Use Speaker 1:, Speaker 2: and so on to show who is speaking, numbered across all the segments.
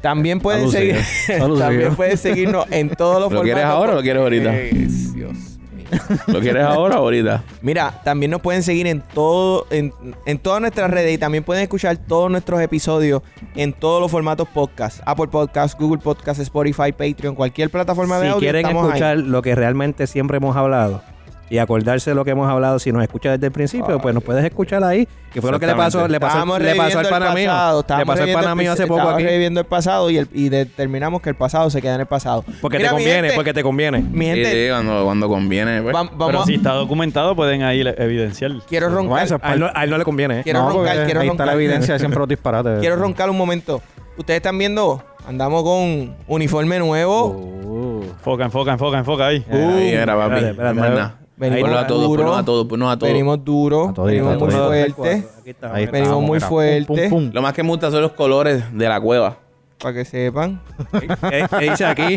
Speaker 1: También pueden
Speaker 2: Salud,
Speaker 1: seguir.
Speaker 2: señor. Salud,
Speaker 1: también
Speaker 2: señor.
Speaker 1: pueden seguirnos en todos los
Speaker 2: ¿Lo quieres ahora o lo quieres ahorita?
Speaker 1: Es- Dios mío.
Speaker 2: ¿Lo quieres ahora o ahorita?
Speaker 1: Mira, también nos pueden seguir en todo, en, en todas nuestras redes y también pueden escuchar todos nuestros episodios en todos los formatos podcast. Apple Podcast, Google Podcast, Spotify, Patreon, cualquier plataforma de
Speaker 3: Si
Speaker 1: audio.
Speaker 3: quieren
Speaker 1: estamos ahí.
Speaker 3: escuchar lo que realmente siempre hemos hablado y acordarse de lo que hemos hablado, si nos escuchas desde el principio, pues nos puedes escuchar ahí. Que fue lo que le pasó, le pasó,
Speaker 1: Estábamos
Speaker 3: le pasó al
Speaker 1: reviviendo
Speaker 3: pana mío.
Speaker 1: pasado,
Speaker 3: Le
Speaker 1: estábamos
Speaker 3: pasó al
Speaker 1: reviviendo
Speaker 3: pana mío hace poco
Speaker 1: estábamos
Speaker 3: aquí.
Speaker 1: reviviendo el pasado y, el- y determinamos que el pasado se queda en el pasado.
Speaker 3: Porque
Speaker 1: Mira,
Speaker 3: te
Speaker 1: mi
Speaker 3: conviene,
Speaker 1: gente-
Speaker 3: porque Eh, te conviene.
Speaker 1: Mi
Speaker 2: Sí,
Speaker 1: gente,
Speaker 2: sí, cuando, cuando conviene. pues.
Speaker 1: va-
Speaker 4: Pero
Speaker 1: vamos a-
Speaker 4: si está documentado, pueden ahí le- evidenciar.
Speaker 1: Quiero
Speaker 3: Bueno,
Speaker 1: roncar.
Speaker 3: eso es A él, no, a él no le conviene, ¿eh?
Speaker 1: Quiero
Speaker 5: No,
Speaker 1: roncar,
Speaker 5: porque
Speaker 1: quiero
Speaker 5: ahí
Speaker 1: roncar.
Speaker 5: está la evidencia, siempre los disparates.
Speaker 1: Quiero roncar un momento. Ustedes están viendo, andamos con uniforme nuevo.
Speaker 4: Oh.
Speaker 1: Uh,
Speaker 4: Enfoca, enfoca, enfoca, enfoca Uh, ahí.
Speaker 2: Ahí era, papi.
Speaker 3: Espérate, espérate,
Speaker 2: No hay
Speaker 3: a ver.
Speaker 2: nada.
Speaker 1: Venimos
Speaker 2: Ponlo a todos,
Speaker 1: duro.
Speaker 2: ponlo a todos, ponlo a todos.
Speaker 1: Venimos duro,
Speaker 5: A todito,
Speaker 1: venimos
Speaker 5: a
Speaker 1: muy
Speaker 5: todito.
Speaker 1: fuerte.
Speaker 3: Aquí está.
Speaker 5: Ahí
Speaker 3: mira.
Speaker 1: Venimos
Speaker 5: estamos,
Speaker 1: muy
Speaker 5: mira.
Speaker 1: fuerte.
Speaker 5: Pum, pum,
Speaker 2: Lo más que me gusta son los colores de la cueva.
Speaker 1: Para que sepan.
Speaker 3: ¿Qué- Eh, qué dice aquí?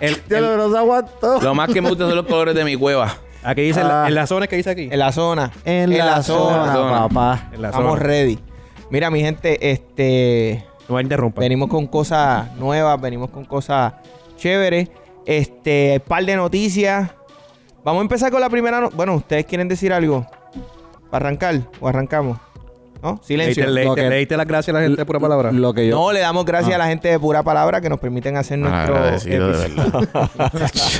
Speaker 3: El-
Speaker 5: Ya
Speaker 3: el-
Speaker 5: lo no se aguantó.
Speaker 2: Lo más que me gusta son los colores de mi cueva.
Speaker 3: aquí dice, en la-
Speaker 5: Ah.
Speaker 3: en las zonas que dice aquí.
Speaker 1: En la zona.
Speaker 5: En la zona,
Speaker 2: zona.
Speaker 5: papá.
Speaker 3: En la zona.
Speaker 1: Estamos ready. Mira, mi gente, este.
Speaker 3: No me interrumpa.
Speaker 1: Venimos con cosas nuevas, venimos con cosas chéveres. Este, par de noticias. Vamos a empezar con la primera. no- bueno, ¿ustedes quieren decir algo? ¿Para arrancar? ¿O arrancamos? ¿No? Silencio.
Speaker 3: Leíste, leíste-
Speaker 5: Lo que-
Speaker 3: leíste las gracias a la gente de pura palabra.
Speaker 5: Lo que yo.
Speaker 1: No, le damos gracias a la gente de Pura Palabra que nos permiten hacer nuestro,
Speaker 2: Ah. Agradecido, de
Speaker 1: episodio-
Speaker 2: verdad.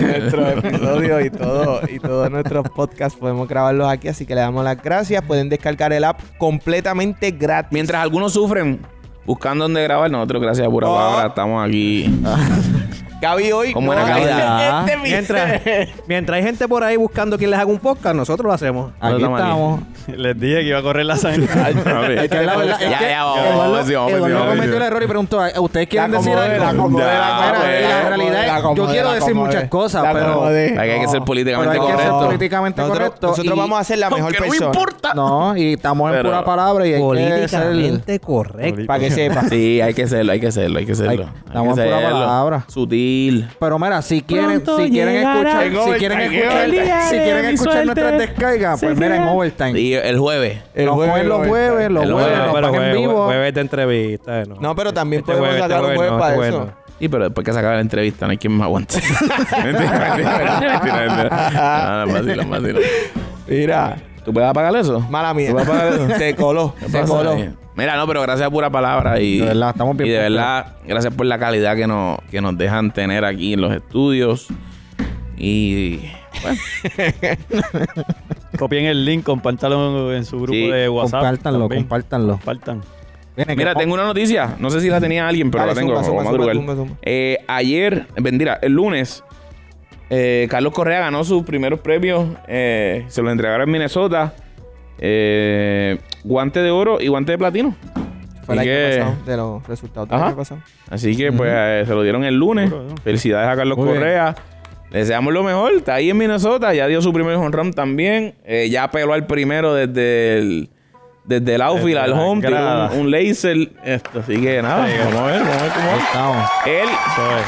Speaker 1: nuestro episodio y todo y todos nuestros podcasts podemos grabarlos aquí, así que le damos las gracias. Pueden descargar el app completamente gratis.
Speaker 2: Mientras algunos sufren buscando dónde grabar, nosotros, gracias a pura
Speaker 1: Oh.
Speaker 2: palabra, estamos aquí.
Speaker 1: Gaby hoy
Speaker 2: Con buena
Speaker 1: va a
Speaker 2: calidad.
Speaker 1: hacer este video.
Speaker 3: Mientras, mientras hay gente por ahí buscando quien les haga un podcast, nosotros lo hacemos.
Speaker 5: Aquí
Speaker 2: Nosotros estamos
Speaker 5: estamos.
Speaker 4: Les dije que iba a correr la sangre.
Speaker 2: Papi.
Speaker 5: Es que la verdad es
Speaker 2: Ya,
Speaker 5: que
Speaker 2: ya, vamos,
Speaker 5: Eduardo-
Speaker 2: vamos, sí, vamos, sí,
Speaker 5: Eduardo
Speaker 2: vamos,
Speaker 5: cometió
Speaker 2: sí.
Speaker 5: el error y preguntó, ¿ustedes quieren
Speaker 1: La
Speaker 5: decir
Speaker 1: acomodé,
Speaker 5: algo?
Speaker 1: la acomodé,
Speaker 2: la
Speaker 5: Ya,
Speaker 2: acomodé,
Speaker 5: mira,
Speaker 2: la
Speaker 5: la realidad,
Speaker 1: acomodé,
Speaker 5: yo
Speaker 1: la
Speaker 5: quiero decir
Speaker 1: acomodé.
Speaker 5: muchas cosas,
Speaker 1: La
Speaker 5: pero...
Speaker 1: acomodé.
Speaker 2: Aquí hay que ser
Speaker 5: Pero
Speaker 2: políticamente
Speaker 5: hay que ser
Speaker 2: correcto.
Speaker 5: políticamente
Speaker 1: Nosotros,
Speaker 5: correcto.
Speaker 1: nosotros
Speaker 5: y-
Speaker 1: vamos a ser la mejor
Speaker 2: Aunque no
Speaker 1: persona.
Speaker 2: importa.
Speaker 5: No, y estamos en
Speaker 2: Pero-
Speaker 5: pura palabra y hay que ser...
Speaker 3: correcto.
Speaker 1: Para que sepa.
Speaker 2: Sí, hay que serlo, hay que serlo, hay que serlo. Hay
Speaker 5: estamos
Speaker 2: que
Speaker 5: en pura
Speaker 2: serlo.
Speaker 5: palabra.
Speaker 2: Sutil.
Speaker 5: Pero mira, si quieren,
Speaker 3: Pronto
Speaker 5: si quieren
Speaker 3: llegará.
Speaker 5: escuchar,
Speaker 2: En
Speaker 5: si quieren
Speaker 2: overtime,
Speaker 5: escuchar,
Speaker 2: en
Speaker 3: overtime.
Speaker 5: si quieren
Speaker 3: Mi
Speaker 5: escuchar
Speaker 3: suerte.
Speaker 5: nuestras descargas,
Speaker 3: Sí,
Speaker 5: pues mira, en
Speaker 3: sí.
Speaker 5: overtime.
Speaker 2: Y el jueves.
Speaker 1: El
Speaker 5: Los
Speaker 1: pues, jueves,
Speaker 5: jueves, este los jueves, los
Speaker 2: El
Speaker 5: jueves,
Speaker 2: jueves,
Speaker 5: los
Speaker 3: pero
Speaker 5: pagan en
Speaker 3: jueves,
Speaker 5: vivo.
Speaker 3: jueves de
Speaker 4: eh,
Speaker 3: entrevista. No,
Speaker 1: No, pero también
Speaker 3: Este
Speaker 1: podemos
Speaker 3: jueves,
Speaker 1: sacar
Speaker 3: este
Speaker 1: un
Speaker 3: jueves
Speaker 1: jueves
Speaker 3: no,
Speaker 1: para
Speaker 3: este
Speaker 1: eso.
Speaker 3: jueves
Speaker 2: Y pero después que se acabe la entrevista, no hay quien me aguante. mentira, mentira, mentira, mentira. No, no, vacilo, vacilo.
Speaker 1: Mira,
Speaker 2: ¿Tú puedes apagar eso?
Speaker 1: mala mía.
Speaker 2: ¿Tú puedes apagar eso?
Speaker 1: Se coló,
Speaker 2: ¿Qué
Speaker 1: se
Speaker 2: pasa
Speaker 1: coló.
Speaker 2: ahí? Mira, no, pero gracias a pura palabra y
Speaker 5: De verdad, estamos bien
Speaker 2: y de
Speaker 5: puestos.
Speaker 2: verdad, gracias por la calidad que nos, que nos dejan tener aquí en los estudios. Y bueno,
Speaker 4: Copien el link, compártanlo en su grupo
Speaker 2: Sí,
Speaker 4: de WhatsApp.
Speaker 5: Compártanlo,
Speaker 4: también.
Speaker 5: compártanlo.
Speaker 4: Compartan.
Speaker 5: Viene,
Speaker 2: mira,
Speaker 5: que-
Speaker 2: tengo una noticia. No sé si la tenía alguien, pero
Speaker 1: Dale,
Speaker 2: la tengo.
Speaker 1: zumba, zumba,
Speaker 2: Vamos a
Speaker 1: zumba,
Speaker 2: madrugar.
Speaker 1: zumba, zumba.
Speaker 2: Eh, ayer, mentira, el lunes, eh, Carlos Correa ganó sus primeros premios. eh, se los entregaron en Minnesota. Eh, guante de oro y guante de platino.
Speaker 1: Fue el
Speaker 2: Así
Speaker 1: año
Speaker 2: que-
Speaker 1: pasado, de los resultados del
Speaker 2: Ajá.
Speaker 1: año pasado.
Speaker 2: Así que, pues, eh, se lo dieron el lunes.
Speaker 4: Duro, ¿no?
Speaker 2: Felicidades a Carlos
Speaker 5: Muy bien.
Speaker 2: Correa. Le deseamos lo mejor. Está ahí en Minnesota. Ya dio su primer home run también. Eh, ya apeló al primero desde el, desde el outfield
Speaker 4: Desde
Speaker 2: al
Speaker 4: la
Speaker 2: home. Tiró
Speaker 4: grada.
Speaker 2: un, un laser. Esto, así que nada. Vamos a ver, vamos a ver cómo
Speaker 5: ahí
Speaker 2: va.
Speaker 5: estamos.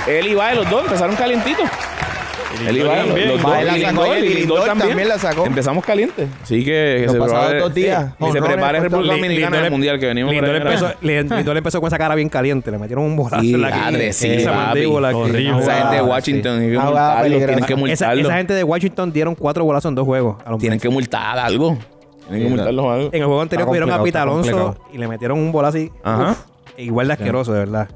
Speaker 2: Él, él y Baez, los dos empezaron calientitos. Él y Baez, los,
Speaker 4: también.
Speaker 2: los dos.
Speaker 1: Baez la
Speaker 2: y
Speaker 1: sacó
Speaker 2: Lindor,
Speaker 1: ayer, y
Speaker 2: y Lindor
Speaker 1: Lindor
Speaker 2: también.
Speaker 1: también la sacó.
Speaker 2: Empezamos calientes. Así que, que
Speaker 1: Los pasados
Speaker 2: prepare-
Speaker 1: dos días,
Speaker 2: que se
Speaker 1: honrones,
Speaker 2: prepare
Speaker 1: Puerto
Speaker 2: República
Speaker 1: Rico.
Speaker 2: Dominicana en el
Speaker 3: Lindor-
Speaker 2: Mundial que venimos.
Speaker 3: Lindor
Speaker 2: para allá.
Speaker 3: empezó, Lin- Lindor empezó con esa cara bien caliente. Le metieron un bolazo
Speaker 2: Sí,
Speaker 3: en la cara.
Speaker 2: madre, sí,
Speaker 3: esa
Speaker 2: papi.
Speaker 3: mandíbula aquí.
Speaker 4: Horrible.
Speaker 2: Esa
Speaker 1: Ah,
Speaker 2: gente de
Speaker 1: sí.
Speaker 2: Washington, tienen que
Speaker 1: Ah,
Speaker 2: multarlos,
Speaker 1: peligroso.
Speaker 2: tienen que
Speaker 3: Esa,
Speaker 2: multarlos.
Speaker 3: esa gente de Washington dieron cuatro bolazos en dos juegos. a los
Speaker 2: Tienen que multar algo. Tienen que multarlos algo.
Speaker 3: En el juego anterior
Speaker 5: Está
Speaker 3: cogieron a
Speaker 5: complicado,
Speaker 3: Pita
Speaker 5: está
Speaker 3: Alonso
Speaker 5: complicado.
Speaker 3: y le metieron un bolazo así.
Speaker 2: Ajá.
Speaker 3: Uf, e igual de asqueroso, de verdad.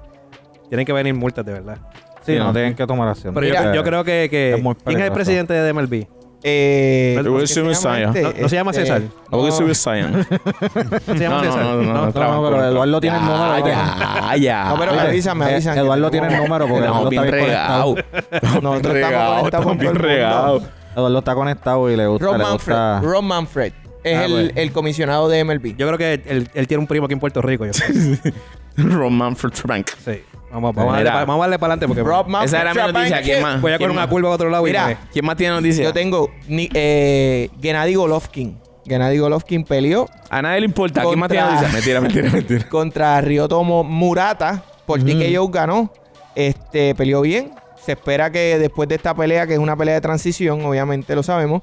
Speaker 3: Tienen que venir multas, de verdad.
Speaker 5: Sí,
Speaker 2: Sí, no.
Speaker 5: no tienen que tomar acción.
Speaker 3: Pero yo, yo creo que... que-
Speaker 5: es muy
Speaker 3: ¿Quién es el
Speaker 5: peligroso.
Speaker 3: presidente de MLB?
Speaker 1: Eh,
Speaker 2: Yo voy a decir
Speaker 1: ¿cómo es que
Speaker 2: Messiah.
Speaker 1: llama
Speaker 3: No,
Speaker 1: este?
Speaker 3: no se llama
Speaker 1: Este,
Speaker 3: César.
Speaker 2: I will see you, Zion.
Speaker 3: ¿Se llama
Speaker 2: No, no,
Speaker 3: César?
Speaker 2: no, no, no.
Speaker 5: No, no, pero Eduardo tiene el número.
Speaker 2: Ya,
Speaker 5: ahí te-
Speaker 2: ya, ya.
Speaker 1: No, pero me
Speaker 5: Oye,
Speaker 1: avisan, me
Speaker 5: eh,
Speaker 1: avisan.
Speaker 5: Eduardo tiene el número porque
Speaker 2: Estamos
Speaker 5: Eduardo
Speaker 2: bien
Speaker 5: está bien
Speaker 2: regados.
Speaker 5: conectado.
Speaker 2: Estamos bien
Speaker 1: Nosotros estamos
Speaker 2: regados.
Speaker 1: conectados
Speaker 2: Estamos
Speaker 1: con todo
Speaker 2: bien
Speaker 1: el mundo.
Speaker 2: regados.
Speaker 5: Eduardo está conectado y le gusta.
Speaker 1: Ron
Speaker 5: le
Speaker 1: Manfred.
Speaker 5: gusta.
Speaker 1: Ron Manfred. Es
Speaker 3: Ah,
Speaker 1: el,
Speaker 3: bueno.
Speaker 1: el comisionado de MLB.
Speaker 3: Yo creo que él, él tiene un primo aquí en Puerto Rico. Yo creo.
Speaker 2: Roman for Frank.
Speaker 3: sí. Vamos, vamos, a darle
Speaker 2: Mira.
Speaker 3: pa- vamos a darle para adelante porque
Speaker 1: Rob Manfred.
Speaker 2: Esa era mi noticia. ¿Quién más?
Speaker 3: voy a
Speaker 2: ¿Quién
Speaker 3: correr una
Speaker 2: más?
Speaker 3: curva a otro lado y
Speaker 1: Mira,
Speaker 3: me-
Speaker 2: ¿Quién más tiene noticia?
Speaker 1: Yo tengo ni- eh, Gennady Golovkin. Gennady Golovkin peleó
Speaker 2: A nadie le importa. ¿Quién más tiene
Speaker 1: Contra-
Speaker 2: noticia? Mentira, mentira, mentira.
Speaker 1: contra Ryotomo Murata. Por ti que Joe ganó. Este, peleó bien. Se espera que después de esta pelea, que es una pelea de transición, obviamente lo sabemos,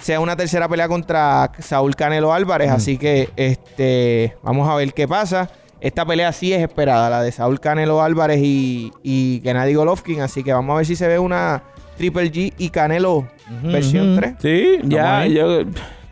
Speaker 1: sea una tercera pelea contra Saúl Canelo Álvarez. Así que este, vamos a ver qué pasa. Esta pelea sí es esperada, la de Saúl Canelo Álvarez y, y Gennady Golovkin. Así que vamos a ver si se ve una Triple G y Canelo versión 3.
Speaker 2: Sí, ya, yo,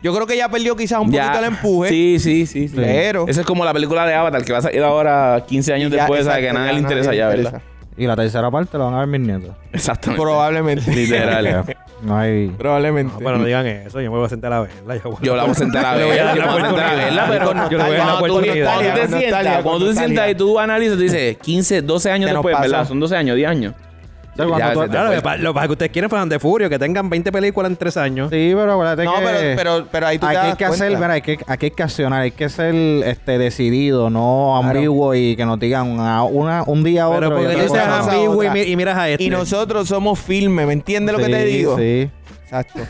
Speaker 1: Yo creo que ya perdió quizás un
Speaker 2: ya.
Speaker 1: poquito el empuje.
Speaker 2: Sí, sí, sí. sí.
Speaker 1: Pero-
Speaker 2: Esa es como la película de Avatar que va a salir ahora 15 años
Speaker 1: Ya,
Speaker 2: después, a
Speaker 1: exacto,
Speaker 2: que nada le
Speaker 1: nadie
Speaker 2: interesa ya, ¿verdad?
Speaker 5: Y la tercera parte la van a ver mis nietos.
Speaker 2: Exactamente.
Speaker 1: Probablemente.
Speaker 2: Literal.
Speaker 5: No hay...
Speaker 1: Probablemente.
Speaker 3: Bueno, no digan eso, yo me voy a sentar a verla. yo-
Speaker 2: Yo la voy a sentar a
Speaker 3: Le voy a
Speaker 2: ver.
Speaker 3: dar
Speaker 2: Yo
Speaker 3: una
Speaker 2: la voy a sentar a
Speaker 3: oportunidad.
Speaker 2: verla, pero
Speaker 1: Con
Speaker 3: yo le voy a dar una
Speaker 2: cuando tú-
Speaker 3: oportunidad.
Speaker 2: cuando tú te
Speaker 1: Con nostalgia,
Speaker 2: sientas,
Speaker 1: con
Speaker 2: cuando tú te
Speaker 1: nostalgia.
Speaker 2: sientas y tú analizas, tú dices 15, 12 años
Speaker 1: Se nos
Speaker 2: después,
Speaker 1: pasó.
Speaker 2: ¿verdad? Son 12 años, 10 años.
Speaker 5: O sea, cuando
Speaker 2: Ya, pues.
Speaker 5: tú-
Speaker 2: se te-
Speaker 3: Claro, lo que pa- lo que pasa es que ustedes quieren Fan de Furio, que tengan 20 películas en 3 años.
Speaker 5: Sí, pero acuérdate
Speaker 1: No,
Speaker 5: que...
Speaker 1: pero, pero, pero ahí tú te
Speaker 5: Aquí hay
Speaker 1: das
Speaker 5: que hacer,
Speaker 1: cuenta.
Speaker 5: mira, hay que, aquí hay que accionar, hay que ser este, decidido, no
Speaker 1: Claro.
Speaker 5: ambiguo y que nos digan una, una- un día a
Speaker 3: Pero
Speaker 5: otro.
Speaker 3: porque
Speaker 5: y
Speaker 3: tú
Speaker 5: otra
Speaker 3: seas
Speaker 1: cosa.
Speaker 5: cosa.
Speaker 3: ambiguo y, mi- y miras a este.
Speaker 1: Y nosotros somos firmes, ¿me entiendes lo que te
Speaker 5: Sí,
Speaker 1: digo?
Speaker 5: Sí.
Speaker 1: Exacto.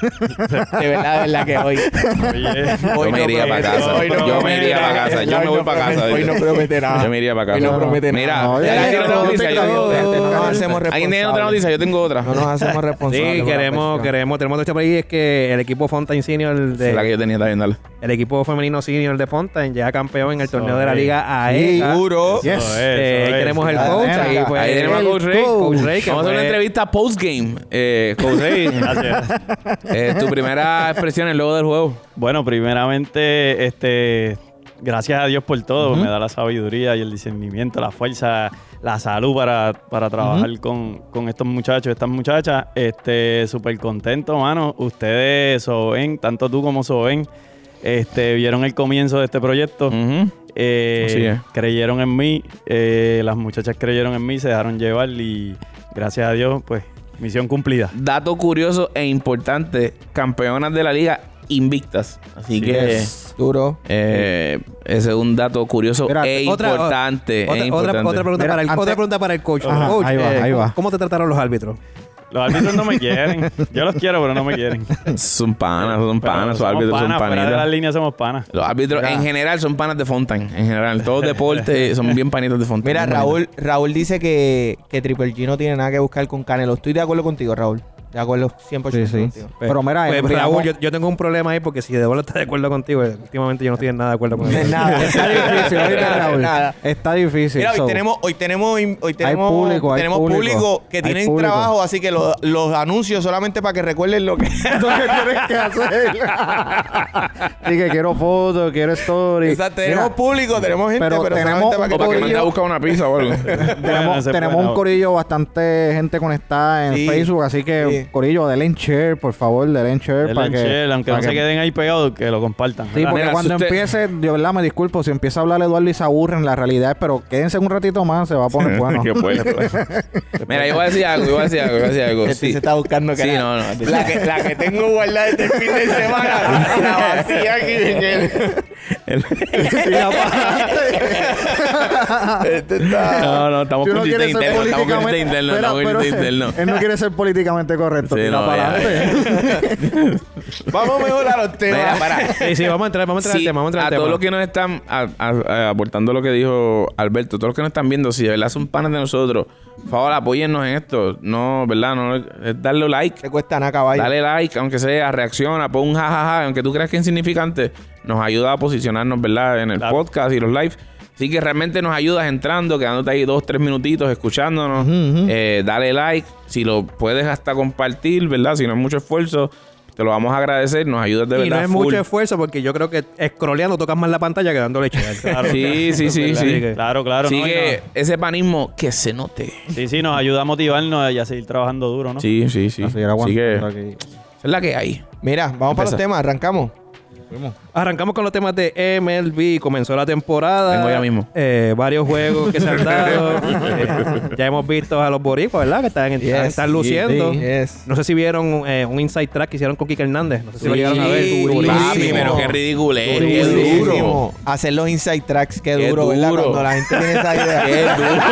Speaker 1: De verdad, de verdad que hoy.
Speaker 4: Oye,
Speaker 2: Yo me iría para casa.
Speaker 1: hoy no
Speaker 2: Yo me iría para
Speaker 1: promete-
Speaker 2: casa. Yo
Speaker 1: hoy
Speaker 2: me voy
Speaker 1: no
Speaker 2: para
Speaker 1: promete-
Speaker 2: casa.
Speaker 1: Hoy no
Speaker 2: ¿viste?
Speaker 1: promete nada.
Speaker 2: Yo me iría para
Speaker 1: Hoy
Speaker 2: casa.
Speaker 1: no promete
Speaker 2: Mira,
Speaker 1: nada.
Speaker 5: No,
Speaker 2: ya
Speaker 5: ya,
Speaker 2: alguien
Speaker 5: ya,
Speaker 2: tiene
Speaker 5: no,
Speaker 2: otra
Speaker 5: no te
Speaker 2: noticia.
Speaker 5: creo.
Speaker 2: yo-
Speaker 1: No nos hacemos
Speaker 2: Alguien tiene otra
Speaker 1: responsables.
Speaker 2: noticia, yo tengo otra.
Speaker 1: No nos hacemos
Speaker 3: Sí,
Speaker 1: responsables. por la
Speaker 3: queremos,
Speaker 1: cuestión.
Speaker 3: queremos, tenemos noticia por ahí, es que el equipo Fontaine Senior
Speaker 2: Es La que
Speaker 3: de,
Speaker 2: yo tenía también, dale.
Speaker 3: el equipo femenino senior de Fontaine ya campeón en el torneo de la
Speaker 4: Sorry.
Speaker 3: liga
Speaker 1: Sí,
Speaker 3: AECA.
Speaker 1: Seguro.
Speaker 5: Yes.
Speaker 4: eso
Speaker 3: Eh,
Speaker 4: es.
Speaker 3: tenemos el
Speaker 5: la
Speaker 3: coach
Speaker 5: nena.
Speaker 3: ahí, pues,
Speaker 2: Ahí tenemos a
Speaker 3: el
Speaker 2: Coach Ray.
Speaker 3: Coach Ray, que
Speaker 2: Vamos a hacer una
Speaker 3: fue-
Speaker 2: entrevista post-game. Eh, Coach Ray,
Speaker 4: Gracias.
Speaker 2: eh, tu primera expresión luego del juego.
Speaker 4: Bueno, primeramente, este, gracias a Dios por todo. Me da la sabiduría y el discernimiento, la fuerza, la salud para, para trabajar con, con estos muchachos, estas muchachas. Este, súper contento, mano. Ustedes, Soben, tanto tú como Soben, este, vieron el comienzo de este proyecto.
Speaker 2: Ujú.
Speaker 4: Eh,
Speaker 2: Así es.
Speaker 4: Creyeron en mí, eh, las muchachas creyeron en mí, se dejaron llevar y gracias a Dios, pues, misión cumplida.
Speaker 2: Dato curioso e importante: campeonas de la liga invictas. Así que.
Speaker 1: Duro.
Speaker 2: eh, ese es un dato curioso
Speaker 5: Mira,
Speaker 2: e,
Speaker 3: otra-
Speaker 2: importante, e
Speaker 3: Otra, otra-
Speaker 2: importante.
Speaker 3: otra pregunta
Speaker 5: Mira,
Speaker 3: para el,
Speaker 5: antes-
Speaker 3: otra pregunta para el coach.
Speaker 5: Ajá,
Speaker 3: Coach,
Speaker 5: ahí va, ahí
Speaker 3: ¿cómo-
Speaker 5: va.
Speaker 3: ¿Cómo te trataron los árbitros?
Speaker 4: Los árbitros no me quieren. Yo los quiero, pero no me quieren.
Speaker 2: Son panas, son
Speaker 4: Pero
Speaker 2: panas, los
Speaker 4: somos
Speaker 2: árbitros son
Speaker 4: panas, fuera de la
Speaker 2: panitas.
Speaker 4: línea somos panas.
Speaker 2: Los árbitros en general son panas de Fontaine. En general, todos deportes son bien panitas de Fontaine.
Speaker 1: Mira,
Speaker 2: Bien
Speaker 1: Raúl, Raúl dice que, que Triple G no tiene nada que buscar con Canelo. Estoy de acuerdo contigo, Raúl. De acuerdo, 100%
Speaker 5: Sí, sí.
Speaker 1: contigo.
Speaker 5: Pero mira,
Speaker 3: Pues,
Speaker 5: eh,
Speaker 3: Raúl,
Speaker 5: digamos-
Speaker 3: yo, yo tengo un problema ahí porque si de bola está de acuerdo contigo, eh, últimamente yo no estoy en nada de acuerdo con
Speaker 1: De
Speaker 3: él.
Speaker 1: nada.
Speaker 5: Está difícil, ahorita, Raúl.
Speaker 1: Nada.
Speaker 5: Está difícil.
Speaker 1: Mira, hoy
Speaker 5: so.
Speaker 1: tenemos, hoy tenemos, hoy tenemos,
Speaker 5: público, hay
Speaker 1: tenemos
Speaker 5: público.
Speaker 1: que
Speaker 5: Hay
Speaker 1: tienen
Speaker 5: público.
Speaker 1: trabajo, así que lo- los anuncios solamente para que recuerden lo que.
Speaker 5: Entonces tienes que hacer. Así que quiero fotos, quiero stories.
Speaker 1: o sea, tenemos
Speaker 5: Mira,
Speaker 1: público, tenemos gente, pero,
Speaker 5: pero
Speaker 1: solamente
Speaker 5: tenemos-
Speaker 1: para que.
Speaker 2: O para que mande a buscar una pizza o algo.
Speaker 5: tenemos,
Speaker 4: ese
Speaker 5: tenemos
Speaker 4: fue,
Speaker 5: un
Speaker 4: no.
Speaker 5: corillo bastante gente conectada en
Speaker 1: Sí,
Speaker 5: Facebook, así que
Speaker 1: sí.
Speaker 5: corillo, denle en share, por favor, denle en share
Speaker 4: Denle
Speaker 5: para
Speaker 4: en
Speaker 5: que
Speaker 4: share, aunque no
Speaker 5: para
Speaker 4: se
Speaker 5: que-
Speaker 4: queden ahí pegados, que lo compartan.
Speaker 5: Sí,
Speaker 4: ¿verdad?
Speaker 5: porque
Speaker 2: Mira, si
Speaker 5: cuando
Speaker 2: usted-
Speaker 5: empiece, de verdad me disculpo, si empieza a hablar Eduardo y se aburren, la realidad es, pero quédense un ratito más, se va a poner bueno.
Speaker 2: Qué bueno. Mira, yo voy a decir algo, yo voy a decir algo, yo voy a decir algo.
Speaker 1: Este
Speaker 2: Sí.
Speaker 1: se está buscando
Speaker 2: Sí,
Speaker 1: cara.
Speaker 2: no, no.
Speaker 1: La que, la que tengo guardada desde el fin de semana. la vacía aquí. que- Este está.
Speaker 2: No, no, Eh, estamos
Speaker 5: Si uno
Speaker 2: con chiste
Speaker 5: quiere ser
Speaker 2: interno, estamos con chiste
Speaker 5: políticamente-
Speaker 2: interno,
Speaker 5: Espera,
Speaker 2: estamos con
Speaker 5: pero-
Speaker 2: chiste interno.
Speaker 5: Él no quiere ser políticamente correcto.
Speaker 2: Sí,
Speaker 5: tira
Speaker 2: no,
Speaker 5: para
Speaker 2: ya,
Speaker 5: adelante.
Speaker 1: Vamos a mejorar los
Speaker 2: Mira,
Speaker 1: temas.
Speaker 2: para.
Speaker 3: Sí, sí, vamos a entrar, vamos a entrar al
Speaker 2: Sí,
Speaker 3: tema, vamos a entrar
Speaker 2: a
Speaker 3: al tema.
Speaker 2: todos los que nos están a- a- a- aportando lo que dijo Alberto, todos los que nos están viendo, si de verdad son panas de nosotros, por favor, apóyennos en esto. No, ¿verdad? No, es darle like.
Speaker 1: Te cuesta nada, caballo.
Speaker 2: Dale like, aunque sea, reacciona, pon un jajaja, aunque tú creas que es insignificante, nos ayuda a posicionarnos, ¿verdad? En el
Speaker 4: Claro.
Speaker 2: podcast y los live. Así que realmente nos ayudas entrando, quedándote ahí dos, tres minutitos, escuchándonos. Eh, dale like, si lo puedes hasta compartir, ¿verdad? Si no es mucho esfuerzo, te lo vamos a agradecer, nos ayudas de
Speaker 3: y
Speaker 2: verdad.
Speaker 3: no es
Speaker 2: full.
Speaker 3: mucho esfuerzo porque yo creo que scrolleando tocas más la pantalla que dándole share.
Speaker 4: Claro.
Speaker 2: Sí, sí, sí,
Speaker 4: ¿Verdad?
Speaker 2: sí.
Speaker 4: Claro, claro.
Speaker 2: Así
Speaker 4: no, y
Speaker 2: que ese panismo que se note.
Speaker 4: no. Sí, sí, nos ayuda a motivarnos y a seguir trabajando duro, ¿no?
Speaker 2: Sí, sí, sí.
Speaker 5: A seguir
Speaker 2: Así que
Speaker 5: aguantando
Speaker 2: esa
Speaker 5: aquí.
Speaker 2: es la que hay.
Speaker 1: Mira, vamos para los
Speaker 2: Empieza.
Speaker 1: temas, arrancamos.
Speaker 3: Arrancamos con los temas de MLB. Comenzó la temporada.
Speaker 2: Vengo ya mismo.
Speaker 3: Eh, varios juegos que se han dado. Eh, ya hemos visto a los boricuas, ¿verdad? Que están, están-
Speaker 1: Yes,
Speaker 3: están luciendo.
Speaker 1: sí, sí. Yes.
Speaker 3: No sé si vieron eh, un inside track que hicieron con Kike Hernández. No sé si lo
Speaker 1: Sí,
Speaker 3: llegaron a ver.
Speaker 1: durísimo.
Speaker 2: Papi, pero qué ridículo. es, Qué
Speaker 1: Qué
Speaker 2: duro.
Speaker 1: duro. Hacer los inside tracks, qué,
Speaker 2: Qué
Speaker 1: duro, ¿verdad?
Speaker 2: duro.
Speaker 1: Cuando la gente tiene esa
Speaker 2: Qué
Speaker 1: idea.
Speaker 2: duro.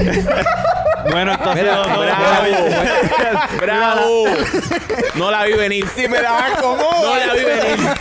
Speaker 4: Bueno, esto ha sido todo.
Speaker 2: Bravo. No la vi venir. Sí, me la vas como. No la vi venir.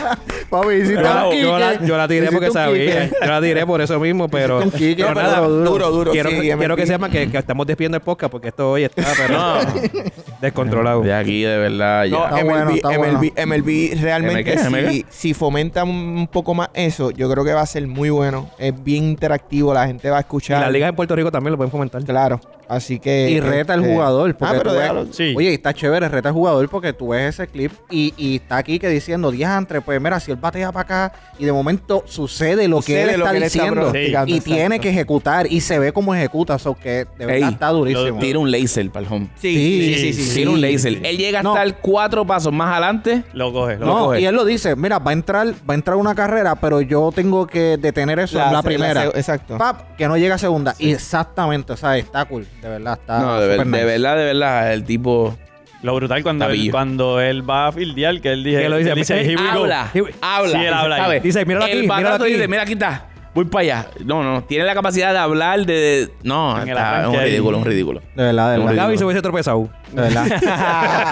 Speaker 5: Papi, hiciste
Speaker 3: Yo,
Speaker 5: un
Speaker 3: la- yo la,
Speaker 5: Quique.
Speaker 3: yo la tiré
Speaker 5: Hiciste
Speaker 3: porque
Speaker 5: un
Speaker 3: sabía.
Speaker 5: Quique.
Speaker 3: Yo la tiré por eso mismo, pero.
Speaker 5: Hiciste un Quique,
Speaker 3: pero
Speaker 5: pero
Speaker 3: nada,
Speaker 5: duro,
Speaker 1: duro, duro,
Speaker 3: Quiero,
Speaker 1: sí,
Speaker 3: quiero
Speaker 1: MLP.
Speaker 3: que sepan que, que estamos despidiendo el podcast porque esto hoy está, pero descontrolado.
Speaker 2: De aquí, de verdad. Ya.
Speaker 1: No,
Speaker 5: Está
Speaker 1: MLB,
Speaker 5: bueno, está
Speaker 1: MLB, MLB realmente
Speaker 2: ¿M qué? ¿M
Speaker 1: si, si fomenta un un poco más eso, yo creo que va a ser muy bueno. Es bien interactivo, la gente va a
Speaker 3: Y
Speaker 1: escuchar.
Speaker 3: las ligas en Puerto Rico también lo pueden fomentar.
Speaker 1: Claro. Así que.
Speaker 5: Y reta al
Speaker 1: este,
Speaker 5: jugador.
Speaker 1: Ah,
Speaker 5: Porque
Speaker 1: pero
Speaker 5: tú ves-
Speaker 1: déjalo.
Speaker 4: Sí.
Speaker 5: Oye, y está chévere, reta al jugador porque tú ves ese clip y, y está aquí que diciendo, diantre, pues mira, si él batea para acá y de momento sucede lo que él
Speaker 1: Sucede lo
Speaker 5: está
Speaker 1: que él está
Speaker 5: diciendo
Speaker 1: pronosticando,
Speaker 5: y
Speaker 1: exacto.
Speaker 5: tiene que ejecutar y se ve cómo ejecuta, eso que de verdad
Speaker 2: Ey,
Speaker 5: está durísimo.
Speaker 2: Tira un laser para el home.
Speaker 1: Sí,
Speaker 5: Sí,
Speaker 1: sí, sí. sí, sí.
Speaker 2: Tira un laser. Él llega a
Speaker 5: No.
Speaker 2: estar cuatro pasos más adelante.
Speaker 4: Lo coge, lo
Speaker 5: No,
Speaker 4: coge.
Speaker 5: y él lo dice, mira, va a entrar, va a entrar una carrera, pero yo tengo que detener eso en la
Speaker 1: se-
Speaker 5: primera.
Speaker 1: se- exacto.
Speaker 5: Pap, que no llega a segunda. Exactamente, o sea, está cool. De verdad, está.
Speaker 2: no, de, ver-
Speaker 5: Ah, super
Speaker 2: de
Speaker 5: nice.
Speaker 2: verdad, de verdad. El tipo
Speaker 4: Lo brutal cuando él,
Speaker 2: Tabillo.
Speaker 4: cuando él va a fildear, que él dice,
Speaker 3: Que lo dice,
Speaker 4: él dice,
Speaker 3: "Hey,
Speaker 4: "Here we go".
Speaker 2: habla.
Speaker 3: Here we-
Speaker 2: Habla.
Speaker 4: Sí, él habla ahí.
Speaker 2: ¿sabes?
Speaker 3: Dice, "Míralo aquí,
Speaker 2: El
Speaker 3: míralo
Speaker 2: batato
Speaker 3: aquí".
Speaker 2: dice, mira, aquí está. Voy para allá. No, no. Tiene la capacidad de hablar de... de- No,
Speaker 4: En el
Speaker 2: está- es un
Speaker 4: arranque ahí.
Speaker 2: ridículo, un ridículo.
Speaker 5: De verdad, de
Speaker 2: Un
Speaker 5: verdad.
Speaker 3: Gaby se hubiese tropezado.
Speaker 5: De verdad.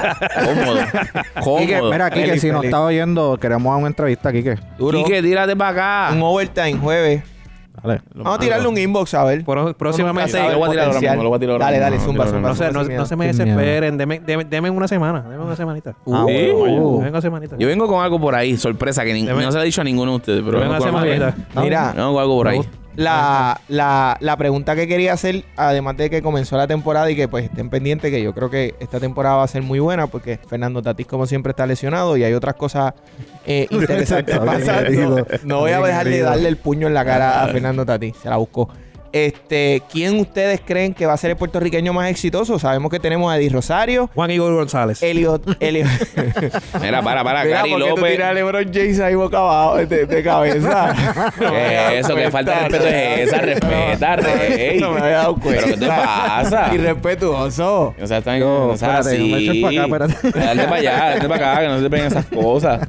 Speaker 2: Cómodo. Cómodo.
Speaker 5: Quique, mira, Quique,
Speaker 1: Feliz,
Speaker 5: si nos
Speaker 1: feliz.
Speaker 5: está oyendo, queremos una entrevista, Quique.
Speaker 1: Duro.
Speaker 2: Quique, tírate para
Speaker 1: Un
Speaker 2: acá.
Speaker 1: overtime jueves.
Speaker 5: Dale.
Speaker 1: Vamos a tirarle un inbox a ver.
Speaker 3: Por- próximamente.
Speaker 1: sabe.
Speaker 2: Lo voy a tirar ahora
Speaker 1: Potencial.
Speaker 2: mismo, lo voy a tirar ahora
Speaker 1: Dale,
Speaker 2: mismo.
Speaker 1: dale,
Speaker 2: No,
Speaker 1: zumba,
Speaker 2: no, no,
Speaker 1: zumba,
Speaker 3: No
Speaker 1: zumba,
Speaker 3: se, no,
Speaker 1: sin miedo.
Speaker 3: no se me
Speaker 5: Sin miedo.
Speaker 3: desesperen. Deme, deme- deme una semana. Deme una semanita.
Speaker 5: Ah,
Speaker 2: Sí.
Speaker 1: Uh.
Speaker 5: bueno.
Speaker 3: Deme una semanita.
Speaker 2: Yo vengo con algo por ahí, sorpresa, que ni- no se lo he dicho a ninguno de ustedes, pero
Speaker 3: Deme
Speaker 2: vengo
Speaker 3: una
Speaker 2: con, algo,
Speaker 3: semanita.
Speaker 1: Mira,
Speaker 2: vengo con algo por ahí.
Speaker 1: la, la, la pregunta que quería hacer, además de que comenzó la temporada y que pues estén pendientes, que yo creo que esta temporada va a ser muy buena porque Fernando Tatis como siempre está lesionado y hay otras cosas eh, interesantes
Speaker 5: Está bien herido.
Speaker 1: pasando. No voy a
Speaker 5: Está bien
Speaker 1: dejar de
Speaker 5: herido.
Speaker 1: darle el puño en la cara a Fernando Tatis, se la buscó. Este, ¿quién ustedes creen que va a ser el puertorriqueño más exitoso? Sabemos que tenemos a Eddie Rosario,
Speaker 3: Juan Igor González.
Speaker 1: Elliot, Elliot.
Speaker 2: Mira, para, para,
Speaker 1: Mira,
Speaker 2: Gary
Speaker 1: ¿por qué tú
Speaker 2: López.
Speaker 1: tiras a LeBron James ahí boca abajo de, este, de cabeza? No me había dado
Speaker 2: Eh, eso, que falta de
Speaker 1: cuenta,
Speaker 2: respeto es esa,
Speaker 1: no.
Speaker 2: respeta, rey.
Speaker 1: No me había dado cuenta.
Speaker 2: Pero, ¿qué te pasa?
Speaker 1: Irrespetuoso.
Speaker 2: O sea, están
Speaker 5: Yo,
Speaker 2: o sea,
Speaker 5: espérate, no me eches pa' acá, espérate.
Speaker 2: Dale para allá, dale para acá, que no se peguen esas cosas.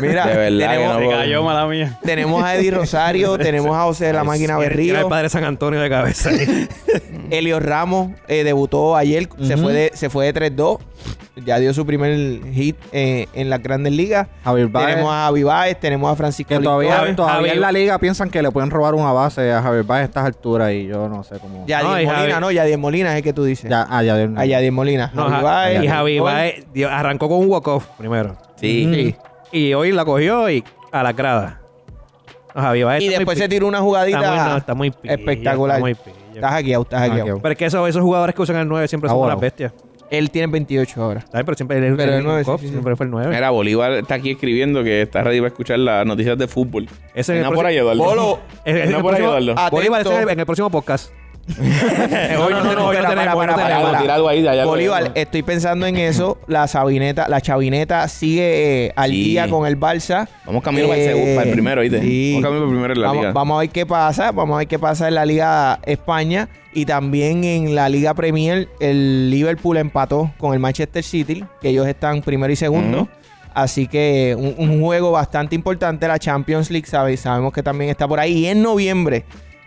Speaker 1: Mira,
Speaker 2: De verdad que
Speaker 1: tenemos,
Speaker 2: no
Speaker 4: Se
Speaker 2: puedo.
Speaker 4: cayó, mala mía.
Speaker 1: tenemos a Eddie Rosario, tenemos a José de la Máquina
Speaker 3: Tiene- tiene el
Speaker 1: Berrío.
Speaker 3: padre San Antonio de cabeza.
Speaker 1: Elio Ramos eh, debutó ayer, se fue de, se fue de 3-2. Ya dio su primer hit eh, en las grandes ligas.
Speaker 5: Javier Baez.
Speaker 1: Tenemos a Aviváez, tenemos a Francisco
Speaker 5: Que todavía,
Speaker 1: Lindor.
Speaker 5: todavía
Speaker 3: Javi-
Speaker 5: en la liga piensan que le pueden robar una base a Javier Baez a estas alturas y yo no sé cómo.
Speaker 1: Yadier
Speaker 3: No, y
Speaker 1: Molina,
Speaker 3: Javi-
Speaker 1: no, Yadier Molina es el que tú dices.
Speaker 5: Ya, ah, ya,
Speaker 1: A Yadier Molina.
Speaker 3: No,
Speaker 1: Javi
Speaker 3: ja-
Speaker 1: Baez,
Speaker 3: y Javi
Speaker 1: Lindor.
Speaker 3: Baez, Dios, arrancó con un walk-off primero.
Speaker 2: Sí.
Speaker 3: Y hoy la cogió y a la grada. No, Javi Baez
Speaker 1: Y
Speaker 3: está muy
Speaker 1: después
Speaker 3: pi-
Speaker 1: se tiró una jugadita
Speaker 3: Está muy, no, está muy pillo,
Speaker 1: espectacular.
Speaker 3: está muy pillo.
Speaker 1: Estás hackeado, estás
Speaker 5: Hackeado.
Speaker 1: hackeado.
Speaker 3: Pero es que esos, esos jugadores que usan el 9 siempre
Speaker 5: Ah,
Speaker 3: son
Speaker 5: bueno.
Speaker 3: unas bestias.
Speaker 1: Él tiene 28 ahora.
Speaker 3: ¿Sabes? Pero siempre él-
Speaker 1: Pero
Speaker 3: él-
Speaker 1: el nueve,
Speaker 3: Cop,
Speaker 1: sí, sí, sí.
Speaker 3: siempre fue el 9.
Speaker 2: Mira, Bolívar está aquí escribiendo que está ready para escuchar las noticias de fútbol.
Speaker 3: Ese es el
Speaker 2: Venga por ahí,
Speaker 3: próximo-
Speaker 2: Eduardo.
Speaker 1: Bolo.
Speaker 3: En el
Speaker 2: Venga por ahí,
Speaker 3: próximo-
Speaker 2: Eduardo.
Speaker 1: Atento.
Speaker 3: Bolívar ese es el- en el próximo podcast. Hoy no, no, hoy no
Speaker 1: espera,
Speaker 3: tenemos,
Speaker 1: para,
Speaker 3: hoy no
Speaker 1: para,
Speaker 3: tenemos.
Speaker 1: para.
Speaker 2: Tira algo ahí, de allá lo
Speaker 1: Bolívar,
Speaker 2: vemos.
Speaker 1: estoy pensando en eso. La sabineta, la chavineta sigue eh, al
Speaker 2: Sí.
Speaker 1: día con el Barça.
Speaker 2: Vamos camino para el segundo, para el primero, ¿viste?
Speaker 1: Eh, sí.
Speaker 2: Vamos camino para el primero en la
Speaker 1: Vamos,
Speaker 2: liga.
Speaker 1: vamos a ver qué pasa. Vamos a ver qué pasa en la Liga España. Y también en la Liga Premier, el Liverpool empató con el Manchester City, que ellos están primero y segundo.
Speaker 2: Ujú.
Speaker 1: Así que un, un juego bastante importante, la Champions League, ¿sabes? Sabemos que también está por ahí. Y en noviembre,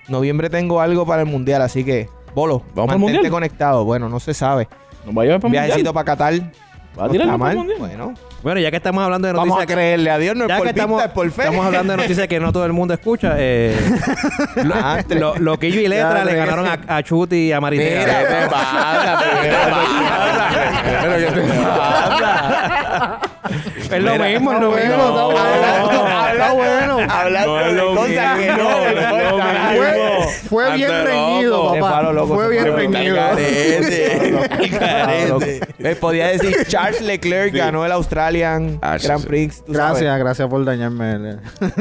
Speaker 1: noviembre tengo algo para el Mundial, así que, bolo,
Speaker 2: ¿Vamos para el
Speaker 1: mantente
Speaker 2: Mundial?
Speaker 1: conectado. Bueno, no se sabe.
Speaker 2: Nos va a llevar para
Speaker 1: Un
Speaker 2: el mundial.
Speaker 1: viajecito para Qatar.
Speaker 2: Va a
Speaker 1: no
Speaker 2: tirar
Speaker 1: está
Speaker 2: para
Speaker 1: mal.
Speaker 2: el mundial.
Speaker 1: Bueno,
Speaker 3: Bueno, ya que estamos hablando de
Speaker 1: vamos a
Speaker 3: noticias que-
Speaker 1: creerle a Dios, no es
Speaker 3: ya
Speaker 1: por
Speaker 3: que
Speaker 1: vista,
Speaker 3: estamos,
Speaker 1: es por fe.
Speaker 3: estamos hablando de noticias que no todo el mundo escucha, eh,
Speaker 1: Ah, tres.
Speaker 3: lo, Loquillo y Letra le ganaron a, a Chuti y a Maritera.
Speaker 1: Mira,
Speaker 2: ¿Qué te pasa? Pero ¿qué te pasa?
Speaker 3: Es lo mismo, es lo mismo.
Speaker 1: Hablando- hablando- Hablando
Speaker 2: No es
Speaker 1: de
Speaker 2: lo
Speaker 1: cosas que
Speaker 2: mismo,
Speaker 1: no
Speaker 2: no es lo
Speaker 1: importan.
Speaker 2: mismo.
Speaker 5: Fue, fue bien
Speaker 2: Anda,
Speaker 5: reñido,
Speaker 2: loco.
Speaker 1: Se
Speaker 5: papá.
Speaker 1: paró, loco,
Speaker 5: fue
Speaker 1: se
Speaker 5: bien
Speaker 1: paró.
Speaker 5: reñido.
Speaker 1: Me podía decir Charles Leclerc ganó el Australian
Speaker 2: Ah, sí,
Speaker 1: Grand
Speaker 2: sí.
Speaker 1: Prix. tú sabes.
Speaker 5: Gracias, gracias por dañarme. el-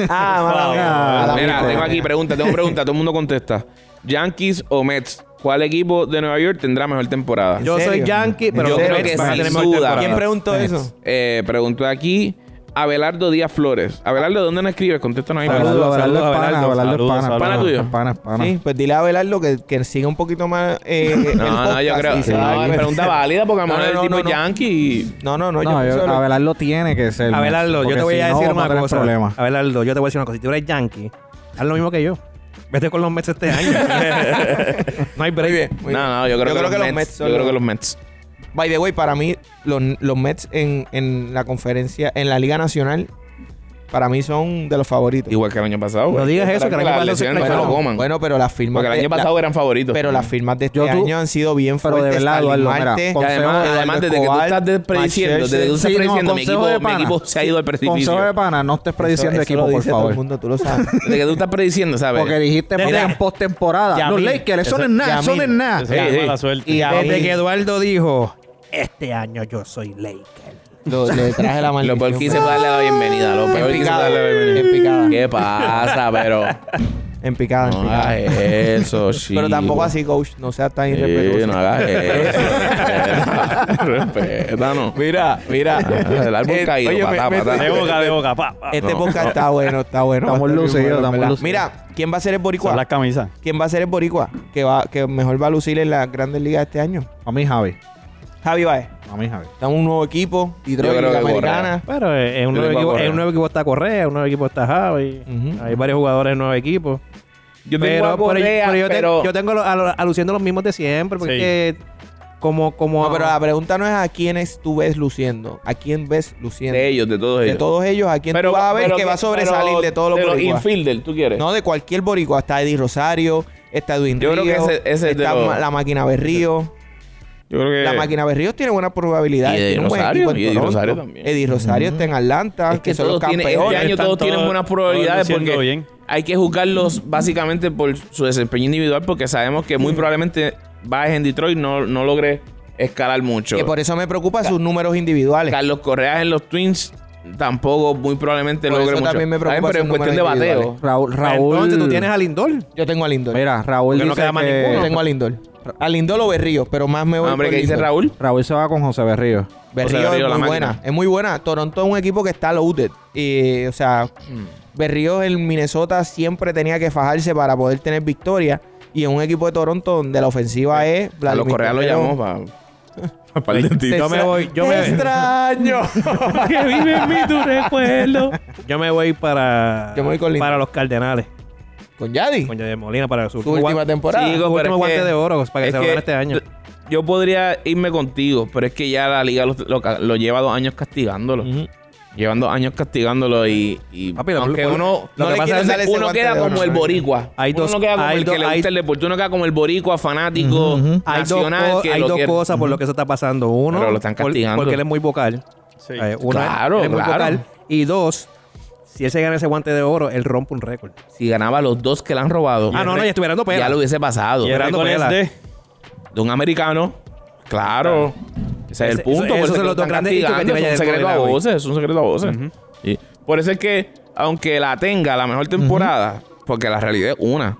Speaker 1: Ah, mala mía, mala
Speaker 2: Mira,
Speaker 1: mía.
Speaker 2: tengo aquí preguntas, tengo preguntas, todo el mundo contesta. ¿Yankees o Mets? ¿Cuál equipo de Nueva York tendrá mejor temporada?
Speaker 3: Yo
Speaker 1: ¿En
Speaker 3: soy
Speaker 1: serio?
Speaker 3: yankee, pero
Speaker 2: Yo
Speaker 3: los
Speaker 2: creo
Speaker 3: Mets
Speaker 2: que
Speaker 3: van a
Speaker 2: sin
Speaker 3: tener mejor
Speaker 2: duda.
Speaker 3: temporada.
Speaker 1: ¿Quién preguntó
Speaker 5: Next.
Speaker 1: eso?
Speaker 2: Eh, pregunto aquí, Abelardo Díaz Flores. Abelardo, ¿dónde nos escribes? Contéstanos ahí.
Speaker 5: Abelardo,
Speaker 3: Saludos,
Speaker 5: Abelardo
Speaker 3: saludos,
Speaker 5: es pana,
Speaker 3: Abelardo.
Speaker 5: Abelardo es
Speaker 4: Saludos,
Speaker 5: pana.
Speaker 2: saludos.
Speaker 5: pana, es pana, es pana.
Speaker 1: Sí, pues dile a Belardo que, que siga un poquito más eh, el
Speaker 2: No,
Speaker 1: podcast
Speaker 2: yo creo.
Speaker 1: y se va a
Speaker 2: No,
Speaker 1: ver.
Speaker 2: pregunta válida porque a lo
Speaker 1: Ah, No,
Speaker 2: mejor
Speaker 1: no,
Speaker 2: el tipo
Speaker 1: no, no.
Speaker 2: Yankee. y-
Speaker 1: No, no, no,
Speaker 5: No,
Speaker 1: yo
Speaker 5: yo-
Speaker 1: pienso-
Speaker 5: Abelardo tiene que ser. macho,
Speaker 3: Abelardo, yo
Speaker 5: porque
Speaker 3: te voy
Speaker 5: si
Speaker 3: a
Speaker 5: no,
Speaker 3: decir
Speaker 5: va a
Speaker 3: una
Speaker 5: tener
Speaker 3: cosa.
Speaker 5: problemas.
Speaker 3: Abelardo, yo te voy a decir una cosa. Si tú eres yankee, haz lo mismo que yo. Vete con los Mets este año. no hay break.
Speaker 1: Muy bien, muy
Speaker 2: No,
Speaker 1: bien.
Speaker 2: no, yo creo, que, los Mets.
Speaker 1: son
Speaker 2: yo creo
Speaker 1: los-
Speaker 2: que los Mets.
Speaker 1: By the way, para mí, los, los Mets en, en la conferencia, en la Liga Nacional, para mí son de los favoritos.
Speaker 2: Igual que el año pasado.
Speaker 3: No
Speaker 2: güey.
Speaker 3: digas
Speaker 2: Hay
Speaker 3: eso, que el
Speaker 2: esperar
Speaker 3: año pasado
Speaker 2: las
Speaker 3: se
Speaker 2: lesiones pues, no se
Speaker 3: plancharon.
Speaker 2: lo coman.
Speaker 1: Bueno, pero las firmas.
Speaker 2: porque el
Speaker 1: de-
Speaker 2: año
Speaker 1: la-
Speaker 2: pasado eran favoritos.
Speaker 1: pero las firmas de este
Speaker 5: Yo tú-
Speaker 1: año han sido bien
Speaker 5: Pero de
Speaker 1: fuertes.
Speaker 5: verdad,
Speaker 1: Carlos
Speaker 5: Eduardo,
Speaker 1: Marte,
Speaker 5: mira,
Speaker 2: Y
Speaker 5: con-
Speaker 2: además,
Speaker 5: Consejo de
Speaker 2: además,
Speaker 5: Eduardo
Speaker 2: desde que tú
Speaker 5: Escobar,
Speaker 2: estás despreciando,
Speaker 1: Mike
Speaker 2: desde que tú estás
Speaker 5: Sí, no,
Speaker 2: prediciendo, mi,
Speaker 5: consejo
Speaker 2: equipo,
Speaker 5: de
Speaker 2: mi
Speaker 5: pana.
Speaker 2: equipo se ha ido al precipicio.
Speaker 5: Consejo de pana, no estés prediciendo
Speaker 1: eso- eso lo
Speaker 5: equipo, por
Speaker 1: dice Todo el
Speaker 5: favor.
Speaker 1: mundo, tú lo sabes.
Speaker 2: Desde que tú estás prediciendo, ¿sabes?
Speaker 5: Porque dijiste
Speaker 3: Mira,
Speaker 5: en postemporada.
Speaker 3: Yamil.
Speaker 5: Los Lakers, eso no es nada, eso no es nada.
Speaker 4: Eso es
Speaker 2: Ey,
Speaker 4: mala
Speaker 2: ey.
Speaker 4: suerte.
Speaker 1: Y a-
Speaker 3: Desde que Eduardo dijo, este año yo soy Laker.
Speaker 1: Lo- le traje la
Speaker 2: Lo
Speaker 1: maldición.
Speaker 2: peor que hice fue darle la bienvenida. Lo peor que hice fue
Speaker 1: picada,
Speaker 2: darle la bienvenida.
Speaker 1: en picada.
Speaker 2: ¿Qué pasa, pero?
Speaker 1: En picada, en
Speaker 2: No
Speaker 1: picada.
Speaker 2: hagas eso, chico.
Speaker 1: Pero tampoco así, coach. No seas tan
Speaker 2: Sí, no
Speaker 1: irrespetuoso.
Speaker 2: hagas eso. Respétanos.
Speaker 1: Mira, mira.
Speaker 2: Ah, El árbol
Speaker 1: Eh,
Speaker 2: caído,
Speaker 1: oye,
Speaker 2: patá,
Speaker 1: me- me-
Speaker 2: patá.
Speaker 4: De boca, de boca. Pa, pa.
Speaker 1: Este
Speaker 2: No,
Speaker 1: podcast
Speaker 2: no.
Speaker 1: está bueno, está bueno.
Speaker 5: Estamos
Speaker 1: Bastante
Speaker 5: lucidos,
Speaker 1: bien bueno,
Speaker 5: estamos
Speaker 1: ¿verdad?
Speaker 5: lucidos.
Speaker 1: Mira, ¿quién va a ser el
Speaker 4: Son
Speaker 1: boricua?
Speaker 4: las camisas.
Speaker 1: ¿Quién va a ser el boricua? Que va, que mejor va a lucir en las Grandes Ligas este año.
Speaker 5: A mí, Javi.
Speaker 1: Javi Baez.
Speaker 5: A mí, Javi.
Speaker 1: Estamos en un nuevo equipo. Detroit,
Speaker 2: creo
Speaker 1: Liga
Speaker 2: que
Speaker 1: Americana.
Speaker 3: Pero eh, en un,
Speaker 2: Yo
Speaker 3: nuevo
Speaker 2: tengo a
Speaker 3: equipo,
Speaker 2: Correa.
Speaker 3: en un nuevo equipo está Correa, en un nuevo equipo está Javi.
Speaker 1: Ujú.
Speaker 3: Hay varios jugadores en nuevo equipo.
Speaker 2: Yo tengo
Speaker 3: pero,
Speaker 2: a
Speaker 3: pero yo-
Speaker 2: Correa,
Speaker 3: pero yo, te-
Speaker 2: pero-
Speaker 3: yo tengo lo- a lo- aluciendo los mismos de siempre, porque como, como
Speaker 1: No, pero la pregunta no es a quiénes tú ves luciendo. ¿A quién ves luciendo?
Speaker 2: De ellos, de todos
Speaker 1: De
Speaker 2: ellos.
Speaker 1: todos ellos, ¿a quién tú vas a ver
Speaker 2: pero
Speaker 1: que va a sobresalir
Speaker 2: pero
Speaker 1: de todos los
Speaker 2: de los
Speaker 1: boricuas?
Speaker 2: infielder, ¿tú quieres?
Speaker 1: No, de cualquier boricua. Está Eddie Rosario, está Edwin
Speaker 2: Yo creo que
Speaker 1: Ríos,
Speaker 2: ese- ese es de
Speaker 1: está
Speaker 2: los-
Speaker 1: Ma- la máquina Berrío.
Speaker 2: Yo creo que...
Speaker 1: La máquina Berríos tiene buena probabilidad.
Speaker 2: Y Eddie
Speaker 1: tiene un buen
Speaker 2: Rosario,
Speaker 1: equipo en
Speaker 2: y Eddie
Speaker 1: Toronto.
Speaker 2: Rosario también.
Speaker 1: Eddie Rosario está en Atlanta,
Speaker 2: Es
Speaker 1: que,
Speaker 2: que
Speaker 1: son los
Speaker 2: todos tienen, este
Speaker 1: campeones.
Speaker 2: año
Speaker 4: Están
Speaker 2: todos tienen
Speaker 4: todos-
Speaker 2: buenas probabilidades
Speaker 4: todos luciendo
Speaker 2: porque
Speaker 4: bien.
Speaker 2: hay que juzgarlos básicamente por su desempeño individual porque sabemos que
Speaker 1: Mm.
Speaker 2: muy probablemente Baez en Detroit no, no logre escalar mucho.
Speaker 1: Que por eso me preocupa sus números individuales.
Speaker 2: Carlos Correa en los Twins tampoco muy probablemente
Speaker 1: Por
Speaker 2: logre
Speaker 1: eso
Speaker 2: mucho.
Speaker 1: también me preocupa
Speaker 2: pero en
Speaker 1: sus
Speaker 2: cuestión de
Speaker 1: números
Speaker 2: bateo,
Speaker 1: individuales.
Speaker 5: Raúl, Raúl.
Speaker 3: Entonces tú tienes a Lindor.
Speaker 1: Yo tengo a Lindor.
Speaker 5: Mira, Raúl
Speaker 2: Porque no
Speaker 5: dice
Speaker 2: queda más
Speaker 5: que-
Speaker 2: ninguno.
Speaker 1: tengo a Lindor. A Lindor o Berrío, pero más me voy
Speaker 2: Ah, hombre,
Speaker 1: por
Speaker 2: que dice
Speaker 1: Lindor.
Speaker 2: Raúl?
Speaker 5: Raúl se va con José Berrío.
Speaker 1: Berrío
Speaker 2: O sea, Berrío,
Speaker 1: es
Speaker 2: la
Speaker 1: muy
Speaker 2: máquina.
Speaker 1: buena. Es muy buena. Toronto es un equipo que está loaded. Y, o sea,
Speaker 2: Mm.
Speaker 1: Berrío en Minnesota siempre tenía que fajarse para poder tener victoria. Y en un equipo de Toronto donde la ofensiva es...
Speaker 2: A los Correa lo
Speaker 1: Guerrero.
Speaker 2: llamó para... para el dentista.
Speaker 3: Yo me voy, yo me-
Speaker 1: extraño.
Speaker 3: que vive en mí tu recuerdo. Yo me voy para
Speaker 1: Yo me voy con Lindor.
Speaker 3: para los Cardenales,
Speaker 1: Con Yadi.
Speaker 3: con Yadier Molina para su
Speaker 1: Su última temporada.
Speaker 3: Sí,
Speaker 2: Pero
Speaker 3: con último
Speaker 2: es
Speaker 3: guante
Speaker 2: que-
Speaker 3: de oro para que
Speaker 2: es
Speaker 3: se lo
Speaker 2: que
Speaker 3: gane este año.
Speaker 2: d- Yo podría irme contigo, pero es que ya la liga lo, lo ca- lo lleva dos años castigándolo. Llevan dos años castigándolo y, y
Speaker 3: Papi, lo-
Speaker 2: aunque
Speaker 3: lo-
Speaker 2: uno,
Speaker 1: lo
Speaker 2: no
Speaker 1: que
Speaker 2: le
Speaker 1: pasa
Speaker 2: quieren
Speaker 1: es que
Speaker 2: dar-
Speaker 1: ese
Speaker 2: uno
Speaker 1: guante
Speaker 2: queda
Speaker 1: de oro,
Speaker 2: como el
Speaker 1: ¿no?
Speaker 2: boricua.
Speaker 3: Hay
Speaker 2: Uno
Speaker 3: dos-
Speaker 2: no queda como
Speaker 3: hay
Speaker 2: el
Speaker 3: dos-
Speaker 2: que le
Speaker 3: hay-
Speaker 2: gusta el deporte, uno queda como el boricua fanático
Speaker 3: Hay dos,
Speaker 2: nacional
Speaker 3: co-
Speaker 2: que
Speaker 3: hay
Speaker 2: lo
Speaker 3: dos
Speaker 2: quiere.
Speaker 3: cosas por lo que se está pasando. Uno,
Speaker 2: Pero lo están
Speaker 3: por-
Speaker 2: castigando.
Speaker 3: porque él es muy vocal.
Speaker 4: Sí.
Speaker 3: Eh, uno,
Speaker 2: Claro,
Speaker 3: él es muy
Speaker 2: claro.
Speaker 3: vocal. Y dos, si él se gana ese guante de oro, él rompe un récord.
Speaker 2: Si ganaba los dos que le han robado,
Speaker 3: Ah, no, no, ya estuviera dando pela.
Speaker 2: ya lo hubiese pasado.
Speaker 4: Y este. el
Speaker 3: Esperando
Speaker 4: récord es
Speaker 3: pela.
Speaker 4: de...
Speaker 2: De un americano, claro. Ese es el
Speaker 3: Ese-
Speaker 2: punto.
Speaker 3: eso-
Speaker 2: por
Speaker 3: esos
Speaker 2: eso
Speaker 3: son los
Speaker 2: es que
Speaker 3: dos
Speaker 2: están
Speaker 3: grandes hitos que
Speaker 2: castigando,
Speaker 3: tiene
Speaker 2: Es un
Speaker 3: Yadier
Speaker 2: secreto a
Speaker 3: Molina hoy.
Speaker 2: voces. Es un secreto a voces. Y por eso es que, aunque la tenga la mejor temporada, porque la realidad es una.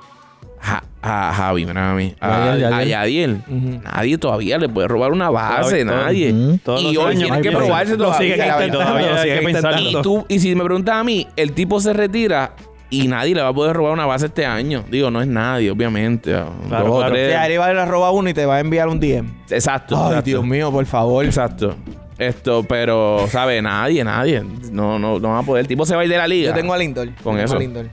Speaker 2: Ja- a Javi, mira a mí. A,
Speaker 5: Yadier,
Speaker 2: a
Speaker 5: Yadier.
Speaker 2: Yadier. Nadie todavía le puede robar una base.
Speaker 4: Todavía-
Speaker 2: nadie.
Speaker 5: Ujú.
Speaker 4: Todos
Speaker 2: Y
Speaker 4: los
Speaker 2: hoy
Speaker 4: años.
Speaker 2: tiene que
Speaker 4: Ay,
Speaker 2: probarse
Speaker 4: pero-
Speaker 2: todavía.
Speaker 4: Lo
Speaker 3: este
Speaker 4: siguen
Speaker 2: la
Speaker 4: intentando,
Speaker 2: verdad.
Speaker 4: todavía hay que
Speaker 3: Sigue
Speaker 4: pensarlo.
Speaker 2: Y, tú, y si me preguntas a mí, el tipo se retira y nadie le va a poder robar una base este año. Digo, no es nadie, obviamente.
Speaker 4: Claro,
Speaker 2: Dos o
Speaker 4: claro.
Speaker 1: Te
Speaker 2: tres.
Speaker 1: arriba la roba uno y te va a enviar un DM.
Speaker 2: Exacto.
Speaker 1: Ay,
Speaker 2: exacto.
Speaker 1: Dios mío, por favor.
Speaker 2: Exacto. Esto, pero, ¿sabe? Nadie, nadie. No, no, no va a poder. El tipo se va a ir de la liga.
Speaker 1: Yo tengo a Lindor.
Speaker 2: Con
Speaker 1: Yo tengo
Speaker 2: eso.
Speaker 1: a Lindor.
Speaker 3: Yo,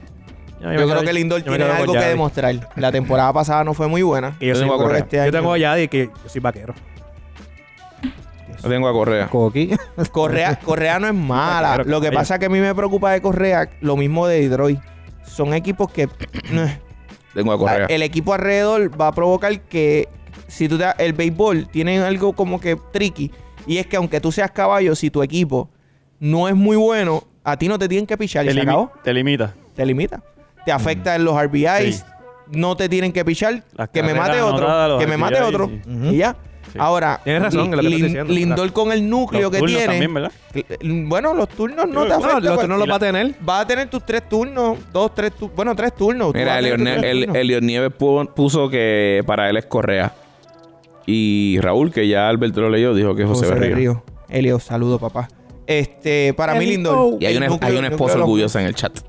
Speaker 3: me
Speaker 1: Yo creo
Speaker 3: quedo-
Speaker 1: que Lindor
Speaker 3: yo
Speaker 1: tiene
Speaker 3: me quedo con
Speaker 1: algo que
Speaker 3: Yadi.
Speaker 1: demostrar. La temporada pasada no fue muy buena.
Speaker 3: Que yo,
Speaker 2: Yo
Speaker 3: soy
Speaker 2: tengo a
Speaker 3: Correa.
Speaker 2: Correa.
Speaker 1: este
Speaker 3: yo
Speaker 1: año-
Speaker 3: tengo a Yadi que yo soy vaquero.
Speaker 2: Yo tengo a Correa.
Speaker 5: Coqui.
Speaker 1: Correa, Correa no es mala.
Speaker 3: Claro,
Speaker 1: lo que
Speaker 3: caballo.
Speaker 1: pasa es que a mí me preocupa de Correa, lo mismo de Detroit. Son equipos que
Speaker 2: Tengo a Correa.
Speaker 1: el equipo alrededor va a provocar que si tú te, el béisbol tiene algo como que tricky y es que aunque tú seas caballo, si tu equipo no es muy bueno, a ti no te tienen que pichar y
Speaker 4: Te,
Speaker 1: se
Speaker 4: limi-
Speaker 1: acabó.
Speaker 4: te limita.
Speaker 1: Te limita. Te afecta en los RBIs.
Speaker 4: Sí.
Speaker 1: No te tienen que pichar.
Speaker 4: Las
Speaker 1: que me
Speaker 4: carreras
Speaker 1: mate
Speaker 4: anotadas,
Speaker 1: otro.
Speaker 4: los
Speaker 1: Que me mate
Speaker 4: RBIs,
Speaker 1: otro.
Speaker 4: sí.
Speaker 1: Y ya. Ahora,
Speaker 3: Tienes razón, es lo que estoy diciendo.
Speaker 1: Lindor con el núcleo
Speaker 4: Los
Speaker 1: que
Speaker 4: turnos
Speaker 1: tiene.
Speaker 4: también, ¿verdad?
Speaker 1: Bueno, los turnos no te
Speaker 3: No,
Speaker 1: afectan.
Speaker 3: los
Speaker 1: pues.
Speaker 3: que no los va a tener.
Speaker 1: Vas a tener tus tres turnos, dos, tres turnos, bueno, tres turnos. Tú vas
Speaker 2: Mira,
Speaker 1: a tener
Speaker 2: Eliot
Speaker 1: tus
Speaker 2: Ne-
Speaker 1: tres
Speaker 2: el-
Speaker 1: turnos.
Speaker 2: Eliot Nieves pu- puso que para él es Correa. Y Raúl, que ya Alberto lo leyó, dijo que es José,
Speaker 1: José
Speaker 2: Berrío.
Speaker 1: Berrío. Elio, saludo, papá. Este, para mí,
Speaker 3: Elio.
Speaker 1: Lindor.
Speaker 2: Y hay
Speaker 1: el
Speaker 2: una,
Speaker 1: núcleo-
Speaker 2: hay una
Speaker 1: el
Speaker 2: esposa
Speaker 1: núcleo-
Speaker 2: orgullosa en el chat.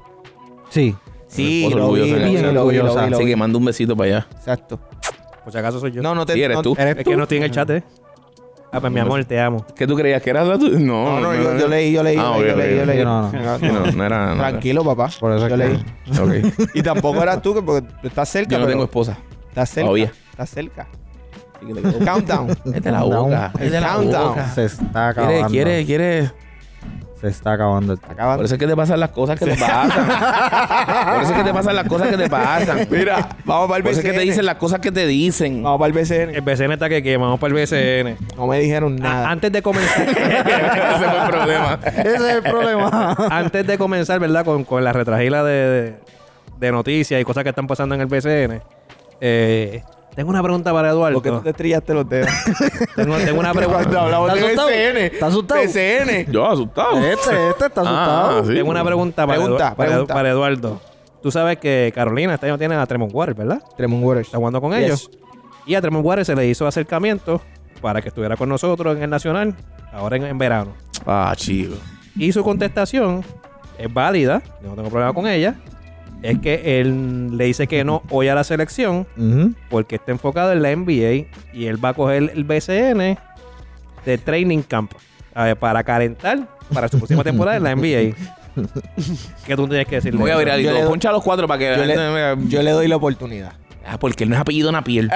Speaker 5: Sí.
Speaker 1: Sí,
Speaker 2: Una esposa
Speaker 1: lo vi,
Speaker 2: orgullosa,
Speaker 1: lo vi,
Speaker 5: bien
Speaker 1: lo vi, lo
Speaker 5: orgullosa.
Speaker 1: vi, lo
Speaker 2: Así
Speaker 1: vi.
Speaker 2: que mando un besito para allá.
Speaker 1: Exacto.
Speaker 3: Por si acaso soy yo.
Speaker 1: No, no te...
Speaker 2: Sí, eres
Speaker 1: no-
Speaker 2: tú.
Speaker 5: ¿Eres
Speaker 3: es
Speaker 5: tú?
Speaker 3: que no estoy en el chat, eh. Ah, pues mi amor, te amo.
Speaker 2: ¿Qué tú creías que era la tu-
Speaker 1: No,
Speaker 2: No,
Speaker 1: no, yo, yo leí, yo leí,
Speaker 2: Ah,
Speaker 1: yo leí, yo
Speaker 2: ok, ok.
Speaker 1: leí, yo leí.
Speaker 5: No, no,
Speaker 2: Sí, No, no era. no era.
Speaker 1: Tranquilo, papá.
Speaker 5: Por eso es
Speaker 1: yo
Speaker 5: que-
Speaker 1: leí.
Speaker 2: Ok.
Speaker 1: Y tampoco eras tú, que porque estás cerca.
Speaker 2: Yo no
Speaker 1: pero
Speaker 2: tengo esposa.
Speaker 1: Estás cerca.
Speaker 2: Todavía.
Speaker 1: Estás cerca.
Speaker 2: Así que te quedo-
Speaker 1: Countdown. Este
Speaker 2: Vete a la boca.
Speaker 5: Se está acabando.
Speaker 2: ¿Quiere, quiere, quiere
Speaker 5: Se está acabando el
Speaker 1: Está
Speaker 5: tiempo.
Speaker 1: acabando.
Speaker 2: Por eso es que te pasan las cosas que te pasan. Por eso es que te pasan las cosas que te pasan.
Speaker 1: Mira, vamos para el
Speaker 2: Por eso es que te
Speaker 1: BCN.
Speaker 2: dicen las cosas que te dicen.
Speaker 1: Vamos para el BCN.
Speaker 3: El BCN está que quema, vamos para el BCN.
Speaker 1: No me dijeron nada.
Speaker 3: Ah, antes de comenzar.
Speaker 2: Ese fue el problema.
Speaker 5: Ese es el problema.
Speaker 3: antes de comenzar, ¿verdad? Con, con la retragila de, de- de noticias y cosas que están pasando en el BCN. eh, tengo una pregunta para Eduardo.
Speaker 1: porque tú te trillaste los dedos.
Speaker 3: Tengo, tengo una
Speaker 1: Cuando
Speaker 3: pregunta.
Speaker 1: hablamos de
Speaker 5: ¿Estás asustado?
Speaker 1: BCN.
Speaker 5: ¿Estás asustado?
Speaker 1: BCN.
Speaker 2: Yo asustado.
Speaker 1: Eh,
Speaker 5: Este, este está asustado.
Speaker 2: Ah, sí.
Speaker 3: tengo una pregunta para,
Speaker 1: Pregunta,
Speaker 3: Edu- para,
Speaker 1: pregunta.
Speaker 3: para Eduardo. Tú sabes que Carolina este año tiene a Tremont Waters, ¿verdad?
Speaker 1: Tremont Waters.
Speaker 3: Está jugando con
Speaker 1: Yes.
Speaker 3: ellos. Y a Tremont Waters se le hizo acercamiento para que estuviera con nosotros en el Nacional, ahora en, en verano.
Speaker 2: Ah, chico.
Speaker 3: Y su contestación es válida, yo no tengo problema con ella. Es que él le dice que no hoy a la selección
Speaker 5: Ujú.
Speaker 3: porque está enfocado en la NBA y él va a coger el BCN de Training Camp a ver, para calentar para su próxima temporada en la NBA. ¿Qué tú tienes que decirle?
Speaker 2: Voy a virar y
Speaker 1: Yo le
Speaker 2: todo.
Speaker 1: doy-
Speaker 2: Poncha a los cuatro para que.
Speaker 1: Yo
Speaker 2: la gente me-
Speaker 1: le, yo le doy la oportunidad.
Speaker 2: Ah, porque él no es apellido Napiel.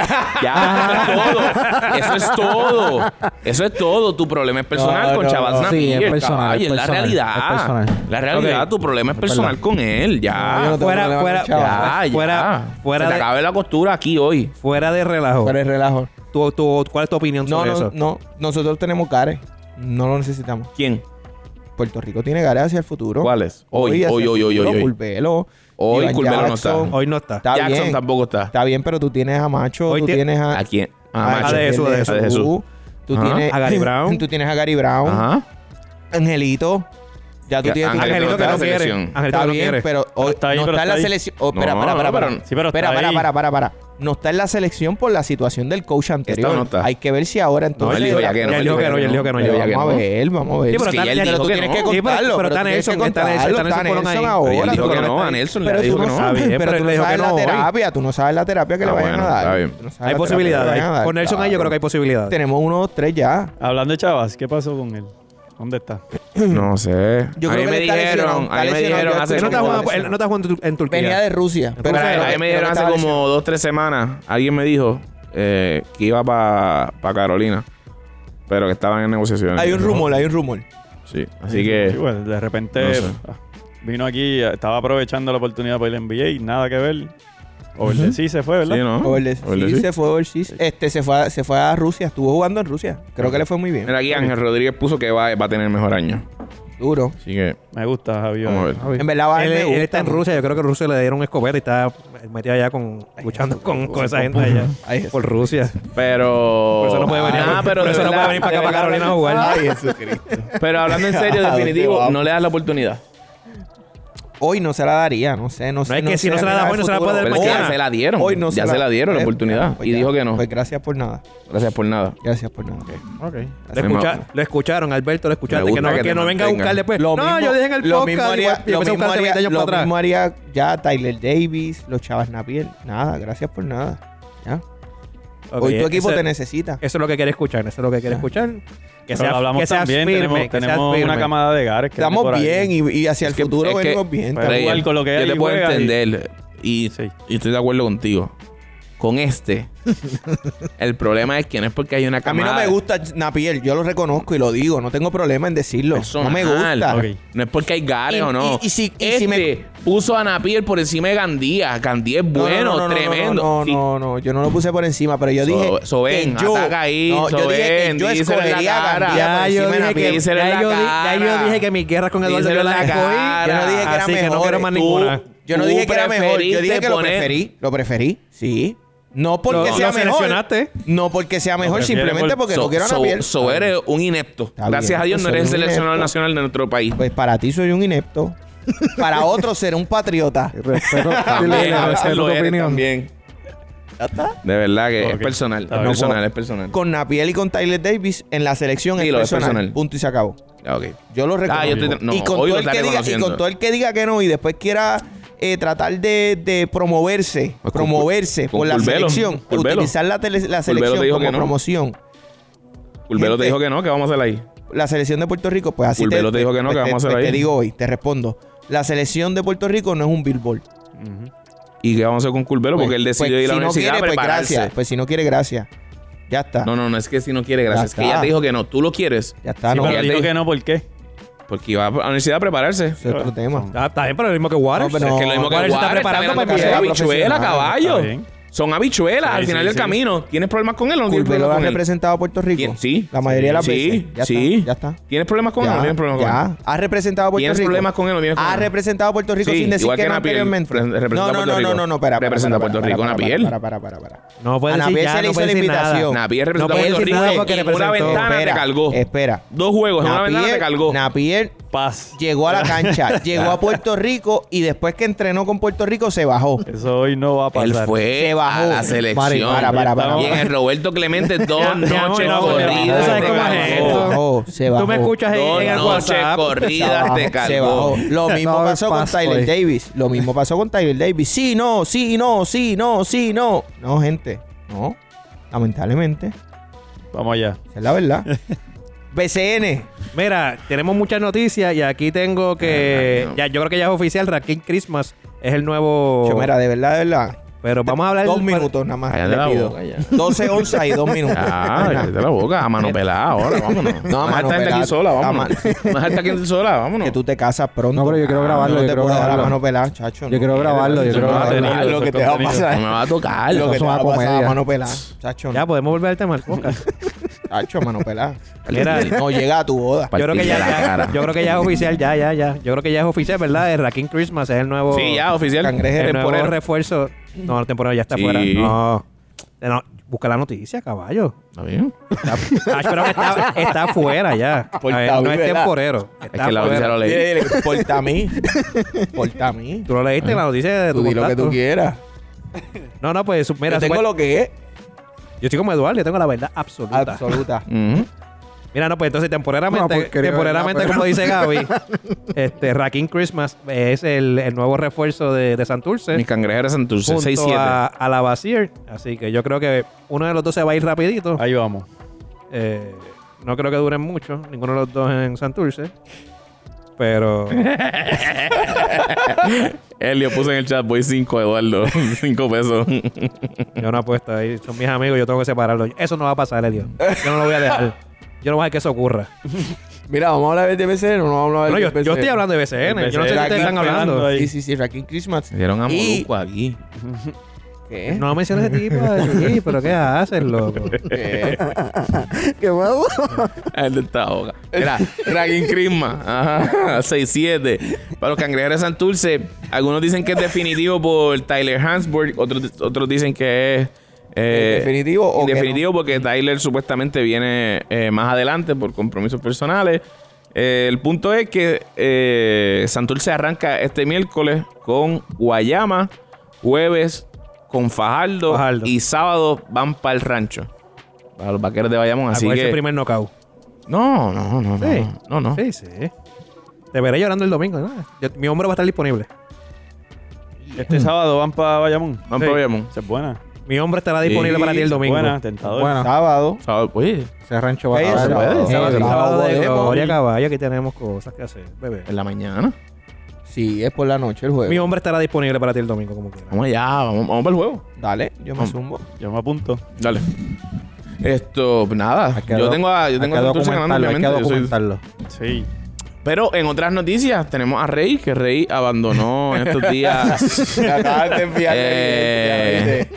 Speaker 2: Ya, eso es todo. Eso es todo. Eso es todo. Tu problema es personal
Speaker 1: No,
Speaker 2: con
Speaker 1: no,
Speaker 2: Chavaz
Speaker 1: no.
Speaker 2: Napiel.
Speaker 5: Sí, es personal,
Speaker 2: caballo,
Speaker 5: es
Speaker 2: es la
Speaker 5: personal,
Speaker 2: realidad.
Speaker 5: es personal.
Speaker 2: La realidad,
Speaker 3: Ok.
Speaker 2: tu problema es personal con
Speaker 1: No, yo
Speaker 2: él.
Speaker 1: no
Speaker 2: Ya.
Speaker 1: tengo
Speaker 3: Fuera,
Speaker 1: problema
Speaker 3: fuera,
Speaker 1: con Chavas.
Speaker 2: ya, ya.
Speaker 3: fuera- fuera
Speaker 2: Se te
Speaker 3: de-
Speaker 2: acabe la costura aquí hoy.
Speaker 3: Fuera de relajo.
Speaker 1: Pero el relajo.
Speaker 3: ¿Tú- tú- cuál es tu opinión
Speaker 1: No,
Speaker 3: sobre
Speaker 1: no,
Speaker 3: eso?
Speaker 1: no. Nosotros tenemos care. No lo necesitamos.
Speaker 2: ¿Quién?
Speaker 1: Puerto Rico tiene care hacia el futuro.
Speaker 2: ¿Cuáles? Hoy,
Speaker 1: hacia
Speaker 2: hoy,
Speaker 1: el
Speaker 2: hoy, hoy,
Speaker 1: futuro,
Speaker 2: hoy, hoy.
Speaker 1: Curbelo,
Speaker 2: Hoy
Speaker 1: Iván
Speaker 2: Curbelo no está.
Speaker 1: Jackson.
Speaker 3: Hoy no está.
Speaker 1: Está
Speaker 2: Jackson
Speaker 1: bien.
Speaker 2: tampoco está.
Speaker 1: Está bien, pero tú tienes a Macho,
Speaker 3: Hoy
Speaker 1: tú
Speaker 3: tie-
Speaker 1: tienes a...
Speaker 2: ¿A quién? Ah,
Speaker 3: a
Speaker 2: macho.
Speaker 3: de eso, de eso.
Speaker 2: A de eso.
Speaker 1: Tú
Speaker 2: Ajá.
Speaker 1: tienes
Speaker 3: A Gary Brown.
Speaker 1: Tú tienes a Gary Brown.
Speaker 2: Ajá.
Speaker 1: Angelito. Ya tú
Speaker 2: Ya,
Speaker 1: tienes tu-
Speaker 2: Ángel,
Speaker 3: Angelito que
Speaker 2: Está
Speaker 3: no
Speaker 2: en
Speaker 3: quiere.
Speaker 2: selección.
Speaker 3: Angelito
Speaker 1: Está
Speaker 3: que no
Speaker 1: bien,
Speaker 3: quiere.
Speaker 1: pero hoy
Speaker 4: Pero está ahí,
Speaker 1: no está en
Speaker 4: pero está
Speaker 1: la
Speaker 4: ahí.
Speaker 1: selección. Oh, espera,
Speaker 2: No,
Speaker 1: para,
Speaker 2: no,
Speaker 1: para, para.
Speaker 2: pero-
Speaker 4: sí, pero está
Speaker 1: espera, para,
Speaker 4: ahí.
Speaker 1: para, para, para. No está en la selección por la situación del coach anterior.
Speaker 2: no está.
Speaker 1: Hay que ver si ahora entonces.
Speaker 2: él dijo ya que no,
Speaker 3: Ya
Speaker 2: él
Speaker 3: dijo que no, ya él dijo que no.
Speaker 1: Pero
Speaker 2: Él dijo
Speaker 3: ya
Speaker 2: que
Speaker 1: vamos a
Speaker 2: no.
Speaker 1: ver, vamos a ver.
Speaker 3: Sí, pero
Speaker 2: Sí,
Speaker 3: está-
Speaker 2: él
Speaker 3: ya
Speaker 2: dijo
Speaker 1: Pero tú
Speaker 2: que
Speaker 1: tienes
Speaker 2: no.
Speaker 1: que
Speaker 3: pero-
Speaker 1: contarlo.
Speaker 3: pero está
Speaker 1: tú tienes
Speaker 3: Nelson,
Speaker 1: que
Speaker 3: está Nelson,
Speaker 1: contarlo,
Speaker 3: está Nelson
Speaker 1: está
Speaker 3: Colón ahí.
Speaker 1: Nelson
Speaker 2: Pero ya
Speaker 1: ahora,
Speaker 2: él dijo
Speaker 1: tú
Speaker 2: que
Speaker 1: no
Speaker 2: no,
Speaker 1: estás-
Speaker 2: a Nelson
Speaker 1: Pero
Speaker 2: le dijo
Speaker 1: tú no
Speaker 2: que no.
Speaker 3: Está
Speaker 1: sabes,
Speaker 3: bien,
Speaker 1: pero tú no
Speaker 3: dijo que
Speaker 1: sabes la
Speaker 3: no hoy.
Speaker 1: terapia. Tú no sabes la terapia que le
Speaker 2: Ah,
Speaker 1: vayan
Speaker 2: bueno,
Speaker 1: a dar.
Speaker 2: está bien.
Speaker 1: Tú no sabes la terapia
Speaker 3: Hay
Speaker 1: que le
Speaker 3: posibilidades.
Speaker 1: vayan a dar.
Speaker 3: Con Nelson ahí yo creo que hay posibilidades.
Speaker 1: Tenemos uno, dos, tres ya.
Speaker 4: Hablando de Chavas, ¿qué pasó con él? ¿Dónde está?
Speaker 2: No sé.
Speaker 1: Yo
Speaker 2: a
Speaker 1: creo que
Speaker 2: mí me
Speaker 1: él está lesionado,
Speaker 2: dijeron,
Speaker 1: está
Speaker 2: a mí
Speaker 1: lesionado,
Speaker 2: me dijeron
Speaker 1: yo
Speaker 2: hace
Speaker 3: Él no está
Speaker 1: escuché
Speaker 2: como-
Speaker 1: que-
Speaker 3: jugando, él no está jugando en, tu- en Turquía.
Speaker 1: Venía de Rusia.
Speaker 2: Pero a-
Speaker 1: creo
Speaker 2: a
Speaker 1: que-
Speaker 2: mí me
Speaker 1: creo que
Speaker 2: dijeron hace
Speaker 1: estaba
Speaker 2: como dos, tres semanas. Alguien me dijo eh, que iba para Carolina, pero que estaban en negociaciones.
Speaker 1: Hay un rumor, hay un rumor.
Speaker 2: Sí, así
Speaker 4: Sí,
Speaker 2: que.
Speaker 4: bueno, de repente
Speaker 2: No sé.
Speaker 4: ah, vino aquí, estaba aprovechando la oportunidad para el NBA, nada que ver. O el de sí se fue, ¿verdad?
Speaker 2: Sí, ¿no?
Speaker 1: Overseas.
Speaker 2: Overseas,
Speaker 1: Sí,
Speaker 2: Ah, sí.
Speaker 1: se fue overseas. Este, se fue, a, se fue a Rusia. Estuvo jugando en Rusia. Creo que le fue muy bien.
Speaker 2: Mira, aquí Ángel Rodríguez puso que va, va a tener mejor año.
Speaker 1: Duro.
Speaker 2: Así que,
Speaker 4: Me gusta, Javier.
Speaker 2: vamos a ver.
Speaker 1: En verdad, va a
Speaker 3: Él,
Speaker 1: me
Speaker 3: él
Speaker 1: gusta,
Speaker 3: está en
Speaker 1: man.
Speaker 3: Rusia, yo creo que Rusia le dieron escopeta y está metido allá con, luchando con, con esa gente allá.
Speaker 1: Ay,
Speaker 3: Por Rusia.
Speaker 2: Pero.
Speaker 3: Por eso no puede venir,
Speaker 2: Ah, pero
Speaker 3: por
Speaker 2: de
Speaker 3: eso no
Speaker 2: verdad-
Speaker 3: puede venir para acá,
Speaker 2: de
Speaker 3: para
Speaker 2: verdad-
Speaker 3: Carolina a jugar.
Speaker 2: Pero hablando en serio,
Speaker 1: ¿A dónde
Speaker 2: definitivo,
Speaker 1: vamos?
Speaker 2: no le das la oportunidad.
Speaker 1: Hoy no se la daría. No sé, no sé.
Speaker 3: es que si no se la da
Speaker 1: mira,
Speaker 3: hoy, no
Speaker 1: el
Speaker 3: se la
Speaker 1: futuro. Pues
Speaker 3: puede dar
Speaker 2: Pero es que ya
Speaker 3: mañana.
Speaker 2: se la dieron.
Speaker 1: Hoy no
Speaker 2: ya se la dieron la
Speaker 1: Eh,
Speaker 2: oportunidad.
Speaker 1: pues
Speaker 2: y
Speaker 1: ya.
Speaker 2: dijo que no.
Speaker 1: Pues gracias por nada.
Speaker 2: Gracias por nada.
Speaker 1: Gracias por nada.
Speaker 3: Lo, escucha- lo escucharon, Alberto, lo escucharon.
Speaker 2: Me
Speaker 3: Que no,
Speaker 2: gusta que
Speaker 3: que no
Speaker 2: te
Speaker 3: venga a buscar
Speaker 2: mantengan.
Speaker 3: después.
Speaker 1: Lo
Speaker 3: no,
Speaker 1: mismo-
Speaker 3: yo dije en el
Speaker 1: lo
Speaker 3: podcast.
Speaker 1: mismo haría,
Speaker 3: y, y
Speaker 1: lo
Speaker 3: empecé a
Speaker 1: mismo
Speaker 3: buscar
Speaker 1: haría-
Speaker 3: 20 años
Speaker 1: lo
Speaker 3: para atrás.
Speaker 1: mismo haría ya Tyler Davis, los Chavas Napier. Nada, gracias por nada. Ya.
Speaker 3: Ok,
Speaker 1: Hoy tu equipo
Speaker 3: ese-
Speaker 1: te necesita.
Speaker 3: Eso es lo que quiere escuchar, eso es lo que quiere escuchar. Que
Speaker 4: Pero
Speaker 3: sea,
Speaker 4: lo hablamos
Speaker 3: que seas
Speaker 4: también,
Speaker 3: firme,
Speaker 4: tenemos,
Speaker 3: que seas
Speaker 4: tenemos
Speaker 3: firme.
Speaker 4: una camada de gares. que viene
Speaker 1: Estamos
Speaker 4: por ahí.
Speaker 1: bien y, y hacia
Speaker 2: Es
Speaker 1: el
Speaker 2: que-
Speaker 1: futuro
Speaker 2: es que-
Speaker 1: venimos bien.
Speaker 4: Pero
Speaker 2: Reyes,
Speaker 4: igual con lo que hay
Speaker 2: yo te
Speaker 4: y
Speaker 2: puedo
Speaker 4: juega y-
Speaker 2: entender y,
Speaker 4: Sí.
Speaker 2: y estoy de acuerdo contigo. Con este, el problema es que no es porque hay una
Speaker 1: A mí
Speaker 2: camada.
Speaker 1: no me gusta Napier, yo lo reconozco y lo digo, no tengo problema en decirlo. no me
Speaker 2: personal.
Speaker 1: gusta.
Speaker 4: ok.
Speaker 2: No es porque hay gares
Speaker 1: Y-
Speaker 2: o no.
Speaker 1: y- y si- y
Speaker 2: este
Speaker 1: si me-
Speaker 2: puso a Napiel por encima de Gandía. Gandía es
Speaker 1: No, no,
Speaker 2: bueno,
Speaker 1: no, no, no,
Speaker 2: tremendo.
Speaker 1: No, no, no, no, yo no lo puse por encima, pero yo
Speaker 2: So-
Speaker 1: dije.
Speaker 2: so ven,
Speaker 1: que yo,
Speaker 2: ataca ahí,
Speaker 1: no,
Speaker 2: so
Speaker 1: yo dije que
Speaker 2: ven,
Speaker 1: yo
Speaker 2: díselo en la
Speaker 1: escogería a
Speaker 2: cara.
Speaker 1: Gandía por
Speaker 3: Ya yo,
Speaker 1: encima de
Speaker 3: dije
Speaker 1: Napier.
Speaker 3: que,
Speaker 2: Díselo en
Speaker 3: ya,
Speaker 2: la
Speaker 3: yo di- ya yo
Speaker 2: cara.
Speaker 3: dije que mis guerras con Eduardo
Speaker 2: Díselo
Speaker 3: yo
Speaker 2: en
Speaker 3: las
Speaker 2: la cara.
Speaker 3: escogí.
Speaker 1: Yo no dije que era
Speaker 3: Así que no
Speaker 1: mejor.
Speaker 3: quiero más
Speaker 1: Tú-
Speaker 3: ninguna.
Speaker 1: Yo no
Speaker 2: tú
Speaker 1: dije que era mejor, yo dije
Speaker 2: preferiste
Speaker 1: que lo
Speaker 2: poner-
Speaker 1: preferí. Lo preferí, sí. No porque
Speaker 3: Lo-
Speaker 1: sea
Speaker 3: lo
Speaker 1: mejor.
Speaker 3: seleccionaste.
Speaker 1: No porque sea mejor,
Speaker 4: prefiero
Speaker 1: simplemente
Speaker 4: por-
Speaker 1: porque
Speaker 2: So-
Speaker 1: no quiero a
Speaker 2: so-
Speaker 1: Napier.
Speaker 2: so eres un inepto.
Speaker 1: bien,
Speaker 2: Gracias a Dios
Speaker 1: pues
Speaker 2: no eres el
Speaker 1: soy un
Speaker 2: seleccionador
Speaker 1: inepto.
Speaker 2: nacional de nuestro país.
Speaker 1: Pues para ti soy un inepto. Para otro seré un patriota.
Speaker 5: Respeto.
Speaker 2: También, a
Speaker 5: respeto
Speaker 2: veces
Speaker 5: tu
Speaker 2: lo eres
Speaker 5: opinión.
Speaker 2: también. De verdad que es
Speaker 4: Ok.
Speaker 2: personal. Es
Speaker 4: Ah, no,
Speaker 2: personal, es personal.
Speaker 1: Con Napiel y con Tyler Davis en la selección es
Speaker 2: Dilo, es
Speaker 1: personal.
Speaker 2: personal.
Speaker 1: Punto y se acabó.
Speaker 2: Ah, ok.
Speaker 1: Yo lo reconozco.
Speaker 2: Ah, yo estoy- no,
Speaker 1: y, con todo
Speaker 2: hoy lo
Speaker 1: el
Speaker 2: está
Speaker 1: que diga, y
Speaker 2: reconociendo.
Speaker 1: con todo el que diga que no y después quiera eh, tratar de, de promoverse,
Speaker 2: Pues con-
Speaker 1: promoverse
Speaker 2: con
Speaker 1: por la
Speaker 2: Curbelo,
Speaker 1: selección,
Speaker 2: Curbelo.
Speaker 1: utilizar la, tele- la selección
Speaker 2: te dijo
Speaker 1: como
Speaker 2: que no.
Speaker 1: promoción.
Speaker 2: Culvelo
Speaker 1: Gente.
Speaker 2: te dijo que no, que vamos a hacer ahí.
Speaker 1: La selección de Puerto Rico, pues así
Speaker 2: Curbelo te dijo que no,
Speaker 1: pues
Speaker 2: que vamos a hacer
Speaker 1: pues
Speaker 2: ahí.
Speaker 1: Te digo hoy, te respondo. La selección de Puerto Rico no es un billboard.
Speaker 2: ¿Y qué vamos a hacer con Culvelo? Porque
Speaker 1: Pues-
Speaker 2: él decidió
Speaker 1: pues
Speaker 2: ir a la
Speaker 1: si no
Speaker 2: universidad
Speaker 1: quiere,
Speaker 2: a
Speaker 1: pues
Speaker 2: prepararse.
Speaker 1: gracias. Pues si no quiere, gracias. Ya está.
Speaker 2: No, no, no es que si no quiere, gracias.
Speaker 1: Ya
Speaker 2: Es que
Speaker 1: está.
Speaker 2: ella te dijo que no. Tú lo quieres.
Speaker 1: Ya está.
Speaker 4: Sí,
Speaker 1: no,
Speaker 4: pero
Speaker 2: ya
Speaker 4: dijo
Speaker 2: te-
Speaker 4: que no, ¿por qué?
Speaker 2: Porque iba a la universidad a prepararse.
Speaker 1: Ese es otro tema.
Speaker 3: Ah, Está bien, pero lo mismo que Waters.
Speaker 1: No, pues, pero-
Speaker 2: es que lo mismo que
Speaker 3: Warren se está
Speaker 2: Warren,
Speaker 3: preparando
Speaker 2: está
Speaker 3: para
Speaker 2: mirando
Speaker 1: el
Speaker 2: que son
Speaker 1: profesional.
Speaker 2: habichuelas, caballo.
Speaker 4: Está bien.
Speaker 2: Son habichuelas
Speaker 4: Sí,
Speaker 2: al final
Speaker 4: sí,
Speaker 2: del
Speaker 4: sí.
Speaker 2: camino. ¿Tienes problemas con él o no tienes
Speaker 1: Culvelo ha
Speaker 2: problemas con él?
Speaker 1: representado a Puerto Rico.
Speaker 2: ¿Quién? Sí.
Speaker 1: La mayoría de las
Speaker 2: Sí,
Speaker 1: veces. Ya
Speaker 2: sí.
Speaker 1: está. Ya está.
Speaker 2: ¿Tienes problemas con él o no
Speaker 1: Ya,
Speaker 2: tienes problemas con él?
Speaker 1: ya. Ha representado a Puerto
Speaker 2: ¿Tienes
Speaker 1: Rico.
Speaker 2: problemas con él o no tienes
Speaker 1: Ha
Speaker 2: problemas con él?
Speaker 1: representado a Puerto Rico
Speaker 2: Sí,
Speaker 1: sin decir
Speaker 2: igual
Speaker 1: que,
Speaker 2: que
Speaker 1: no
Speaker 2: Napier,
Speaker 1: anteriormente.
Speaker 2: re- representa
Speaker 1: no,
Speaker 2: a
Speaker 1: no, no,
Speaker 2: Puerto
Speaker 1: no,
Speaker 2: Rico.
Speaker 1: no, no, espera. espera,
Speaker 2: Representa a
Speaker 1: espera,
Speaker 2: Puerto
Speaker 1: espera,
Speaker 2: Rico,
Speaker 1: espera,
Speaker 2: Napiel.
Speaker 1: Para, para, para, para.
Speaker 3: No puede
Speaker 1: Ana
Speaker 3: decir
Speaker 1: Piel
Speaker 3: ya,
Speaker 1: se le
Speaker 3: no
Speaker 1: hizo
Speaker 3: puede
Speaker 1: la
Speaker 3: decir nada.
Speaker 1: invitación.
Speaker 2: Napier representó
Speaker 3: No
Speaker 2: a
Speaker 3: puede
Speaker 2: Puerto
Speaker 3: decir
Speaker 2: Rico
Speaker 3: nada porque
Speaker 2: en una
Speaker 3: representó.
Speaker 2: ventana te
Speaker 1: Espera,
Speaker 2: cargó.
Speaker 1: Espera.
Speaker 2: Dos juegos en una ventana te
Speaker 1: Napier-
Speaker 2: cargó.
Speaker 1: Napier
Speaker 4: Paz.
Speaker 1: llegó a la cancha, llegó a Puerto Rico y después que entrenó con Puerto Rico se bajó.
Speaker 4: Eso hoy no va a pasar.
Speaker 2: Él fue
Speaker 1: Se bajó.
Speaker 2: a la
Speaker 1: Mari,
Speaker 2: selección.
Speaker 1: para, para, para,
Speaker 2: Y en
Speaker 1: para.
Speaker 2: el Roberto Clemente dos
Speaker 4: no,
Speaker 2: noches
Speaker 4: no,
Speaker 2: corridas.
Speaker 4: no,
Speaker 2: te
Speaker 4: ¿sabes cómo es
Speaker 2: cargó.
Speaker 4: esto?
Speaker 1: Se bajó, se bajó.
Speaker 3: Tú me escuchas ahí
Speaker 2: Dos
Speaker 3: en el
Speaker 2: noches
Speaker 3: WhatsApp.
Speaker 1: Se
Speaker 2: corridas
Speaker 1: bajó,
Speaker 2: te
Speaker 1: se
Speaker 2: cargó.
Speaker 1: bajó. Lo mismo
Speaker 5: No,
Speaker 1: pasó con
Speaker 5: paso
Speaker 1: Tyler
Speaker 5: ahí.
Speaker 1: Davis. Lo mismo pasó con Tyler Davis. Sí, no, sí, no, sí, no, sí, no. No, gente. No. Lamentablemente.
Speaker 4: Vamos allá.
Speaker 1: Esa es la verdad. BCN.
Speaker 3: Mira, tenemos muchas noticias y aquí tengo que.
Speaker 2: Ah, no.
Speaker 3: ya, yo creo que ya es oficial. Raquel Christmas es el
Speaker 2: Oh.
Speaker 3: nuevo.
Speaker 1: Yo, mira, de verdad, de verdad.
Speaker 3: pero vamos a hablar.
Speaker 1: Dos minutos nada más.
Speaker 2: Cállate
Speaker 1: le
Speaker 2: la
Speaker 1: pido.
Speaker 2: boca ya.
Speaker 1: 12 onzas y dos minutos.
Speaker 2: Ah, cállate la boca, a mano pelada ahora, vámonos.
Speaker 1: No, a
Speaker 2: No, más
Speaker 1: mano
Speaker 2: esta gente
Speaker 1: pelada.
Speaker 2: aquí sola,
Speaker 1: A
Speaker 2: vámonos. Más esta gente sola, vámonos.
Speaker 1: que tú te casas pronto.
Speaker 5: No, pero yo quiero
Speaker 1: Ah,
Speaker 5: grabarlo,
Speaker 1: No te
Speaker 5: yo quiero
Speaker 1: puedo dar la
Speaker 5: grabarlo.
Speaker 1: mano pelada, chacho.
Speaker 5: Yo
Speaker 1: no.
Speaker 5: quiero grabarlo, yo
Speaker 2: Eso
Speaker 5: quiero
Speaker 2: no va a
Speaker 5: grabarlo. Ah,
Speaker 1: Ah,
Speaker 2: tener,
Speaker 1: lo
Speaker 2: eso
Speaker 1: que
Speaker 2: es
Speaker 1: te va a
Speaker 2: contenido.
Speaker 1: pasar.
Speaker 2: No me va a tocar.
Speaker 1: Lo que te
Speaker 5: Eso es
Speaker 1: va a
Speaker 5: una
Speaker 1: pasar
Speaker 5: comedia.
Speaker 1: mano pelada, chacho.
Speaker 3: Ya
Speaker 1: no.
Speaker 3: podemos volver al tema del podcast.
Speaker 1: Chacho, mano pelada.
Speaker 3: Mira,
Speaker 1: No llega a tu boda.
Speaker 3: yo creo que ya,
Speaker 2: Partida la
Speaker 3: ya-
Speaker 2: cara.
Speaker 3: yo creo que ya es oficial, ya, ya, ya. Yo creo que ya es oficial, ¿verdad? El Raquel Christmas es el nuevo.
Speaker 2: Sí, ya, oficial.
Speaker 1: Cangrejero.
Speaker 3: El nuevo
Speaker 2: Temporero.
Speaker 3: refuerzo. No, el temporero ya está
Speaker 2: Sí.
Speaker 3: fuera. No. No, Busca la noticia, caballo.
Speaker 2: Está bien.
Speaker 3: Está, ah, pero que está, está fuera ya.
Speaker 1: Por
Speaker 3: A ver,
Speaker 1: David,
Speaker 3: no es
Speaker 1: ¿verdad?
Speaker 3: temporero.
Speaker 2: Es
Speaker 3: Está
Speaker 2: que
Speaker 3: fuera.
Speaker 2: la noticia lo leí.
Speaker 1: Dile, dile, Porta a mí. Porta a mí.
Speaker 3: Tú lo leíste en la noticia de tu
Speaker 1: Tú di lo que
Speaker 3: contacto.
Speaker 1: tú quieras.
Speaker 3: No, no, pues su- mira,
Speaker 1: Yo tengo
Speaker 3: supuest-
Speaker 1: lo que es.
Speaker 3: yo estoy como Eduardo, yo tengo la verdad absoluta.
Speaker 1: Absoluta.
Speaker 2: Ujú.
Speaker 3: Mira, no, pues entonces
Speaker 5: Una
Speaker 3: temporalmente,
Speaker 5: porquería,
Speaker 3: temporalmente
Speaker 5: ¿verdad?
Speaker 3: como dice Gaby, este Raquín Christmas es el, el nuevo refuerzo de, de Santurce.
Speaker 2: Mis cangrejeros Santurce,
Speaker 3: junto
Speaker 2: 6-7.
Speaker 3: a, a la Basir. Así que yo creo que uno de los dos se va a ir rapidito.
Speaker 4: Ahí vamos.
Speaker 3: Eh, no creo que duren mucho, ninguno de los dos en Santurce. Pero
Speaker 2: Elio puso en el chat, voy 5, Eduardo. 5 pesos.
Speaker 3: yo no apuesto ahí. Son mis amigos, yo tengo que separarlos. Eso no va a pasar, Elio. Yo no lo voy a dejar. Yo no voy a dejar que eso ocurra.
Speaker 1: Mira, vamos a hablar de BCN o no vamos a hablar
Speaker 3: No,
Speaker 1: de
Speaker 3: yo, yo estoy hablando de BCN. Yo no sé qué
Speaker 1: Aquí
Speaker 3: están hablando.
Speaker 4: ahí.
Speaker 1: Sí, sí, sí, Raquín Christmas.
Speaker 2: Se dieron a
Speaker 1: Y-
Speaker 2: Molusco aquí.
Speaker 1: ¿Qué?
Speaker 3: No menciones ese tipo de sí, pero ¿qué haces, loco?
Speaker 1: ¿Qué?
Speaker 5: ¿Qué pasó?
Speaker 2: El de esta boca. Mira, Ragin Crisma. Ajá, 6-7. Para los cangrejeros de Santurce, algunos dicen que es definitivo por Tyler Hansburg, otros, otros dicen que es. eh,
Speaker 1: ¿Definitivo o que
Speaker 2: Definitivo porque Tyler supuestamente viene eh, más adelante por compromisos personales. Eh, el punto es que eh, Santurce arranca este miércoles con Guayama, jueves con Fajardo,
Speaker 3: Fajardo.
Speaker 2: y sábado van para el rancho. Para los vaqueros de Bayamón. Así
Speaker 3: Así
Speaker 2: que.
Speaker 3: el Ah, primer knockout.
Speaker 2: No, no, no,
Speaker 3: Sí.
Speaker 2: no. No, no.
Speaker 3: Sí, sí. Te veré llorando el domingo. ¿no? Yo- mi hombro va a estar disponible.
Speaker 4: Este sábado van para Bayamón.
Speaker 2: Van
Speaker 3: Sí.
Speaker 2: para Bayamón.
Speaker 4: Esa es buena.
Speaker 3: Mi hombro estará disponible
Speaker 2: Sí,
Speaker 3: para ti el domingo.
Speaker 4: Buena, tentador.
Speaker 5: Bueno,
Speaker 1: Sábado.
Speaker 2: Sábado, oye,
Speaker 5: ese rancho va
Speaker 1: Ey,
Speaker 5: a
Speaker 1: se
Speaker 5: dar.
Speaker 1: puede,
Speaker 5: Sí,
Speaker 1: sábado.
Speaker 5: sí.
Speaker 3: Sábado de
Speaker 1: podemos.
Speaker 3: gloria, caballo. Aquí tenemos cosas que hacer, bebé.
Speaker 2: en la mañana.
Speaker 1: Sí, es por la noche el
Speaker 3: Mi
Speaker 1: juego.
Speaker 3: hombre estará disponible para ti el domingo, como quieras.
Speaker 2: Vamos allá, vamos, vamos para el juego.
Speaker 1: Dale, yo me
Speaker 2: Vamos.
Speaker 1: zumbo.
Speaker 4: Yo me apunto.
Speaker 2: Dale. Esto, pues, nada.
Speaker 5: Hay que
Speaker 2: Yo
Speaker 5: doc-
Speaker 2: tengo a, yo
Speaker 5: hay
Speaker 2: tengo
Speaker 5: que
Speaker 2: a Santurce ganando,
Speaker 5: documentarlo, hay que
Speaker 2: obviamente. Yo soy-
Speaker 5: documentarlo.
Speaker 4: Sí.
Speaker 2: Pero en otras noticias tenemos a Rey, que Rey abandonó en estos días.
Speaker 1: Acabas de enviar
Speaker 2: Eh,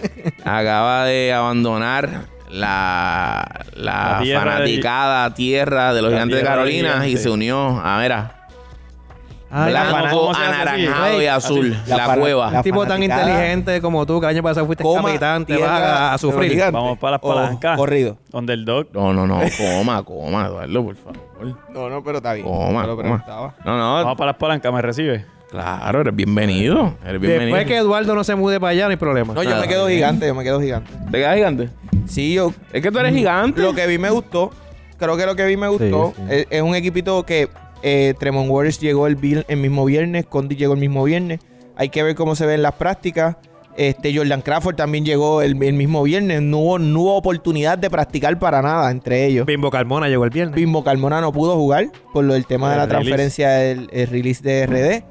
Speaker 2: acaba de abandonar la, la
Speaker 4: La tierra
Speaker 2: fanaticada tierra de los
Speaker 4: La
Speaker 2: gigantes de
Speaker 4: tierra de
Speaker 2: Carolina y
Speaker 4: gigantes.
Speaker 2: se unió a, mira,
Speaker 1: Ah,
Speaker 3: Ay,
Speaker 2: blanco,
Speaker 4: ¿cómo se hace así?
Speaker 2: anaranjado
Speaker 4: Rey,
Speaker 2: y azul,
Speaker 1: así. La
Speaker 2: la
Speaker 1: fana-
Speaker 2: cueva.
Speaker 1: la
Speaker 3: un tipo tan
Speaker 1: fanaticada.
Speaker 3: inteligente como tú, que el año pasado fuiste capitán, te vas a, a sufrir.
Speaker 4: Vamos para las palancas.
Speaker 1: Corrido.
Speaker 4: Donde el dog.
Speaker 2: No, no, no, coma, coma, Eduardo, por favor.
Speaker 1: No, no, pero está bien.
Speaker 2: Coma,
Speaker 1: Me lo
Speaker 2: coma.
Speaker 1: preguntaba.
Speaker 2: No, no,
Speaker 4: Vamos para las palancas, me recibe.
Speaker 2: claro, eres bienvenido. Eres bienvenido.
Speaker 3: Después que Eduardo no se mude para allá, no hay problema.
Speaker 1: No, yo me quedo gigante, yo me quedo gigante.
Speaker 2: ¿Te quedas gigante?
Speaker 1: Sí, yo
Speaker 2: Es que tú eres gigante.
Speaker 1: lo que vi me gustó. Creo que lo que vi me gustó.
Speaker 3: sí.
Speaker 1: Es, es un equipito que eh, Tremont Waters llegó el, vil- el mismo viernes, Condi llegó el mismo viernes. Hay que ver cómo se ven las prácticas. Este Jordan Crawford también llegó el, el mismo viernes. No hubo, no hubo oportunidad de practicar para nada entre ellos.
Speaker 3: Bimbo Carmona llegó el viernes.
Speaker 1: Bimbo Carmona no pudo jugar por lo del tema de
Speaker 4: El
Speaker 1: la
Speaker 4: release.
Speaker 1: transferencia del el release de RD.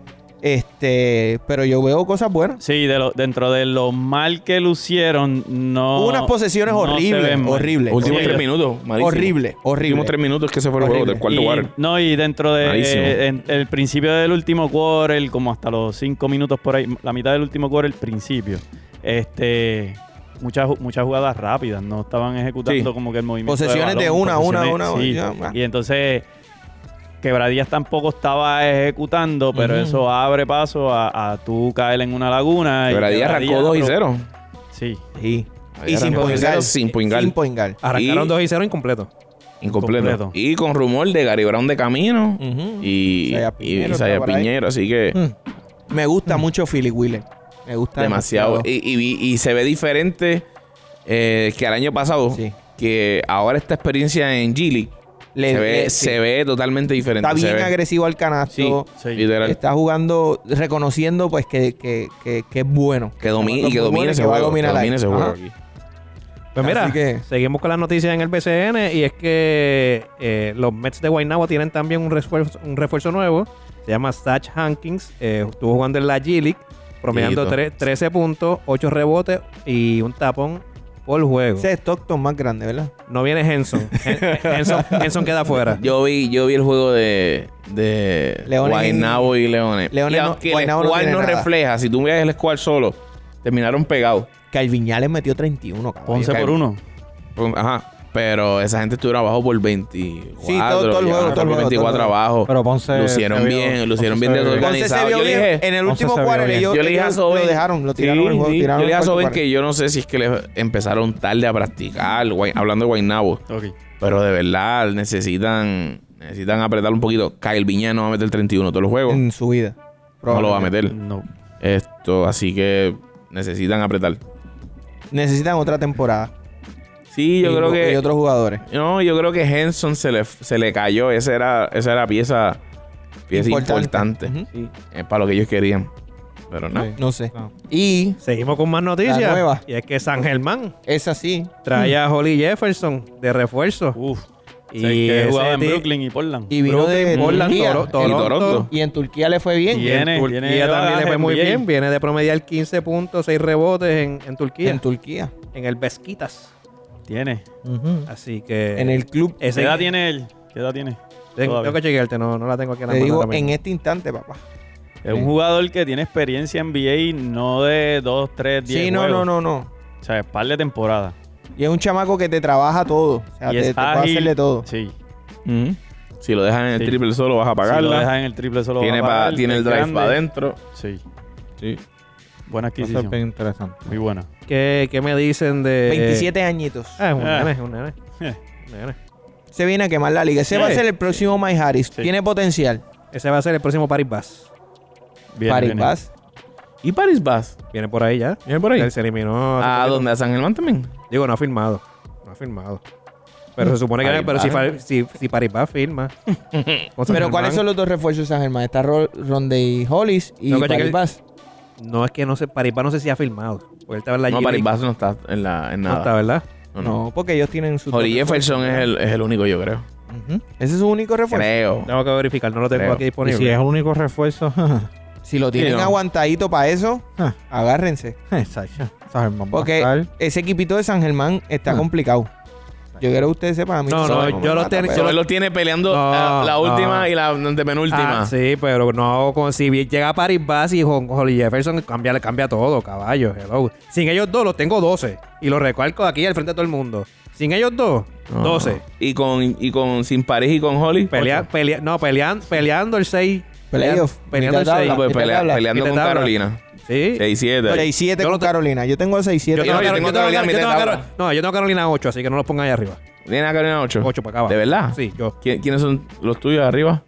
Speaker 1: Este, pero yo veo cosas buenas.
Speaker 4: Sí, de lo- dentro de lo mal que lucieron, no.
Speaker 1: Hubo unas posesiones
Speaker 4: no se
Speaker 1: horribles,
Speaker 4: ven mal.
Speaker 1: horribles.
Speaker 2: Últimos
Speaker 4: Sí.
Speaker 2: tres minutos, malísimo.
Speaker 1: Horrible, horrible.
Speaker 2: Últimos tres minutos que se fue el juego
Speaker 1: Horrible.
Speaker 2: del cuarto
Speaker 4: Y-
Speaker 2: quarter.
Speaker 4: No, y dentro de
Speaker 2: Malísimo.
Speaker 4: eh, en- el principio del último quarter, como hasta los cinco minutos por ahí, la mitad del último quarter, el principio. Este. Muchas, ju- muchas jugadas rápidas, no estaban ejecutando
Speaker 2: Sí.
Speaker 4: como que el movimiento.
Speaker 1: Posesiones de
Speaker 4: balón,
Speaker 1: una, una,
Speaker 4: posesiones-
Speaker 1: una,
Speaker 4: sí.
Speaker 1: ya, ah.
Speaker 4: Y entonces, Quebradías tampoco estaba ejecutando, pero eso abre paso a, a tú caer en una laguna. y
Speaker 2: Quebradilla arrancó 2 y
Speaker 4: apro-
Speaker 2: 0.
Speaker 4: Sí.
Speaker 1: Sí. Y
Speaker 2: Ahí
Speaker 1: sin
Speaker 2: arrancó
Speaker 1: poingal.
Speaker 2: sin poingal.
Speaker 1: Sin poingal.
Speaker 3: Arrancaron
Speaker 2: Y-
Speaker 3: 2 y 0 incompleto.
Speaker 2: Incompleto.
Speaker 4: Completo.
Speaker 2: Y con rumor de Gary Brown de camino
Speaker 1: Ujú.
Speaker 2: y
Speaker 1: Isaiah
Speaker 2: y-
Speaker 1: Piñero
Speaker 2: y Isaiah
Speaker 1: está por ahí. Mm,
Speaker 2: Piñero. Así que
Speaker 1: Me gusta mucho Philly Wheeler. Me gusta
Speaker 2: demasiado. Y, y vi- y se ve diferente eh, que el año pasado.
Speaker 1: Sí.
Speaker 2: Que ahora esta experiencia en Gili
Speaker 1: Le-
Speaker 2: se, ve,
Speaker 1: le- sí.
Speaker 2: se ve totalmente diferente.
Speaker 1: Está
Speaker 2: se
Speaker 1: bien
Speaker 2: ve.
Speaker 1: agresivo Este, al
Speaker 2: Sí,
Speaker 1: canasto.
Speaker 4: sí.
Speaker 2: literal.
Speaker 1: Está jugando, reconociendo pues que, que, que, que es bueno.
Speaker 2: Que domine, y
Speaker 1: Muy
Speaker 2: que
Speaker 1: bueno
Speaker 2: domine ese
Speaker 1: que va a
Speaker 2: juego. Que
Speaker 1: dominar ahí.
Speaker 2: domine ese juego
Speaker 1: Ajá.
Speaker 2: aquí.
Speaker 3: Pues mira,
Speaker 1: Así que-
Speaker 3: seguimos con las noticias en el BCN y es que eh, los Mets de Guaynabo tienen también un refuerzo, un refuerzo nuevo. Se llama Satch Hankins. eh, estuvo jugando en la G-League, promediando
Speaker 2: Chiquito.
Speaker 3: tre- 13 puntos, 8 rebotes y un tapón por juego.
Speaker 1: Ese es Stockton más grande, ¿verdad?
Speaker 3: No viene Henson. Hen- Henson, Henson queda fuera.
Speaker 2: Yo vi, yo vi el juego de, de
Speaker 1: Leones
Speaker 2: Guaynabo y Leones.
Speaker 1: Leones
Speaker 2: y
Speaker 1: no-
Speaker 2: aunque el
Speaker 1: Guaynabo no
Speaker 2: squad
Speaker 1: tiene
Speaker 2: no,
Speaker 1: nada.
Speaker 2: refleja, si tú miras el squad solo, terminaron pegados.
Speaker 1: Calviñales metió 31, cabrón.
Speaker 4: 11 por
Speaker 2: cabrón.
Speaker 4: 1.
Speaker 2: Pum, Ajá. Pero esa gente estuvieron abajo por 24.
Speaker 1: Sí, todo- todo el juego,
Speaker 2: llegaron
Speaker 1: todo el
Speaker 2: por
Speaker 1: juego,
Speaker 2: 24
Speaker 1: todo el juego.
Speaker 2: abajo.
Speaker 5: Pero Ponce
Speaker 2: lucieron
Speaker 5: se vio-
Speaker 2: bien, lucieron
Speaker 5: Ponce
Speaker 2: bien
Speaker 5: se vio bien.
Speaker 1: Entonces se
Speaker 2: desorganizados.
Speaker 1: vio
Speaker 2: Yo le
Speaker 1: bien.
Speaker 2: dije,
Speaker 1: en el
Speaker 5: Once
Speaker 1: último
Speaker 5: se vio
Speaker 1: cuarto
Speaker 5: bien.
Speaker 1: ellos,
Speaker 2: yo le dije a
Speaker 1: ellos
Speaker 2: Soben.
Speaker 1: lo dejaron, lo
Speaker 2: Sí,
Speaker 1: tiraron el juego,
Speaker 2: sí.
Speaker 1: tiraron
Speaker 2: Yo le dije a
Speaker 1: el cuarto
Speaker 2: Soben
Speaker 1: cuarto.
Speaker 2: que yo no sé si es que les empezaron tarde a practicar, guay- hablando de Guaynabo.
Speaker 4: Ok.
Speaker 2: Pero de verdad necesitan necesitan apretar un poquito. Kyle Viña no va a meter 31 todos los juegos.
Speaker 1: en su vida.
Speaker 2: no lo va a meter.
Speaker 4: No.
Speaker 2: Esto, así que necesitan apretar.
Speaker 1: Necesitan otra temporada.
Speaker 2: Sí, yo
Speaker 1: Y-
Speaker 2: creo
Speaker 1: Y
Speaker 2: que.
Speaker 1: otros jugadores.
Speaker 2: No, yo creo que Henson se le, se le cayó. Esa era, esa era pieza, pieza importante,
Speaker 1: Ujú.
Speaker 2: eh, para lo que ellos querían. Pero no.
Speaker 1: No sé.
Speaker 3: No.
Speaker 1: Y
Speaker 3: Seguimos con más noticias.
Speaker 1: La nueva.
Speaker 3: Y es que San Germán
Speaker 1: es así.
Speaker 3: trae a Holly Jefferson de refuerzo.
Speaker 4: Uf.
Speaker 3: Y
Speaker 4: Y que
Speaker 3: ese
Speaker 4: jugaba en
Speaker 3: ti-
Speaker 4: Brooklyn y Portland.
Speaker 1: Y vino de
Speaker 3: Brooklyn, Portland,
Speaker 1: Turquía.
Speaker 3: Toro-
Speaker 2: Y
Speaker 3: Toronto.
Speaker 2: Toronto.
Speaker 1: Y en Turquía le fue bien.
Speaker 3: Y
Speaker 4: Bien. Viene-
Speaker 3: en Turquía
Speaker 4: viene
Speaker 3: también le
Speaker 4: bagaje
Speaker 3: fue muy
Speaker 4: NBA.
Speaker 3: bien. Viene de promediar 15 puntos, 6 rebotes en, en Turquía.
Speaker 1: En
Speaker 3: En,
Speaker 1: Turquía.
Speaker 3: el Besquitas.
Speaker 4: Tiene.
Speaker 3: Así que.
Speaker 1: En el club.
Speaker 4: ¿Qué
Speaker 3: ese-
Speaker 4: edad tiene él? ¿Qué edad tiene?
Speaker 3: Tengo,
Speaker 4: Todavía.
Speaker 3: tengo que chequearte, no, no la tengo aquí en la
Speaker 1: Te
Speaker 3: mano
Speaker 1: digo,
Speaker 3: ahora
Speaker 1: en
Speaker 3: mismo.
Speaker 1: este instante, papá.
Speaker 4: Es un jugador que tiene experiencia en NBA no de 2, 3, 10
Speaker 1: Sí, no,
Speaker 4: juegos.
Speaker 1: no, no, no.
Speaker 4: O sea, par de temporada.
Speaker 1: Y es un chamaco que te trabaja todo. O sea,
Speaker 4: y
Speaker 1: te,
Speaker 4: es
Speaker 1: te puede
Speaker 4: ágil.
Speaker 1: hacerle todo.
Speaker 4: Sí.
Speaker 2: Ujú. Si lo dejan en el
Speaker 4: Sí.
Speaker 2: triple solo, vas a
Speaker 4: Si lo
Speaker 2: pagarla.
Speaker 4: dejan en el triple solo
Speaker 2: tiene,
Speaker 4: va a
Speaker 2: pa-
Speaker 4: pagar,
Speaker 2: tiene
Speaker 4: es
Speaker 2: el drive
Speaker 4: grande.
Speaker 2: para adentro.
Speaker 4: Sí.
Speaker 2: Sí.
Speaker 4: Buena
Speaker 5: Eso
Speaker 4: adquisición.
Speaker 5: es bien interesante.
Speaker 4: Muy buena.
Speaker 3: ¿Qué, qué me dicen de.
Speaker 1: 27 añitos.
Speaker 3: Ah, es un
Speaker 4: Ah.
Speaker 3: nene, es un nene.
Speaker 4: Eh.
Speaker 3: Un nene.
Speaker 1: Se viene a quemar la liga. Ese va a
Speaker 4: Sí.
Speaker 1: ser el próximo Mike Harris.
Speaker 4: Sí.
Speaker 1: Tiene potencial.
Speaker 3: Ese va a ser el próximo Paris Bass.
Speaker 4: Viene,
Speaker 1: Paris
Speaker 4: viene.
Speaker 1: Bass.
Speaker 2: ¿Y Paris Bass?
Speaker 3: Viene por ahí ya.
Speaker 2: ¿Viene por ahí? Ah,
Speaker 3: Él se eliminó.
Speaker 2: ¿A
Speaker 3: se-
Speaker 2: dónde? ¿A San Germán también?
Speaker 3: Digo, no ha firmado. No ha firmado. Pero se supone que.
Speaker 2: Paris
Speaker 3: pero si,
Speaker 2: Bass.
Speaker 3: fa- si, si Paris Bass firma.
Speaker 1: Pero ¿cuáles son los dos refuerzos de San Germán? Está Ro- Rondé Hollis y
Speaker 3: No, coche,
Speaker 1: Paris
Speaker 3: que-
Speaker 1: Bass.
Speaker 3: No, es que no sé. Paris Bass no sé si ha firmado. Porque él estaba en la
Speaker 2: No,
Speaker 3: G-League.
Speaker 2: Paris Bass no está en, la, en
Speaker 3: No está,
Speaker 2: nada.
Speaker 3: ¿verdad?
Speaker 2: No, no.
Speaker 1: No, porque ellos tienen su.
Speaker 2: Holly Jefferson es el, es el único, yo creo.
Speaker 1: Ese es su único refuerzo.
Speaker 2: Creo.
Speaker 3: Tengo que verificar, no lo tengo
Speaker 2: Creo.
Speaker 3: aquí
Speaker 5: Y
Speaker 3: disponible. Ah,
Speaker 5: si es el único refuerzo,
Speaker 1: Si lo tienen
Speaker 2: Sí, no.
Speaker 1: aguantadito para eso,
Speaker 5: Ah.
Speaker 1: agárrense.
Speaker 5: Sacha, San Germán va a
Speaker 1: Porque
Speaker 5: estar-
Speaker 1: ese equipito de San Germán está
Speaker 5: Ah.
Speaker 1: complicado. Yo quiero que ustedes sepan. A mí
Speaker 3: No,
Speaker 1: se
Speaker 3: no,
Speaker 1: me
Speaker 3: yo
Speaker 1: mata,
Speaker 3: los tenis-
Speaker 1: pero-
Speaker 2: Solo lo tiene peleando
Speaker 3: No,
Speaker 2: la, la
Speaker 3: no.
Speaker 2: última y la antepenúltima.
Speaker 3: Ah, sí, pero no, con, si bien llega Paris Bass y con con Holly Jefferson cambia, cambia todo, caballo. hello. Sin ellos dos los tengo 12 y los recalco aquí al frente de todo el mundo. Sin ellos dos,
Speaker 2: No.
Speaker 3: 12.
Speaker 2: Y con, y con sin París y con Holly.
Speaker 3: Pelea, pelea- no, pelean, peleando el 6.
Speaker 1: Playoff,
Speaker 3: Peleando el
Speaker 1: mitad
Speaker 3: 6.
Speaker 1: tabla.
Speaker 2: Ah, pues,
Speaker 1: ¿Qué te
Speaker 2: pelea-
Speaker 1: habla?
Speaker 3: ¿Qué
Speaker 2: peleando
Speaker 3: te
Speaker 2: con
Speaker 3: habla?
Speaker 2: Carolina.
Speaker 3: Sí.
Speaker 2: 6-7.
Speaker 1: 6-7
Speaker 3: Yo
Speaker 1: con
Speaker 3: lo te-
Speaker 1: Carolina. Yo tengo el 6-7.
Speaker 3: Yo tengo,
Speaker 2: no,
Speaker 3: a
Speaker 2: yo
Speaker 3: Carol-
Speaker 2: tengo
Speaker 3: yo tengo a
Speaker 2: Carolina
Speaker 3: Carol- yo
Speaker 2: mitad
Speaker 3: tengo a
Speaker 2: tabla.
Speaker 3: Carol- no, yo tengo a Carolina 8, así que no los pongan ahí arriba.
Speaker 2: ¿Tiene a Carolina 8?
Speaker 3: 8 para acá abajo.
Speaker 2: ¿De verdad?
Speaker 3: Sí, yo.
Speaker 2: ¿Qui- ¿Quiénes son los tuyos arriba?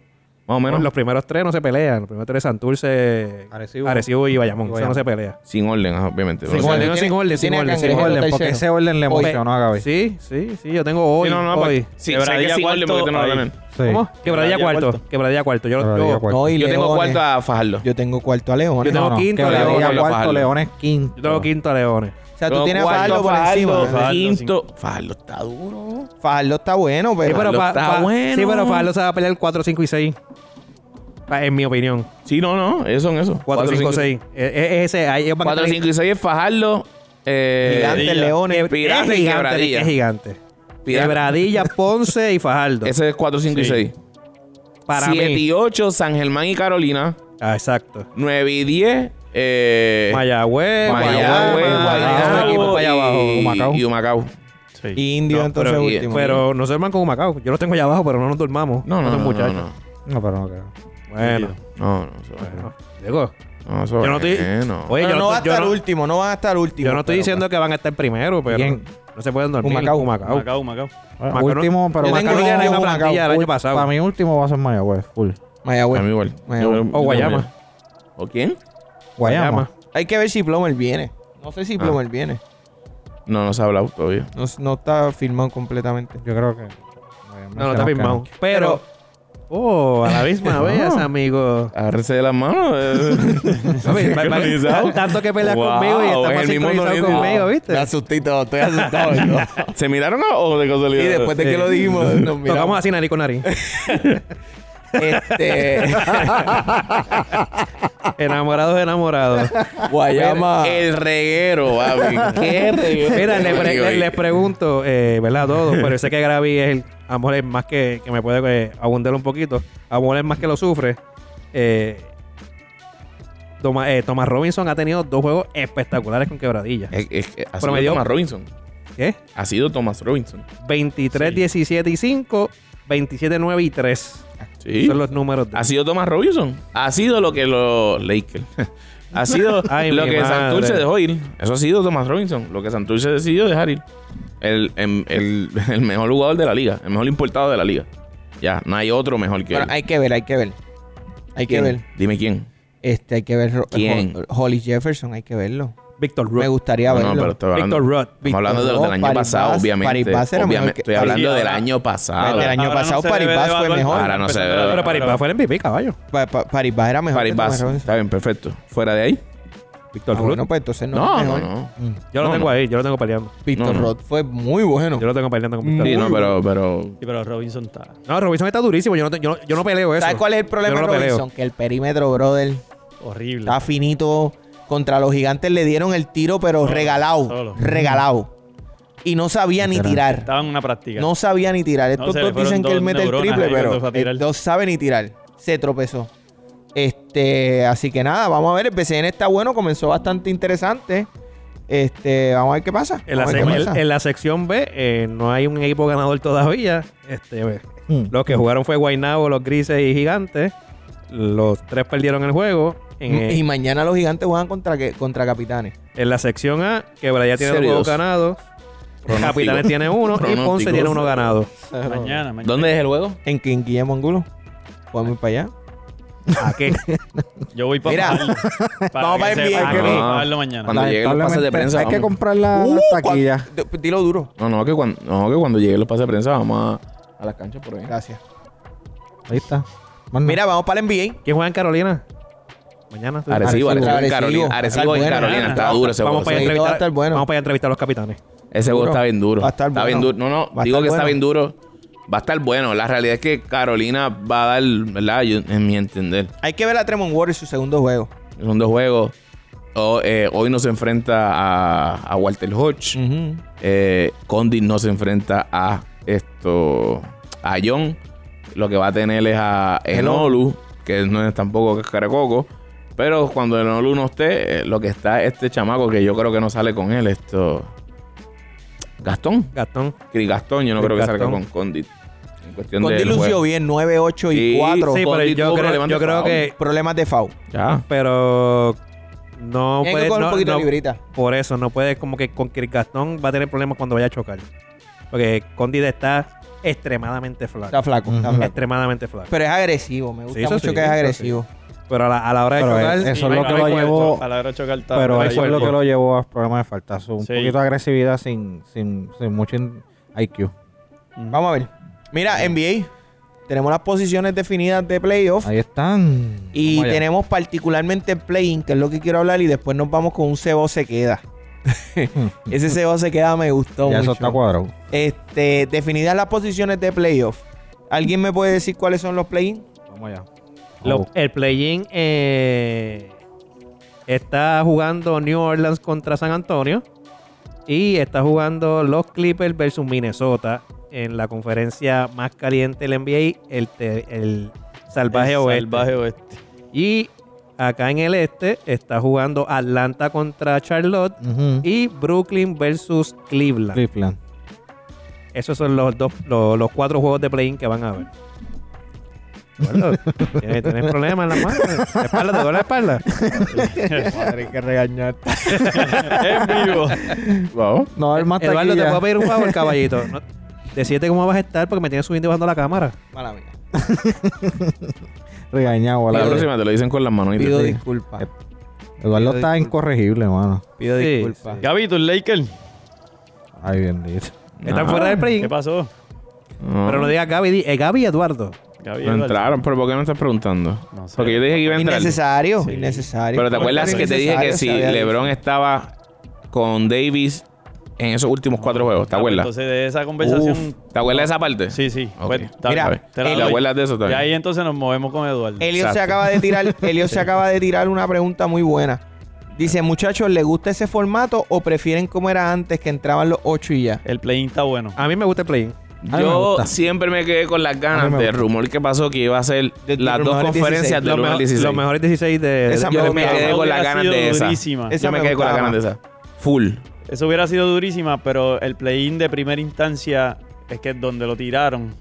Speaker 2: Más o menos.
Speaker 3: Los primeros tres no se pelean. Los primeros tres, Santurce,
Speaker 5: Arecibo.
Speaker 3: Arecibo, y Bayamón.
Speaker 5: Y
Speaker 3: Eso no se pelea.
Speaker 2: Sin orden, ajá, obviamente.
Speaker 3: Sin
Speaker 2: Pero-
Speaker 3: orden,
Speaker 1: tiene-
Speaker 3: sin orden, sin
Speaker 1: tiene a
Speaker 3: orden, sin
Speaker 1: Cangrejo
Speaker 3: orden,
Speaker 1: tercero.
Speaker 5: porque ese orden le emocionó a Gaby.
Speaker 3: Sí, sí, sí. Yo tengo hoy.
Speaker 2: Sí, no, no,
Speaker 3: hoy.
Speaker 2: porque- sí,
Speaker 4: Quebradilla
Speaker 2: sé que sin orden porque
Speaker 4: cuarto,
Speaker 2: tú no lo
Speaker 4: ahí.
Speaker 2: orden.
Speaker 5: Sí.
Speaker 3: ¿Cómo? Quebradilla
Speaker 4: Quebradilla
Speaker 3: cuarto.
Speaker 4: cuarto.
Speaker 3: Quebradilla cuarto. Yo,
Speaker 5: Quebradilla
Speaker 3: yo,
Speaker 5: cuarto.
Speaker 1: No, y
Speaker 2: Yo tengo
Speaker 1: Leones.
Speaker 2: cuarto a Fajardo.
Speaker 1: Yo tengo cuarto a Leones.
Speaker 3: Yo tengo quinto,
Speaker 5: Quebradilla
Speaker 2: Leones,
Speaker 5: cuarto,
Speaker 2: Fajardo.
Speaker 5: Leones quinto.
Speaker 3: yo tengo quinto a Leones.
Speaker 1: O sea, tú
Speaker 2: Yo
Speaker 1: tienes a
Speaker 2: cuarto
Speaker 1: Fajardo por encima.
Speaker 4: Fajardo,
Speaker 2: Quinto. Fajardo está duro.
Speaker 1: Fajardo está bueno,
Speaker 3: Sí,
Speaker 1: pero...
Speaker 3: pero,
Speaker 2: Fajardo
Speaker 3: fa,
Speaker 2: está
Speaker 3: fa-
Speaker 2: bueno.
Speaker 3: sí, pero Fajardo se va a pelear 4, 5 y 6. Ah, En mi opinión.
Speaker 2: Sí, no, no. Ellos son esos.
Speaker 3: 4, 5, 6. E, Ese, ahí ellos van a
Speaker 2: 4,
Speaker 3: tener-
Speaker 2: 5 y 6 es Fajardo. Eh,
Speaker 1: Gigantes,
Speaker 4: Quebradilla.
Speaker 1: leones.
Speaker 2: Pirata y
Speaker 3: es gigante,
Speaker 2: Quebradilla.
Speaker 3: Es gigante.
Speaker 2: Pirata.
Speaker 3: Quebradilla, Ponce y Fajardo.
Speaker 2: Ese es 4, 5 y
Speaker 4: Sí.
Speaker 2: 6.
Speaker 3: para
Speaker 2: 7
Speaker 3: mí.
Speaker 2: y 8, San Germán y Carolina.
Speaker 3: Ah, exacto.
Speaker 2: 9 y 10, eh,
Speaker 3: Mayagüez,
Speaker 2: Mayagüez,
Speaker 3: Guayama,
Speaker 2: Guayama,
Speaker 3: esos equipos allá abajo.
Speaker 2: y-
Speaker 3: Humacao.
Speaker 2: y Humacao.
Speaker 4: Sí.
Speaker 1: Y Indio,
Speaker 3: No,
Speaker 1: entonces
Speaker 3: pero-
Speaker 1: último.
Speaker 3: Pero no se duerman con Macao. Yo los tengo allá abajo, pero no nos durmamos.
Speaker 2: No, no,
Speaker 3: Estos
Speaker 2: no, no, no,
Speaker 3: muchachos.
Speaker 2: no.
Speaker 3: No, pero no creo. Bueno.
Speaker 2: No, no, eso va.
Speaker 3: Digo,
Speaker 2: No, eso
Speaker 3: Yo no
Speaker 2: va.
Speaker 3: estoy-
Speaker 2: Eh, no.
Speaker 3: oye,
Speaker 1: Pero
Speaker 3: yo
Speaker 1: no va a
Speaker 3: yo
Speaker 1: estar
Speaker 3: no-
Speaker 1: último, no van a estar último.
Speaker 3: yo no estoy
Speaker 1: Pero-
Speaker 3: diciendo que van a estar primero, pero
Speaker 1: ¿Quién?
Speaker 3: no se pueden dormir.
Speaker 1: Humacao.
Speaker 3: Humacao.
Speaker 4: Macao, Macao.
Speaker 3: Macao no-
Speaker 5: último, pero
Speaker 1: Yo
Speaker 3: Humacao
Speaker 1: tengo
Speaker 3: no tiene la misma
Speaker 1: Humacao.
Speaker 3: plantilla del año pasado.
Speaker 5: Para mí último va a ser Mayagüez, full.
Speaker 2: A mí
Speaker 1: Mayagüez.
Speaker 2: igual.
Speaker 1: Mayagüez.
Speaker 2: Yo- yo
Speaker 3: O Guayama.
Speaker 2: también. ¿O quién?
Speaker 5: Guayama.
Speaker 1: Hay que ver si Plomer viene. No sé si
Speaker 2: Ah.
Speaker 1: Plomer viene.
Speaker 2: No, no se ha hablado todavía.
Speaker 1: No, no está firmado completamente.
Speaker 5: Yo creo que.
Speaker 3: No, no está firmado. Pero. Oh, a la misma vez, amigo.
Speaker 2: Agárrese de las manos.
Speaker 3: A
Speaker 2: eh.
Speaker 3: ver, va- va-
Speaker 2: Sincronizado.
Speaker 3: tanto que pelea
Speaker 2: Wow,
Speaker 3: conmigo y está
Speaker 2: es
Speaker 3: más
Speaker 2: el mismo
Speaker 3: sincronizado
Speaker 2: movimiento.
Speaker 3: conmigo, ¿viste?
Speaker 1: Me asusté y todo, estoy asustado. y todo.
Speaker 2: ¿Se miraron o- o de
Speaker 1: y
Speaker 2: casualidad?
Speaker 1: después de
Speaker 3: Sí.
Speaker 1: que lo dijimos, nos
Speaker 3: Tocamos
Speaker 1: miramos.
Speaker 3: así nariz con nariz.
Speaker 1: Este,
Speaker 3: Enamorados, enamorados.
Speaker 1: Guayama.
Speaker 2: El reguero, papi. ¿Qué reguero?
Speaker 3: Mira, le pre-
Speaker 2: Amigo,
Speaker 3: le-
Speaker 2: y-
Speaker 3: les pregunto, eh, ¿verdad? A todos, pero yo sé que Gravi es el amor es más que, que me puede eh, abundar un poquito. Amor es más que lo sufre. Eh, Toma- eh, Thomas Robinson ha tenido dos juegos espectaculares con quebradillas.
Speaker 2: Es- es que ha sido
Speaker 3: Promedió-
Speaker 2: Thomas Robinson.
Speaker 3: ¿Qué?
Speaker 2: Ha sido Thomas Robinson.
Speaker 3: 23, 17 y 5, 27, 9 y 3.
Speaker 2: Sí.
Speaker 3: Son los números de
Speaker 2: Ha sido Thomas Robinson. Ha sido lo que los Lakers. ha sido
Speaker 3: Ay,
Speaker 2: lo
Speaker 3: mi
Speaker 2: que
Speaker 3: madre.
Speaker 2: Santurce dejó ir. Eso ha sido Thomas Robinson. Lo que Santurce decidió dejar ir. El, em- el- el mejor jugador de la liga. El mejor importado de la liga. Ya, no hay otro mejor que
Speaker 1: Pero
Speaker 2: él.
Speaker 1: hay que ver, hay que ver. Hay que
Speaker 2: ¿Quién?
Speaker 1: ver.
Speaker 2: Dime quién.
Speaker 1: Este, hay que ver. Ro-
Speaker 2: ¿Quién?
Speaker 1: Ho- Hollis Jefferson, hay que verlo.
Speaker 3: Víctor
Speaker 1: Me
Speaker 3: Ruth.
Speaker 1: gustaría
Speaker 2: No, no,
Speaker 1: verlo.
Speaker 2: pero estoy hablando,
Speaker 3: Víctor Ruth.
Speaker 2: estamos hablando de lo del
Speaker 1: Víctor
Speaker 2: año
Speaker 1: Ross,
Speaker 2: pasado,
Speaker 1: París
Speaker 2: obviamente.
Speaker 1: Bass era
Speaker 2: Obviamente,
Speaker 1: mejor que-
Speaker 2: estoy hablando
Speaker 4: Sí,
Speaker 2: del
Speaker 4: ahora-
Speaker 2: año pasado.
Speaker 1: El año
Speaker 4: Ahora
Speaker 1: pasado
Speaker 4: se
Speaker 1: París
Speaker 4: debe
Speaker 1: Bass fue
Speaker 4: evaluar
Speaker 1: mejor.
Speaker 2: Ahora no se
Speaker 4: empezando
Speaker 2: debe.
Speaker 4: ahora.
Speaker 3: Pero Paribas fue el MVP, caballo.
Speaker 1: Pa- pa- París Bass era mejor.
Speaker 2: París
Speaker 1: que Thomas
Speaker 2: Bass.
Speaker 1: Robinson.
Speaker 2: Está bien, perfecto. Fuera de ahí.
Speaker 3: Víctor
Speaker 1: Ah,
Speaker 3: Ruth.
Speaker 1: bueno, pues entonces no.
Speaker 2: No,
Speaker 1: es
Speaker 2: no,
Speaker 1: mejor.
Speaker 2: no.
Speaker 3: yo lo
Speaker 2: no,
Speaker 3: tengo
Speaker 2: no.
Speaker 3: ahí, yo lo tengo peleando.
Speaker 1: Víctor
Speaker 2: No, no.
Speaker 1: Roth fue muy bueno.
Speaker 3: Yo lo tengo peleando con Víctor
Speaker 2: Sí,
Speaker 3: Ruth.
Speaker 2: no, pero, pero
Speaker 4: Sí, pero Robinson está.
Speaker 3: No, Robinson está durísimo. Yo no, te- yo no- yo no peleo eso.
Speaker 1: ¿Sabes cuál es el problema
Speaker 3: Yo no
Speaker 1: de
Speaker 3: lo peleo.
Speaker 1: Robinson? Que el perímetro, brother,
Speaker 4: Horrible.
Speaker 1: está finito. Contra los gigantes le dieron el tiro, pero
Speaker 4: Solo,
Speaker 1: regalado.
Speaker 4: solo.
Speaker 1: Regalado. Y no sabía ni tirar.
Speaker 4: Estaba en una práctica.
Speaker 1: No sabía ni tirar. Estos
Speaker 4: se le
Speaker 1: dos
Speaker 4: fueron
Speaker 1: dicen que
Speaker 4: dos
Speaker 1: él mete el
Speaker 4: neuronas
Speaker 1: triple,
Speaker 4: ahí cuando fue a
Speaker 1: pero
Speaker 4: tirar.
Speaker 1: él no sabe ni tirar. Se tropezó. Este, así que nada, vamos a ver. El PCN está bueno, comenzó bastante interesante. Este, vamos a ver qué pasa.
Speaker 3: En la,
Speaker 1: Vamos a ver
Speaker 3: sec-
Speaker 1: qué
Speaker 3: en-
Speaker 1: pasa.
Speaker 3: en la sección B eh, no hay un equipo ganador todavía. Este, eh,
Speaker 1: Hmm.
Speaker 3: Los que jugaron fue Guaynabo, los Grises y Gigantes. Los tres perdieron el juego. En, eh,
Speaker 1: Hmm, Y mañana los gigantes juegan contra, que- contra capitanes.
Speaker 3: en la sección A, Quebraya tiene dos
Speaker 2: Serio.
Speaker 3: juegos ganados.
Speaker 2: Pronóstico.
Speaker 3: Capitanes tiene uno y
Speaker 2: Pronóstico.
Speaker 3: Ponce tiene uno ganado.
Speaker 4: Mañana, mañana.
Speaker 2: ¿Dónde es el juego?
Speaker 1: En King Guillermo Angulo. Podemos ir para allá.
Speaker 3: ¿A qué?
Speaker 4: Yo voy para
Speaker 1: Mira. Vamos para el NBA,
Speaker 4: Yo voy
Speaker 2: Kevin.
Speaker 4: para pagarlo mañana.
Speaker 2: Cuando lleguen los pases de prensa,
Speaker 5: Hay que
Speaker 2: vamos.
Speaker 5: comprar la, la taquilla.
Speaker 1: Uh, cuan- d- pues, Dilo duro.
Speaker 2: No, no, que cuando, no, que cuando lleguen los pases de prensa vamos a, a las canchas por ahí.
Speaker 1: Gracias.
Speaker 5: Ahí está. Más nada.
Speaker 1: Mira, vamos para el NBA.
Speaker 3: ¿Quién juega en Carolina? Mañana. tú-
Speaker 1: Arecibo,
Speaker 2: Arecibo, Arecibo en
Speaker 1: Arecibo.
Speaker 2: Carolina. Arecibo en
Speaker 1: Está
Speaker 2: Carolina.
Speaker 4: bueno.
Speaker 2: Está duro ese
Speaker 3: Vamos
Speaker 2: juego.
Speaker 3: para, allá a
Speaker 1: Sí,
Speaker 3: entrevistar,
Speaker 1: va a estar bueno.
Speaker 3: vamos para allá a entrevistar a los capitanes.
Speaker 2: Ese juego
Speaker 1: Seguro.
Speaker 2: está bien duro.
Speaker 1: Va a estar
Speaker 2: está
Speaker 1: bueno.
Speaker 2: bien duro. No, no,
Speaker 1: Va a
Speaker 2: digo
Speaker 1: estar
Speaker 2: que está
Speaker 1: bueno.
Speaker 2: bien duro. Va a estar bueno. La realidad es que Carolina va a dar, ¿verdad? Yo- en mi entender.
Speaker 1: Hay que ver a Tremont Ward en su segundo juego.
Speaker 2: Son dos juegos. O- eh, hoy no se enfrenta a, a Walter Hodge. Eh, Condit no se enfrenta a esto. A John. Lo que va a tener es a Enolu, que no es tampoco Caracoco. Pero cuando Enolu no esté, eh, lo que está este chamaco, que yo creo que no sale con él, esto. Gastón.
Speaker 3: Gastón.
Speaker 2: Chris Gastón, yo no
Speaker 3: Chris
Speaker 2: creo que salga
Speaker 3: Gastón.
Speaker 2: con Condit. En cuestión
Speaker 1: Con
Speaker 2: de.
Speaker 1: Dilucio bien, 9, 8 y
Speaker 2: Sí,
Speaker 1: 4.
Speaker 3: Sí, pero
Speaker 2: Condit
Speaker 3: yo
Speaker 2: tuvo
Speaker 3: creo,
Speaker 2: problemas de
Speaker 3: yo creo
Speaker 2: foul.
Speaker 3: que...
Speaker 1: Problemas de foul.
Speaker 2: Ya.
Speaker 3: Pero... No
Speaker 1: Hay
Speaker 3: puede-
Speaker 1: que coger
Speaker 3: no-
Speaker 1: un poquito
Speaker 3: no-
Speaker 1: de librita.
Speaker 3: Por eso, no puedes como que con Kirk Gastón va a tener problemas cuando vaya a chocar. Porque Condit está extremadamente flaco.
Speaker 1: Está flaco, está
Speaker 5: Ujú.
Speaker 1: flaco.
Speaker 3: extremadamente flaco.
Speaker 1: Pero es agresivo, me gusta
Speaker 3: Sí, eso
Speaker 1: mucho
Speaker 3: sí,
Speaker 1: que es
Speaker 3: eso sí.
Speaker 1: agresivo.
Speaker 3: Pero a la, a la hora de
Speaker 5: Pero
Speaker 3: chocar,
Speaker 5: es- eso
Speaker 4: Sí,
Speaker 5: es lo
Speaker 4: no
Speaker 5: que
Speaker 4: hay
Speaker 5: lo
Speaker 4: cuerpo.
Speaker 5: llevó.
Speaker 4: A la hora de chocar está-
Speaker 5: Pero
Speaker 4: no hay
Speaker 5: eso es lo
Speaker 4: cuerpo.
Speaker 5: que lo llevó a problemas de falta. So, Un
Speaker 4: Sí.
Speaker 5: poquito de agresividad sin, sin, sin mucho in- IQ.
Speaker 1: Vamos a ver. Mira, NBA. Tenemos las posiciones definidas de playoff.
Speaker 5: Ahí están.
Speaker 1: Y
Speaker 5: Vamos allá.
Speaker 1: tenemos particularmente el play-in, que es lo que quiero hablar. Y después nos vamos con un cebo se queda. Ese cebo se queda me gustó
Speaker 5: Ya
Speaker 1: mucho.
Speaker 5: eso está cuadrado.
Speaker 1: Este, definidas las posiciones de playoff. ¿Alguien me puede decir cuáles son los play-in?
Speaker 5: Vamos allá.
Speaker 3: Lo-
Speaker 2: Oh.
Speaker 3: el play-in eh, está jugando New Orleans contra San Antonio y está jugando los Clippers versus Minnesota en la conferencia más caliente del NBA, el, te- el Salvaje
Speaker 4: El
Speaker 3: Oeste.
Speaker 4: Salvaje oeste.
Speaker 3: Y acá en el este está jugando Atlanta contra Charlotte y Brooklyn versus Cleveland.
Speaker 1: Cleveland.
Speaker 3: Esos son los, dos, los, los cuatro juegos de play-in que van a ver. Bueno, ¿tienes, tienes problemas en la mano. ¿eh? ¿La espalda? ¿Te duele la espalda?
Speaker 1: Madre, que regañarte.
Speaker 4: en vivo.
Speaker 2: Wow.
Speaker 5: No, el más
Speaker 3: Eduardo, te
Speaker 5: taquilla.
Speaker 3: puedo pedir un favor, caballito. No, decídete cómo vas a estar porque me tienes subiendo y bajando la cámara.
Speaker 1: Mala mía.
Speaker 5: Regañado,
Speaker 2: La
Speaker 5: la
Speaker 2: próxima te lo dicen con las manos.
Speaker 1: Pido disculpas.
Speaker 5: Eduardo está incorregible, mano.
Speaker 1: Pido
Speaker 3: Sí,
Speaker 1: disculpas.
Speaker 4: Gaby, tus Lakers.
Speaker 5: Ay, bendito.
Speaker 3: Están fuera del play-in.
Speaker 4: ¿Qué pasó?
Speaker 3: Pero no digas Gaby, di, eh, Gaby y Eduardo.
Speaker 4: Gaby,
Speaker 2: No
Speaker 4: Eduardo.
Speaker 2: entraron, pero ¿por qué no estás preguntando?
Speaker 4: No sé.
Speaker 2: Porque yo dije que iba a entrar.
Speaker 1: Innecesario.
Speaker 4: Sí.
Speaker 1: Innecesario.
Speaker 2: Pero te acuerdas que te dije que si
Speaker 1: Innecesario, se había
Speaker 2: LeBron estaba con Davis en esos últimos cuatro juegos, ¿te
Speaker 4: Ah, pues
Speaker 2: acuerdas?
Speaker 4: Entonces, de esa conversación.
Speaker 2: Uf, ¿Te acuerdas de esa parte?
Speaker 4: Sí, sí.
Speaker 2: Ok.
Speaker 4: Pues, está
Speaker 2: Mira,
Speaker 4: bien, te la
Speaker 2: ¿te
Speaker 4: doy.
Speaker 2: acuerdas de eso
Speaker 4: Y
Speaker 2: también?
Speaker 4: ahí entonces nos movemos con Eduardo.
Speaker 1: Elliot se
Speaker 2: Exacto.
Speaker 1: acaba de tirar, Elliot se acaba de tirar una pregunta muy buena. Dice, muchachos, ¿les gusta ese formato o prefieren como era antes que entraban los 8 y ya?
Speaker 4: El play-in está bueno.
Speaker 2: Ah,
Speaker 3: A mí me gusta el play-in.
Speaker 5: A mí me
Speaker 2: Yo
Speaker 5: gusta.
Speaker 2: siempre me quedé con las
Speaker 5: A mí
Speaker 2: ganas
Speaker 5: me
Speaker 2: del
Speaker 5: gusta.
Speaker 2: rumor que pasó que iba a ser
Speaker 1: De- de
Speaker 2: las dos
Speaker 1: rumores 16.
Speaker 2: conferencias del
Speaker 3: Los,
Speaker 2: 1 al
Speaker 3: mejor-
Speaker 2: 16.
Speaker 3: los mejores 16 de...
Speaker 1: Esa
Speaker 3: de-
Speaker 2: Yo
Speaker 1: me
Speaker 2: me
Speaker 1: gustaba.
Speaker 2: quedé con las
Speaker 4: Hubiera
Speaker 2: ganas
Speaker 4: sido
Speaker 2: de esa.
Speaker 4: durísima.
Speaker 1: Esa
Speaker 2: Yo me
Speaker 1: me
Speaker 2: quedé con las
Speaker 1: gustaba.
Speaker 2: ganas de esa. Full.
Speaker 4: Eso hubiera sido durísima, pero el play-in de primera instancia es que donde lo tiraron.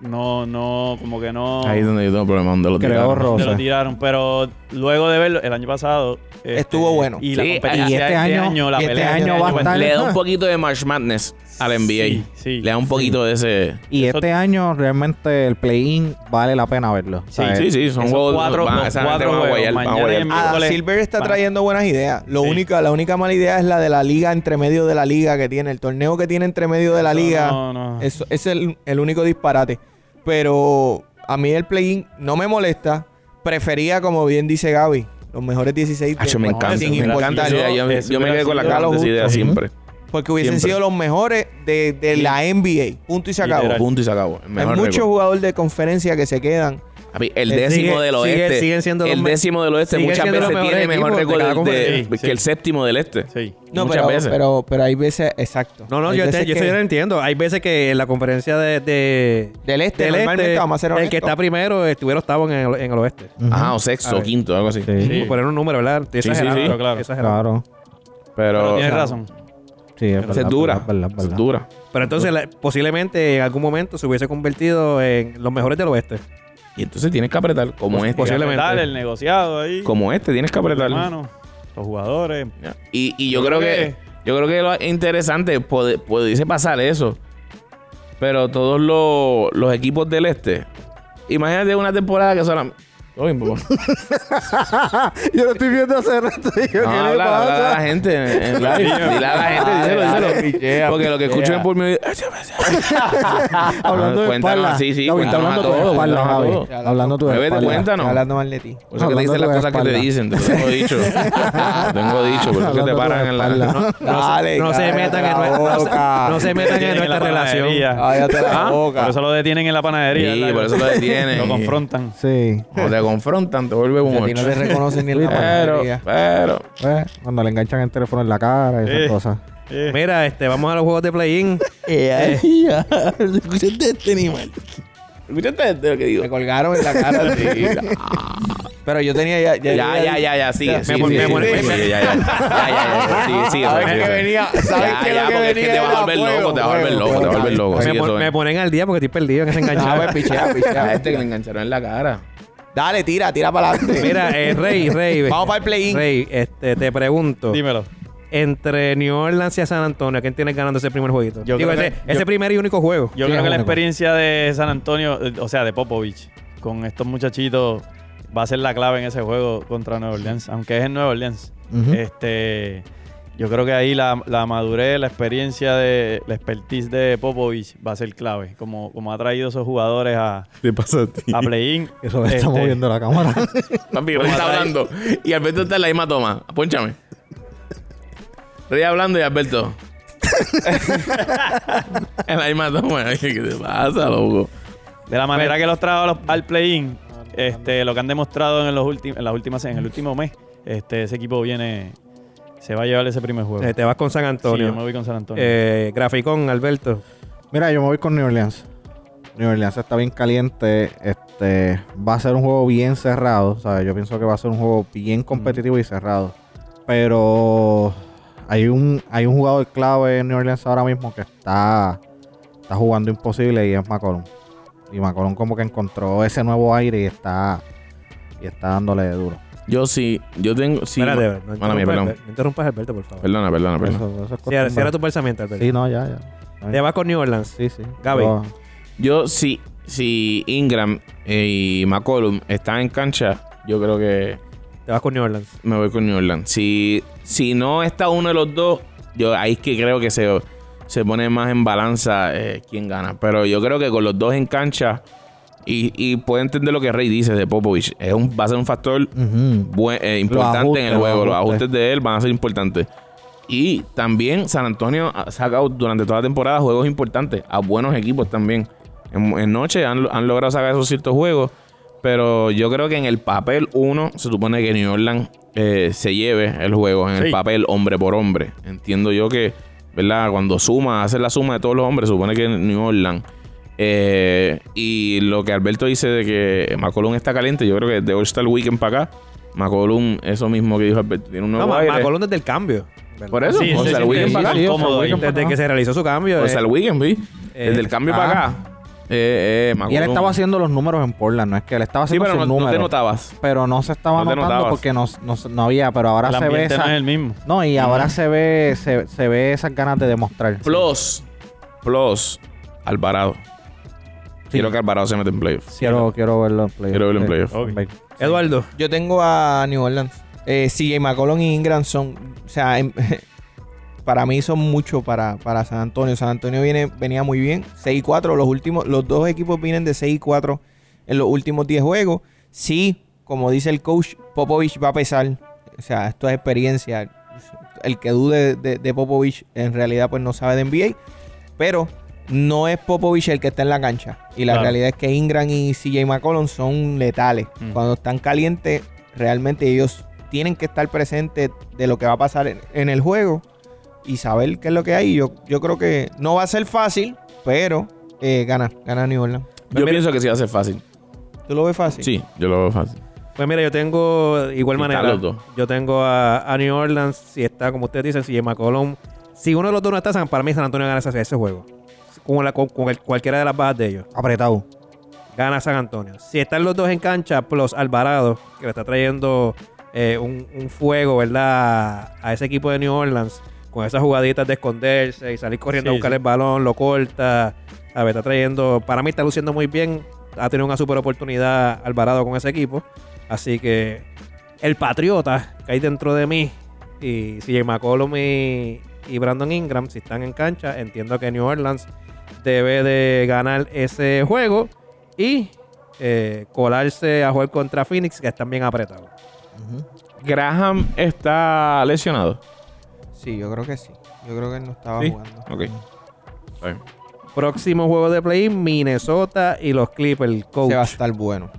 Speaker 4: No, no, como que no.
Speaker 2: Ahí es donde yo tengo problemas. Donde lo
Speaker 5: Creo
Speaker 2: tiraron.
Speaker 5: horror.
Speaker 4: donde
Speaker 5: Rosa.
Speaker 4: lo tiraron. Pero luego de verlo, el año pasado. este,
Speaker 1: Estuvo bueno.
Speaker 4: Y la
Speaker 2: Sí,
Speaker 4: competencia
Speaker 2: y
Speaker 5: este
Speaker 4: de
Speaker 5: año-
Speaker 4: la
Speaker 1: y este
Speaker 4: pelea de
Speaker 1: año
Speaker 5: va a
Speaker 4: pues,
Speaker 5: estar-
Speaker 2: Le da un poquito de March Madness al NBA.
Speaker 4: Sí, sí.
Speaker 2: Le da un poquito de ese.
Speaker 5: Y
Speaker 4: Eso-
Speaker 5: este año realmente el play-in vale la pena verlo. eh,
Speaker 4: Sí,
Speaker 5: ¿sabes?
Speaker 2: Sí, sí, son
Speaker 4: Esos
Speaker 2: juegos.
Speaker 4: cuatro-
Speaker 2: van-
Speaker 4: los
Speaker 2: esa gente
Speaker 4: cuatro
Speaker 2: van a
Speaker 4: juegos.
Speaker 2: guayar, van a
Speaker 4: Mañana
Speaker 2: guayar.
Speaker 4: en-
Speaker 1: Ah,
Speaker 4: miércoles.
Speaker 1: Silver está
Speaker 4: Para.
Speaker 1: trayendo buenas ideas. Lo
Speaker 4: Sí.
Speaker 1: única, la única mala idea es la de la liga entre medio de la liga que tiene, el torneo que tiene entre medio de la
Speaker 4: Eso
Speaker 1: liga.
Speaker 4: No, no.
Speaker 1: Eso, ese es el, el único disparate. Pero a mí el play-in no me molesta. Prefería, como bien dice Gaby, los mejores 16 de
Speaker 2: Ah, yo me
Speaker 1: no,
Speaker 2: encanta.
Speaker 1: sin
Speaker 2: me
Speaker 1: importar
Speaker 2: encanta
Speaker 1: si
Speaker 2: esa idea. Yo,
Speaker 4: eso
Speaker 2: yo me
Speaker 4: hubiera
Speaker 2: quedé con las
Speaker 4: sido
Speaker 2: ganas de
Speaker 1: lo
Speaker 2: esa idea
Speaker 1: justo.
Speaker 2: siempre.
Speaker 1: Porque hubiesen
Speaker 2: Siempre.
Speaker 1: sido los mejores de, de la NBA. Punto y se acabó.
Speaker 4: Literal.
Speaker 2: Punto y se acabó. El
Speaker 1: Hay
Speaker 2: mejor
Speaker 1: muchos
Speaker 2: récord.
Speaker 1: jugadores de conferencia que se quedan.
Speaker 2: Papi, El
Speaker 3: Eh,
Speaker 2: décimo
Speaker 3: sigue-
Speaker 2: del
Speaker 3: sigue-
Speaker 2: oeste.
Speaker 3: siguen siendo los
Speaker 2: el
Speaker 3: me-
Speaker 2: décimo del oeste
Speaker 3: siguen
Speaker 2: muchas
Speaker 3: siendo los
Speaker 2: veces tiene
Speaker 3: mejores
Speaker 2: mejor
Speaker 3: equipos de cada
Speaker 2: récord de-
Speaker 4: conferencia.
Speaker 2: que el séptimo del este.
Speaker 4: Sí.
Speaker 1: No,
Speaker 2: Muchas
Speaker 1: pero,
Speaker 2: veces.
Speaker 1: Pero, pero hay veces, exacto.
Speaker 3: No, no,
Speaker 1: Hay
Speaker 3: yo, te-
Speaker 1: veces
Speaker 3: yo
Speaker 1: que-
Speaker 3: eso yo lo entiendo. Hay veces que en la conferencia de... de
Speaker 1: Del este,
Speaker 3: del
Speaker 1: normalmente,
Speaker 3: este,
Speaker 1: vamos a ser
Speaker 3: el
Speaker 1: honestos.
Speaker 3: que está primero estuviera octavo en el, en el oeste.
Speaker 5: Ujú.
Speaker 2: Ajá, o sexto,
Speaker 3: A
Speaker 2: o
Speaker 3: ver.
Speaker 2: quinto, algo así.
Speaker 5: Sí, pues,
Speaker 4: Sí.
Speaker 3: Por poner un número, ¿verdad? Estoy
Speaker 2: Sí, sí,
Speaker 3: exagerando,
Speaker 2: sí.
Speaker 3: estoy
Speaker 4: Claro.
Speaker 3: exagerando.
Speaker 5: Claro.
Speaker 4: Pero
Speaker 2: Pero
Speaker 4: tienes
Speaker 2: esa
Speaker 4: razón.
Speaker 5: Sí, es
Speaker 2: es
Speaker 5: verdad,
Speaker 2: dura.
Speaker 5: verdad, verdad,
Speaker 2: esa
Speaker 5: verdad.
Speaker 2: Es dura.
Speaker 3: Pero entonces la- posiblemente en algún momento se hubiese convertido en los mejores del oeste.
Speaker 2: Y entonces tienes que apretar como
Speaker 3: Pues-
Speaker 2: este.
Speaker 3: posible- Posiblemente.
Speaker 4: Dale, el negociado ahí.
Speaker 2: Como este, tienes que
Speaker 4: los
Speaker 2: apretar.
Speaker 4: hermanos, los jugadores.
Speaker 2: Ya. Y, y yo creo que yo creo que lo interesante puede, pudiese pasar eso. Pero todos los, los equipos del este, imagínate una temporada que solamente. Todo bien, papá.
Speaker 5: Yo lo estoy viendo hace rato. y yo,
Speaker 2: No,
Speaker 5: ¿qué le
Speaker 2: habla, habla a la
Speaker 5: pasa?
Speaker 2: gente en- en live. Dile a la gente, díselo, díselo. Porque lo que escucho es por mi.
Speaker 5: Hablando de
Speaker 2: Ah, Cuéntanos,
Speaker 5: espalda.
Speaker 2: sí, sí,
Speaker 5: Gaby,
Speaker 2: cuéntanos
Speaker 5: está hablando
Speaker 2: a
Speaker 5: de tu
Speaker 2: todos,
Speaker 5: espalda,
Speaker 2: cuéntanos a
Speaker 5: Javi.
Speaker 2: todos.
Speaker 5: Hablando de tu
Speaker 2: Muévete,
Speaker 5: espalda.
Speaker 2: cuéntanos.
Speaker 1: Hablando mal de ti.
Speaker 2: Por eso que te dicen las cosas que te dicen, te lo tengo dicho. Te lo tengo dicho, por eso que te paran en la.
Speaker 5: No,
Speaker 1: Dale,
Speaker 3: no se
Speaker 1: cállate
Speaker 3: metan
Speaker 1: la
Speaker 3: en nuestra-
Speaker 1: boca.
Speaker 3: Eh, No se metan en
Speaker 4: Tienen
Speaker 3: nuestra
Speaker 4: la panadería.
Speaker 3: relación.
Speaker 1: Cállate la
Speaker 4: Ah,
Speaker 1: boca.
Speaker 4: Por eso lo detienen en la panadería.
Speaker 2: Sí,
Speaker 4: ¿verdad?
Speaker 2: por eso lo detienen.
Speaker 4: Lo confrontan.
Speaker 5: Sí.
Speaker 2: Cuando te confrontan, te vuelve
Speaker 1: Y
Speaker 2: un
Speaker 1: a ti no
Speaker 2: ocho.
Speaker 1: te reconocen ni en la
Speaker 2: Pero,
Speaker 1: panadería.
Speaker 2: pero.
Speaker 5: Eh, Cuando le enganchan el teléfono en la cara y esas
Speaker 4: Eh.
Speaker 5: cosas.
Speaker 4: Eh,
Speaker 3: Mira, este, vamos a los juegos de play-in.
Speaker 2: Escuchaste este animal. Escuchaste este lo que digo.
Speaker 1: Me colgaron en la cara. Pero yo tenía ya...
Speaker 2: Ya, ya, ya, ya, sigue.
Speaker 3: Me
Speaker 2: sigue,
Speaker 3: pon-
Speaker 2: sigue,
Speaker 3: me pon-
Speaker 2: sigue,
Speaker 3: me-
Speaker 2: sigue, Ya, ya, ya, ya, ya, sigue, sigue.
Speaker 1: Sabes
Speaker 2: sigue,
Speaker 1: que
Speaker 2: sigue.
Speaker 1: venía- sabes
Speaker 2: Ya,
Speaker 1: que
Speaker 2: ya,
Speaker 1: lo que
Speaker 2: porque es que te
Speaker 1: venía
Speaker 2: vas a volver
Speaker 1: era
Speaker 2: loco, te vas a
Speaker 1: fuego,
Speaker 2: volver loco, te vas a volver loco.
Speaker 3: me,
Speaker 2: Sigue,
Speaker 3: pon-
Speaker 2: eso es.
Speaker 3: me ponen al día porque estoy perdido en ese
Speaker 1: Ah, pues,
Speaker 3: enganchado.
Speaker 1: pichea,
Speaker 2: A
Speaker 1: pichea.
Speaker 2: este que le engancharon en la cara.
Speaker 1: Dale, tira, tira para adelante.
Speaker 3: Mira, eh, Rey, Rey.
Speaker 1: Vamos para el play-in.
Speaker 3: Rey, este, te pregunto.
Speaker 4: dímelo.
Speaker 3: Entre New Orleans y San Antonio, ¿quién tiene ganando ese primer jueguito?
Speaker 4: Yo
Speaker 3: Digo,
Speaker 4: creo
Speaker 3: ese,
Speaker 4: que-
Speaker 3: ese
Speaker 4: yo-
Speaker 3: primer y único juego.
Speaker 4: Yo
Speaker 5: Sí,
Speaker 4: creo
Speaker 5: es
Speaker 4: que la
Speaker 5: único.
Speaker 4: experiencia de San Antonio, eh, o sea, de Popovich, con estos muchachitos, va a ser la clave en ese juego contra Nueva Orleans, aunque es en Nueva Orleans.
Speaker 5: Ujú.
Speaker 4: Este, yo creo que ahí la, la madurez, la experiencia de la expertise de Popovich va a ser clave, como, como ha traído esos jugadores a,
Speaker 2: ¿Qué pasa a ti?
Speaker 4: a play-in.
Speaker 5: Eso está
Speaker 4: Este,
Speaker 5: moviendo la cámara.
Speaker 2: Papi, Rey está hablando. Y Alberto está en la misma toma. Pónchame. Rey hablando y Alberto. en la misma toma. ¿Qué te pasa, loco?
Speaker 4: De la manera que los trajo a los- al play-in, Este, lo que han demostrado en, los ulti- en las últimas en el último mes, este, ese equipo viene, se va a llevar ese primer juego.
Speaker 3: Eh, te vas con San
Speaker 4: Sí,
Speaker 3: Antonio.
Speaker 4: yo me voy con San Antonio.
Speaker 3: Eh, Graficón, Alberto.
Speaker 5: Mira, yo me voy con New Orleans. New Orleans está bien caliente. Este va a ser un juego bien cerrado. ¿sabes? Yo pienso que va a ser un juego bien competitivo y cerrado. Pero hay un, hay un jugador clave en New Orleans ahora mismo que está, está jugando imposible y es McCollum. Y McCollum como que encontró ese nuevo aire y está, y está dándole duro.
Speaker 2: Yo sí, yo tengo. Sí,
Speaker 3: Espérate, no
Speaker 2: mala mía,
Speaker 3: interrumpas,
Speaker 2: perdón.
Speaker 3: Alberto, no interrumpas, Alberto, por favor.
Speaker 2: Perdona, perdona, perdona.
Speaker 5: Eso- eso es
Speaker 3: Cierra,
Speaker 5: costumbre.
Speaker 3: cierra tu pensamiento, Alberto.
Speaker 5: Sí, no, ya, ya.
Speaker 3: Te vas con New Orleans.
Speaker 5: Sí, sí.
Speaker 3: Gaby.
Speaker 5: Yo-
Speaker 2: Yo sí, si Ingram eh, y McCollum están en cancha, yo creo que
Speaker 3: Te vas con New Orleans.
Speaker 2: me voy con New Orleans. Si, si no está uno de los dos, yo ahí es que creo que se, se pone más en balanza eh, quién gana. Pero yo creo que con los dos en cancha, y, y puedo entender lo que Rey dice de Popovich, es un, va a ser un factor
Speaker 5: Ujú.
Speaker 2: buen- eh, importante
Speaker 5: ajustes,
Speaker 2: en el juego.
Speaker 5: los
Speaker 2: Los
Speaker 5: ajustes.
Speaker 2: ajustes de él van a ser importantes. Y también San Antonio ha sacado durante toda la temporada juegos importantes a buenos equipos también. En, en noche han, han logrado sacar esos ciertos juegos. Pero yo creo que en el papel uno se supone que New Orleans eh, se lleve el juego. En el
Speaker 4: Sí.
Speaker 2: papel, hombre por hombre. Entiendo yo que, ¿verdad? Cuando suma, hace la suma de todos los hombres, se supone que New Orleans. Eh, y lo que Alberto dice de que McCollum está caliente, yo creo que de All-Star Weekend para acá, McCollum, eso mismo que dijo Alberto, tiene un
Speaker 3: No,
Speaker 2: nuevo
Speaker 3: Ma-
Speaker 2: aire.
Speaker 3: McCollum desde el cambio. ¿verdad?
Speaker 2: Por eso,
Speaker 4: Ah, Sí,
Speaker 2: o
Speaker 4: sí,
Speaker 2: sea, el
Speaker 4: sí,
Speaker 2: weekend
Speaker 4: sí,
Speaker 2: para acá. o
Speaker 4: sí,
Speaker 2: sea, el
Speaker 4: cómodo,
Speaker 2: weekend para
Speaker 3: Desde que se realizó su cambio. eh,
Speaker 2: acá. O sea, el weekend, vi.
Speaker 3: eh,
Speaker 2: Desde el cambio
Speaker 5: ah.
Speaker 2: para acá. Eh, eh,
Speaker 5: Y él
Speaker 2: McCollum.
Speaker 5: estaba haciendo los números en Portland, no es que él estaba
Speaker 2: Sí,
Speaker 5: haciendo
Speaker 2: pero no,
Speaker 5: sus
Speaker 2: no te
Speaker 5: números.
Speaker 2: notabas.
Speaker 5: pero no se estaba
Speaker 2: No te
Speaker 5: notando
Speaker 2: notabas.
Speaker 5: porque no, no, no había, pero ahora
Speaker 4: el
Speaker 5: se ve
Speaker 4: ambiente
Speaker 5: esa,
Speaker 4: no es el mismo.
Speaker 5: no, y ahora se ve se, se ve esas ganas de demostrar.
Speaker 2: Plus, plus, Alvarado. Quiero que Alvarado se meta en playoffs.
Speaker 5: Quiero, quiero verlo en playoff.
Speaker 2: Quiero verlo en
Speaker 5: Sí.
Speaker 2: playoff.
Speaker 4: Ok.
Speaker 5: Bye.
Speaker 3: Eduardo.
Speaker 1: Yo tengo a New Orleans. Eh, CJ McCollum y Ingram son. O sea, em- para mí son mucho para, para San Antonio. San Antonio viene, venía muy bien. 6 y 4. Los, últimos, los dos equipos vienen de 6 y 4 en los últimos 10 juegos. Sí, como dice el coach, Popovich va a pesar. O sea, esto es experiencia. El que dude de, de Popovich en realidad pues no sabe de NBA. Pero no es Popovich el que está en la cancha. Y la
Speaker 4: Claro.
Speaker 1: realidad es que Ingram y CJ McCollum son letales.
Speaker 4: Mm.
Speaker 1: Cuando están calientes, realmente ellos tienen que estar presentes de lo que va a pasar en, en el juego y saber qué es lo que hay. Yo, yo creo que no va a ser fácil, pero eh, gana, gana New Orleans.
Speaker 2: Yo pienso que sí va a ser fácil.
Speaker 1: ¿Tú lo ves fácil?
Speaker 2: Sí, yo lo veo fácil.
Speaker 3: Pues mira, yo tengo igual
Speaker 2: Están
Speaker 3: manera.
Speaker 2: los dos.
Speaker 3: Yo tengo a, a New Orleans, si está, como ustedes dicen, si Jay McCollum. Si uno de los dos no está, San- para mí San Antonio gana ese, ese juego. Con, la- con- con el- cualquiera de las bajas de ellos.
Speaker 5: Apretado.
Speaker 3: Gana San Antonio. Si están los dos en cancha, plus Alvarado, que le está trayendo eh, un, un fuego, ¿verdad? A ese equipo de New Orleans, con esas jugaditas de esconderse y salir corriendo a
Speaker 4: Sí,
Speaker 3: buscar
Speaker 4: sí.
Speaker 3: el balón, lo corta. A ver, está trayendo. Para mí está luciendo muy bien. Ha tenido una super oportunidad Alvarado con ese equipo. Así que el patriota que hay dentro de mí y CJ McCollum y, y Brandon Ingram, si están en cancha, entiendo que New Orleans debe de ganar ese juego y eh, colarse a jugar contra Phoenix, que están bien apretados.
Speaker 2: Graham está lesionado.
Speaker 1: Sí, yo creo que sí. Yo creo que él no estaba
Speaker 2: Sí.
Speaker 1: jugando.
Speaker 2: Ok. Está bien.
Speaker 3: Próximo juego de play-in, Minnesota y los Clippers, coach.
Speaker 1: Se va a estar bueno.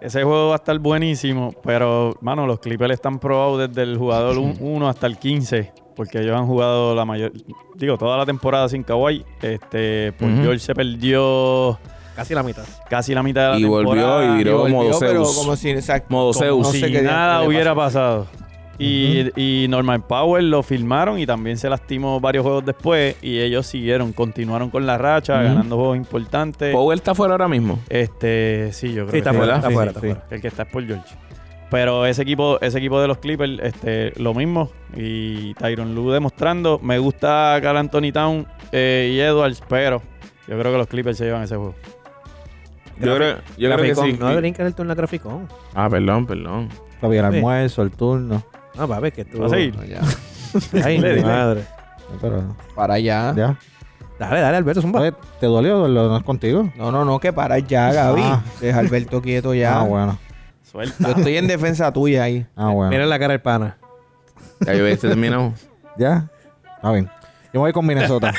Speaker 4: Ese juego va a estar buenísimo, pero, mano, los Clippers están probados desde el jugador 1 hasta el 15, porque ellos han jugado la mayor, digo, toda la temporada sin Kawhi. Este, por
Speaker 2: Ujú.
Speaker 4: George se perdió
Speaker 3: Casi la mitad.
Speaker 4: casi la mitad de la
Speaker 2: Y volvió
Speaker 4: temporada.
Speaker 2: y viró. Pero
Speaker 1: Y volvió,
Speaker 2: modo
Speaker 1: pero
Speaker 2: Zeus.
Speaker 1: como si, exacto,
Speaker 2: Modo
Speaker 1: como
Speaker 2: Zeus.
Speaker 1: no
Speaker 4: si
Speaker 1: sé qué-
Speaker 4: nada
Speaker 1: qué le
Speaker 4: hubiera
Speaker 1: pasó.
Speaker 4: pasado. Y, y Norman Powell lo filmaron y también se lastimó varios juegos después y ellos siguieron, continuaron con la racha,
Speaker 2: Ujú.
Speaker 4: ganando juegos importantes.
Speaker 2: Powell está fuera ahora mismo.
Speaker 4: Este, sí, yo creo
Speaker 3: Sí, está
Speaker 4: que
Speaker 3: fuera, está
Speaker 4: Sí,
Speaker 3: fuera,
Speaker 4: sí,
Speaker 3: está
Speaker 4: sí.
Speaker 3: fuera.
Speaker 4: El que está es por George. Pero ese equipo, ese equipo de los Clippers, este, lo mismo. Y Tyron Lu demostrando. Me gusta Carl Anthony Town eh, y Edwards, pero yo creo que los Clippers se llevan ese juego.
Speaker 2: Yo creo, yo creo que
Speaker 3: Graficón.
Speaker 2: sí.
Speaker 3: No deberían caer el turno a Graficón.
Speaker 2: Ah, perdón, perdón.
Speaker 5: Lo vi el
Speaker 3: Sí.
Speaker 5: almuerzo, el turno.
Speaker 3: No, va a ver que tú.
Speaker 4: ¿Va a seguir?
Speaker 1: No, ya.
Speaker 3: Ay,
Speaker 4: Le
Speaker 3: mi
Speaker 4: dije.
Speaker 3: madre.
Speaker 5: Pero
Speaker 1: Para allá.
Speaker 5: ya.
Speaker 3: Dale, dale, Alberto, zumba.
Speaker 5: Oye, ¿Te dolió? ¿Lo- ¿No es contigo?
Speaker 1: No, no, no, que para allá, Gaby.
Speaker 5: Ah.
Speaker 1: Deja a Alberto quieto ya.
Speaker 5: Ah, bueno.
Speaker 1: Yo
Speaker 4: Suelta.
Speaker 1: estoy en defensa tuya ahí.
Speaker 5: Ah, bueno.
Speaker 3: Mira la cara del pana.
Speaker 2: Ya yo este terminamos.
Speaker 5: Ya. Está bien. Yo me voy con Minnesota.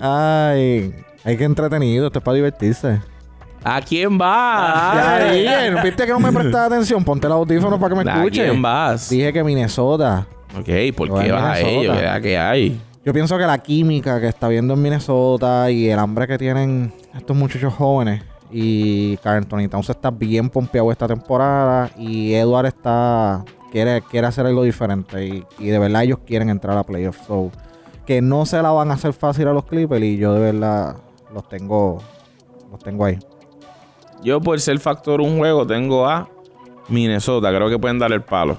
Speaker 5: Ay. Hay que entretenido, esto es para divertirse.
Speaker 2: ¿A quién vas?
Speaker 5: Ya, bien. Viste que no me prestaba atención. Ponte el audífono para que me
Speaker 2: ¿A
Speaker 5: escuche.
Speaker 2: quién vas?
Speaker 5: Dije que Minnesota.
Speaker 2: Ok, ¿por
Speaker 5: Yo
Speaker 2: qué
Speaker 5: en
Speaker 2: vas a
Speaker 5: Minnesota.
Speaker 2: ellos? ¿Qué edad que hay?
Speaker 5: Yo pienso que la química que está viendo en Minnesota y el hambre que tienen estos muchachos jóvenes. Y Carlton Towns está bien pompeado esta temporada. Y Edward está. quiere, quiere hacer algo diferente. Y, y de verdad ellos quieren entrar a playoffs. So, que no se la van a hacer fácil a los Clippers. Y yo de verdad los tengo. Los tengo ahí.
Speaker 2: Yo por ser factor un juego tengo a Minnesota. Creo que pueden dar el palo.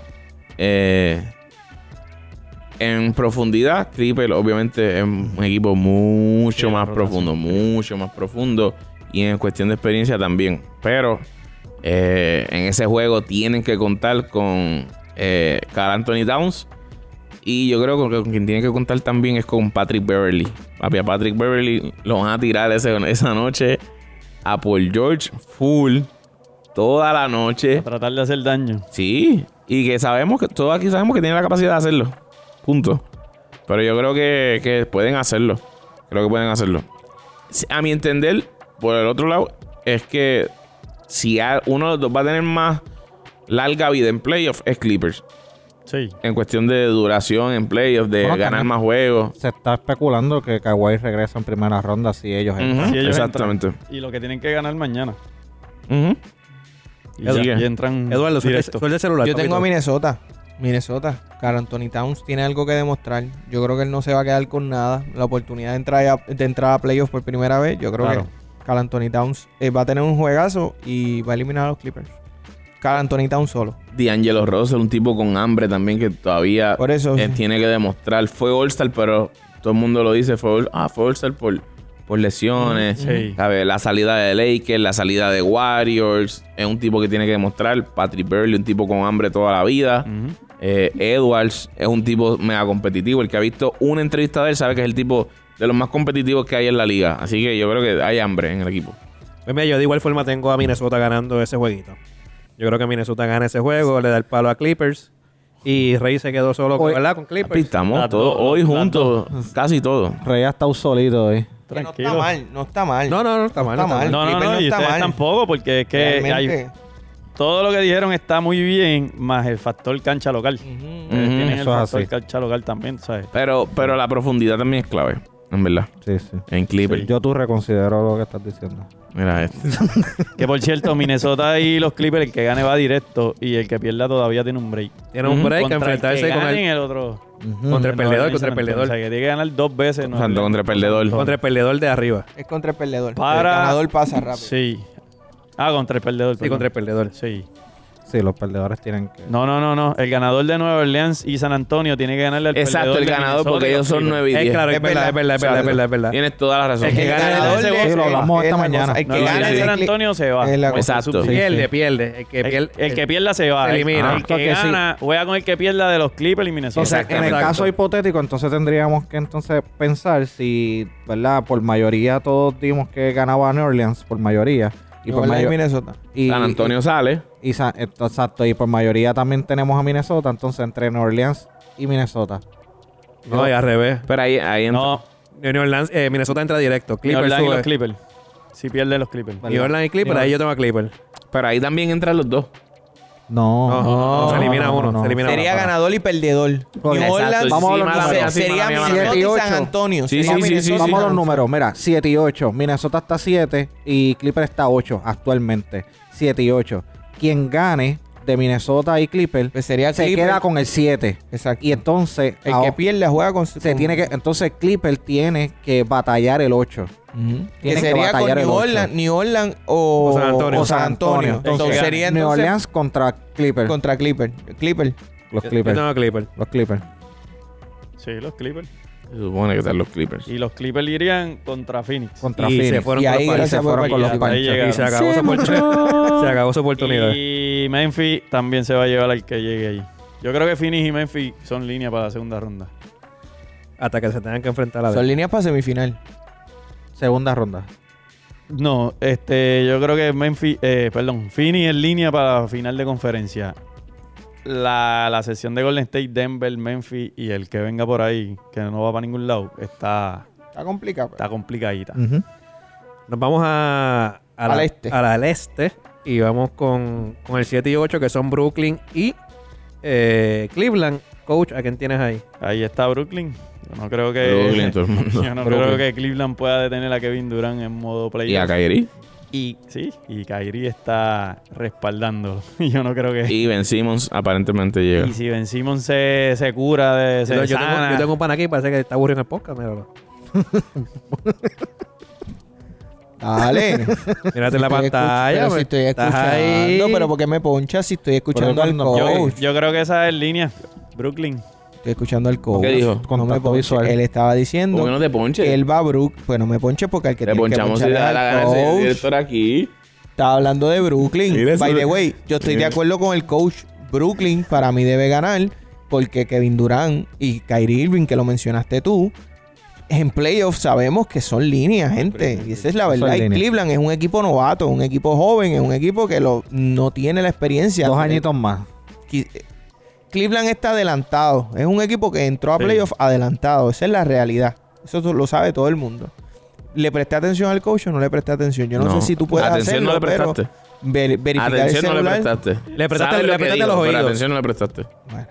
Speaker 2: Eh, en profundidad, Triple obviamente es un equipo mucho más profundo, mucho más profundo. Y en cuestión de experiencia también. Pero eh, en ese juego tienen que contar con eh, Carl Anthony Towns. Y yo creo que con quien tiene que contar también es con Patrick Beverly. Papi, a Patrick Beverly lo van a tirar ese- esa noche a Paul George full toda la noche.
Speaker 4: Tratar de hacer daño.
Speaker 2: Sí, y que sabemos que todos aquí sabemos que tiene la capacidad de hacerlo. Punto. Pero yo creo que, que pueden hacerlo. Creo que pueden hacerlo. Si- A mi entender, por el otro lado, es que si a- uno de los dos va a tener más larga vida en playoffs, es Clippers.
Speaker 4: Sí.
Speaker 2: En cuestión de duración en playoffs, de
Speaker 5: Bueno,
Speaker 2: ganar
Speaker 5: también.
Speaker 2: más juegos.
Speaker 5: Se está especulando que Kawhi regresa en primera ronda si ellos entran.
Speaker 2: Ujú,
Speaker 4: Si ellos
Speaker 2: Exactamente.
Speaker 4: entran. y lo que tienen que ganar mañana.
Speaker 2: Ujú.
Speaker 4: Y,
Speaker 2: Eduardo.
Speaker 4: ya- y entran
Speaker 3: Mm. Eduardo, suelta
Speaker 4: directo.
Speaker 3: suelta el celular.
Speaker 1: Yo tengo a
Speaker 3: papito.
Speaker 1: Minnesota. Minnesota. Carl Anthony Towns tiene algo que demostrar. Yo creo que él no se va a quedar con nada. La oportunidad de entrar a, de entrar a playoffs por primera vez. Yo creo
Speaker 4: Claro.
Speaker 1: que Carl Anthony Towns eh, va a tener un juegazo y va a eliminar a los Clippers. Carl Anthony Towns solo.
Speaker 2: D'Angelo Russell, un tipo con hambre también que todavía
Speaker 1: Por eso.
Speaker 2: eh, tiene que demostrar. Fue All-Star, pero todo el mundo lo dice. Fue, All- ah, fue All-Star por, por lesiones.
Speaker 4: Sí.
Speaker 2: ¿sabe? La salida de Lakers, la salida de Warriors. Es un tipo que tiene que demostrar. Patrick Burley, un tipo con hambre toda la vida.
Speaker 4: Ujú.
Speaker 2: Eh, Edwards es un tipo mega competitivo. El que ha visto una entrevista de él sabe que es el tipo de los más competitivos que hay en la liga. Así que yo creo que hay hambre en el equipo.
Speaker 3: Pues mira, yo de igual forma tengo a Minnesota ganando ese jueguito. Yo creo que Minnesota gana ese juego, le da el palo a Clippers. Y Rey se quedó solo
Speaker 5: Hoy-
Speaker 3: ¿verdad? con
Speaker 2: Papi,
Speaker 3: Clippers.
Speaker 2: estamos
Speaker 4: Las
Speaker 2: todos
Speaker 4: dos,
Speaker 2: hoy
Speaker 4: las
Speaker 2: juntos, casi todos.
Speaker 5: Rey ha estado solito hoy.
Speaker 1: No
Speaker 4: Tranquilo.
Speaker 1: está mal, no está mal.
Speaker 3: No, no, no, está mal.
Speaker 1: Está
Speaker 3: no
Speaker 1: mal.
Speaker 4: No, no,
Speaker 1: Clippers
Speaker 4: no,
Speaker 1: no
Speaker 4: y
Speaker 1: está
Speaker 4: ustedes
Speaker 1: mal.
Speaker 4: tampoco, porque es que hay-
Speaker 1: Realmente.
Speaker 4: todo lo que dijeron está muy bien, más el factor cancha local.
Speaker 1: Ujú.
Speaker 4: Ustedes
Speaker 2: Ujú,
Speaker 4: tienen el
Speaker 5: eso es
Speaker 4: factor
Speaker 5: así.
Speaker 4: cancha local también, ¿sabes?
Speaker 2: Pero, pero la profundidad también es clave, en verdad.
Speaker 5: Sí, sí.
Speaker 2: En Clippers.
Speaker 5: Yo tú reconsidero lo que estás diciendo.
Speaker 2: Mira este, esto.
Speaker 4: Que por cierto, Minnesota y los Clippers, el que gane va directo y el que pierda todavía tiene un break.
Speaker 3: Tiene un break a
Speaker 4: Contra
Speaker 3: enfrentarse
Speaker 4: el que
Speaker 3: con
Speaker 4: gane
Speaker 3: el,
Speaker 4: el otro.
Speaker 3: contra el
Speaker 4: No,
Speaker 3: perdedor, contra el
Speaker 4: no, no, O sea,
Speaker 3: perdedor.
Speaker 4: que tiene que ganar dos veces. ¿no?
Speaker 2: Santo contra el perdedor.
Speaker 3: Contra el perdedor de arriba.
Speaker 1: Es contra el perdedor.
Speaker 4: Para-
Speaker 1: El ganador pasa rápido.
Speaker 4: Sí. Ah, contra el perdedor.
Speaker 3: Sí, contra el perdedor.
Speaker 4: Sí.
Speaker 5: Sí, los perdedores tienen que.
Speaker 4: No, no, no, no. El ganador de Nueva Orleans y San Antonio tiene que ganarle al
Speaker 2: Exacto,
Speaker 4: perdedor
Speaker 2: el
Speaker 4: de
Speaker 2: ganador,
Speaker 4: Minnesota
Speaker 2: porque
Speaker 4: y los
Speaker 2: ellos son
Speaker 4: Clippers.
Speaker 2: 9 y
Speaker 3: Es
Speaker 2: 10.
Speaker 3: claro, es verdad, es verdad, es verdad, es verdad, es verdad.
Speaker 2: Tienes toda la razón.
Speaker 3: El que
Speaker 1: El
Speaker 3: gane de
Speaker 1: ganador de-
Speaker 3: ese
Speaker 5: Sí, lo hablamos
Speaker 1: es
Speaker 5: esta
Speaker 1: la
Speaker 5: mañana.
Speaker 1: cosa. El
Speaker 4: No,
Speaker 1: que
Speaker 4: el
Speaker 1: gana
Speaker 4: de
Speaker 1: ese
Speaker 4: San
Speaker 1: clip
Speaker 4: Antonio se va.
Speaker 1: es la cosa.
Speaker 2: Exacto.
Speaker 5: Sí.
Speaker 3: Pierde, pierde. El que
Speaker 4: El,
Speaker 3: pierde.
Speaker 4: el que pierda se va. ¿eh?
Speaker 3: Se elimina.
Speaker 4: El
Speaker 5: Ah,
Speaker 4: que
Speaker 5: que sí.
Speaker 4: gana juega con el que pierda de los Clippers y Minnesota.
Speaker 5: Entonces, en el
Speaker 2: Exactamente.
Speaker 5: caso hipotético, entonces tendríamos que entonces pensar si, ¿verdad? Por mayoría todos dimos que ganaba New Orleans, por mayoría. Y
Speaker 1: Y
Speaker 5: por
Speaker 1: por la de
Speaker 5: mayo-
Speaker 1: Minnesota.
Speaker 5: y-
Speaker 2: San Antonio sale.
Speaker 5: Y, y San- exacto, y por mayoría también tenemos a Minnesota, entonces entre New Orleans y Minnesota.
Speaker 3: No, y al revés.
Speaker 2: Pero ahí, ahí entra.
Speaker 4: No,
Speaker 3: New Orleans, eh, Minnesota entra directo.
Speaker 4: Clippers
Speaker 3: Clippers
Speaker 4: y los
Speaker 3: sube.
Speaker 4: Clippers. Si pierde los Clippers.
Speaker 3: New Orleans y Clippers. Ahí yo tengo a Clippers.
Speaker 2: Pero ahí también entran los dos.
Speaker 5: No.
Speaker 3: No, no, no, se elimina
Speaker 5: no,
Speaker 3: uno.
Speaker 5: no.
Speaker 3: se elimina
Speaker 1: Sería
Speaker 3: uno.
Speaker 1: ganador y perdedor.
Speaker 5: Con-
Speaker 1: New
Speaker 5: Exacto,
Speaker 1: Orleans,
Speaker 5: Vamos a
Speaker 2: sí,
Speaker 5: los
Speaker 2: mala
Speaker 1: se-
Speaker 2: mía, sí,
Speaker 1: sería
Speaker 2: mala mía, mala mía.
Speaker 1: Minnesota y San
Speaker 5: mía. Siete y ocho.
Speaker 1: Antonio.
Speaker 2: Sí,
Speaker 1: Sería
Speaker 2: sí, sí, sí,
Speaker 1: Minnesota y
Speaker 5: Vamos a
Speaker 1: San
Speaker 5: los
Speaker 1: Antonio.
Speaker 5: números. Mira, 7 y 8. Minnesota está 7 y Clipper está 8 actualmente. 7 y 8. Quien gane de Minnesota y Clipper
Speaker 1: Pues sería
Speaker 5: se
Speaker 1: Clipper.
Speaker 5: queda con el 7.
Speaker 1: Exacto.
Speaker 5: Y entonces
Speaker 1: el
Speaker 5: ahora
Speaker 1: que pierde juega con
Speaker 5: se tiene que entonces Clipper tiene que batallar el 8.
Speaker 1: que
Speaker 5: tiene que
Speaker 1: sería con
Speaker 5: batallar el
Speaker 1: New
Speaker 5: ocho.
Speaker 1: Orleans, New Orleans o,
Speaker 3: O San Antonio.
Speaker 1: o San Antonio. Entonces,
Speaker 5: Entonces,
Speaker 1: sería
Speaker 5: New
Speaker 1: entonces
Speaker 5: Orleans contra Clipper.
Speaker 1: contra Clipper. Clipper.
Speaker 5: los
Speaker 3: Yo
Speaker 5: Clippers.
Speaker 3: tengo a Clippers.
Speaker 5: Los Clippers.
Speaker 4: Sí, los Clippers.
Speaker 2: Se supone que están los Clippers.
Speaker 4: Y los Clippers irían contra Phoenix.
Speaker 5: Contra
Speaker 3: Y se
Speaker 5: Phoenix.
Speaker 3: fueron
Speaker 1: Y
Speaker 3: con los
Speaker 1: ahí,
Speaker 3: Panthers.
Speaker 1: gracias
Speaker 5: se
Speaker 1: por
Speaker 5: fueron con los
Speaker 4: hasta ahí
Speaker 5: Panthers.
Speaker 4: llegaron.
Speaker 3: Y se acabó, su oportunidad. se acabó eh. su oportunidad.
Speaker 4: Y Memphis también se va a llevar al que llegue ahí. Yo creo que Phoenix y Memphis son línea para la segunda ronda.
Speaker 3: Hasta que se tengan que enfrentar a la
Speaker 1: Son líneas para semifinal.
Speaker 5: Segunda ronda.
Speaker 4: No, este, yo creo que Memphis, eh, perdón, Phoenix en línea para la final de conferencia. La, la sesión de Golden State, Denver, Memphis y el que venga por ahí, que no va para ningún lado, está,
Speaker 1: Está complicado.
Speaker 4: está complicadita.
Speaker 3: Nos vamos a, a la-
Speaker 1: Al este.
Speaker 3: a la- al este. Y vamos con, con el 7 y 8, que son Brooklyn y eh, Cleveland. Coach, ¿a quién tienes ahí?
Speaker 4: Ahí está Brooklyn. Yo no creo que.
Speaker 2: Brooklyn, todo el mundo.
Speaker 4: eh, Yo no
Speaker 3: Brooklyn.
Speaker 4: creo que Cleveland pueda detener a Kevin Durant en modo playoff.
Speaker 2: Y a Kyrie.
Speaker 4: Y- sí, y Kyrie está respaldándolo. Yo no creo que.
Speaker 2: Y Ben Simmons aparentemente llega.
Speaker 4: Y si Ben Simmons se, se cura, de, se
Speaker 3: Yo, yo tengo,
Speaker 4: sana,
Speaker 3: yo tengo un pan aquí, parece que está aburrido en el podcast. Míralo.
Speaker 1: Dale.
Speaker 3: Mírate en la
Speaker 1: Estoy escuch-
Speaker 3: pantalla.
Speaker 1: pero
Speaker 3: pues.
Speaker 1: si estoy
Speaker 3: Estás
Speaker 1: escuchando.
Speaker 3: ahí.
Speaker 1: Pero porque me ponchas si estoy escuchando
Speaker 5: Pero
Speaker 1: al
Speaker 5: cuando-
Speaker 1: coach.
Speaker 4: yo, yo creo que esa es línea. Brooklyn.
Speaker 1: Estoy escuchando al coach.
Speaker 2: ¿Qué dijo?
Speaker 1: No me
Speaker 5: Contacto
Speaker 1: ponche.
Speaker 5: visual.
Speaker 1: Él estaba diciendo
Speaker 2: ¿Por qué no te
Speaker 1: que
Speaker 2: ponches?
Speaker 1: él va a Brook. Pues no me ponche porque el que
Speaker 2: Te
Speaker 1: tiene que
Speaker 2: ponchamos y
Speaker 1: ponchar
Speaker 2: le
Speaker 1: es
Speaker 2: da
Speaker 1: al
Speaker 2: la gana
Speaker 1: coach.
Speaker 2: ese director aquí.
Speaker 1: Estaba hablando de Brooklyn.
Speaker 2: Mira, eso
Speaker 1: By the
Speaker 2: lo-
Speaker 1: way, yo estoy de
Speaker 2: Mira.
Speaker 1: acuerdo con el coach. Brooklyn para mí debe ganar porque Kevin Durant y Kyrie Irving, que lo mencionaste tú, en playoffs sabemos que son líneas, gente. Y esa es la
Speaker 5: Son
Speaker 1: verdad. Y
Speaker 5: líneas.
Speaker 1: Cleveland es un equipo novato, un equipo joven, es un equipo que lo, no tiene la experiencia.
Speaker 5: Dos
Speaker 1: Eh,
Speaker 5: añitos más.
Speaker 1: qui- Cleveland está adelantado. Es un equipo que entró a
Speaker 4: Sí.
Speaker 1: playoffs adelantado. Esa es la realidad. Eso tú- lo sabe todo el mundo. ¿Le presté atención al coach o no le presté atención? Yo no, sé si tú puedes
Speaker 2: Atención
Speaker 1: hacerlo,
Speaker 2: no le
Speaker 1: pero
Speaker 2: prestaste.
Speaker 1: ver- verificar el
Speaker 2: Atención no le
Speaker 1: celular.
Speaker 2: prestaste.
Speaker 3: Le prestaste- le
Speaker 2: Sabes lo que
Speaker 3: prestaste
Speaker 2: digo,
Speaker 3: los
Speaker 2: pero
Speaker 3: oídos.
Speaker 2: atención no le prestaste.
Speaker 1: Bueno,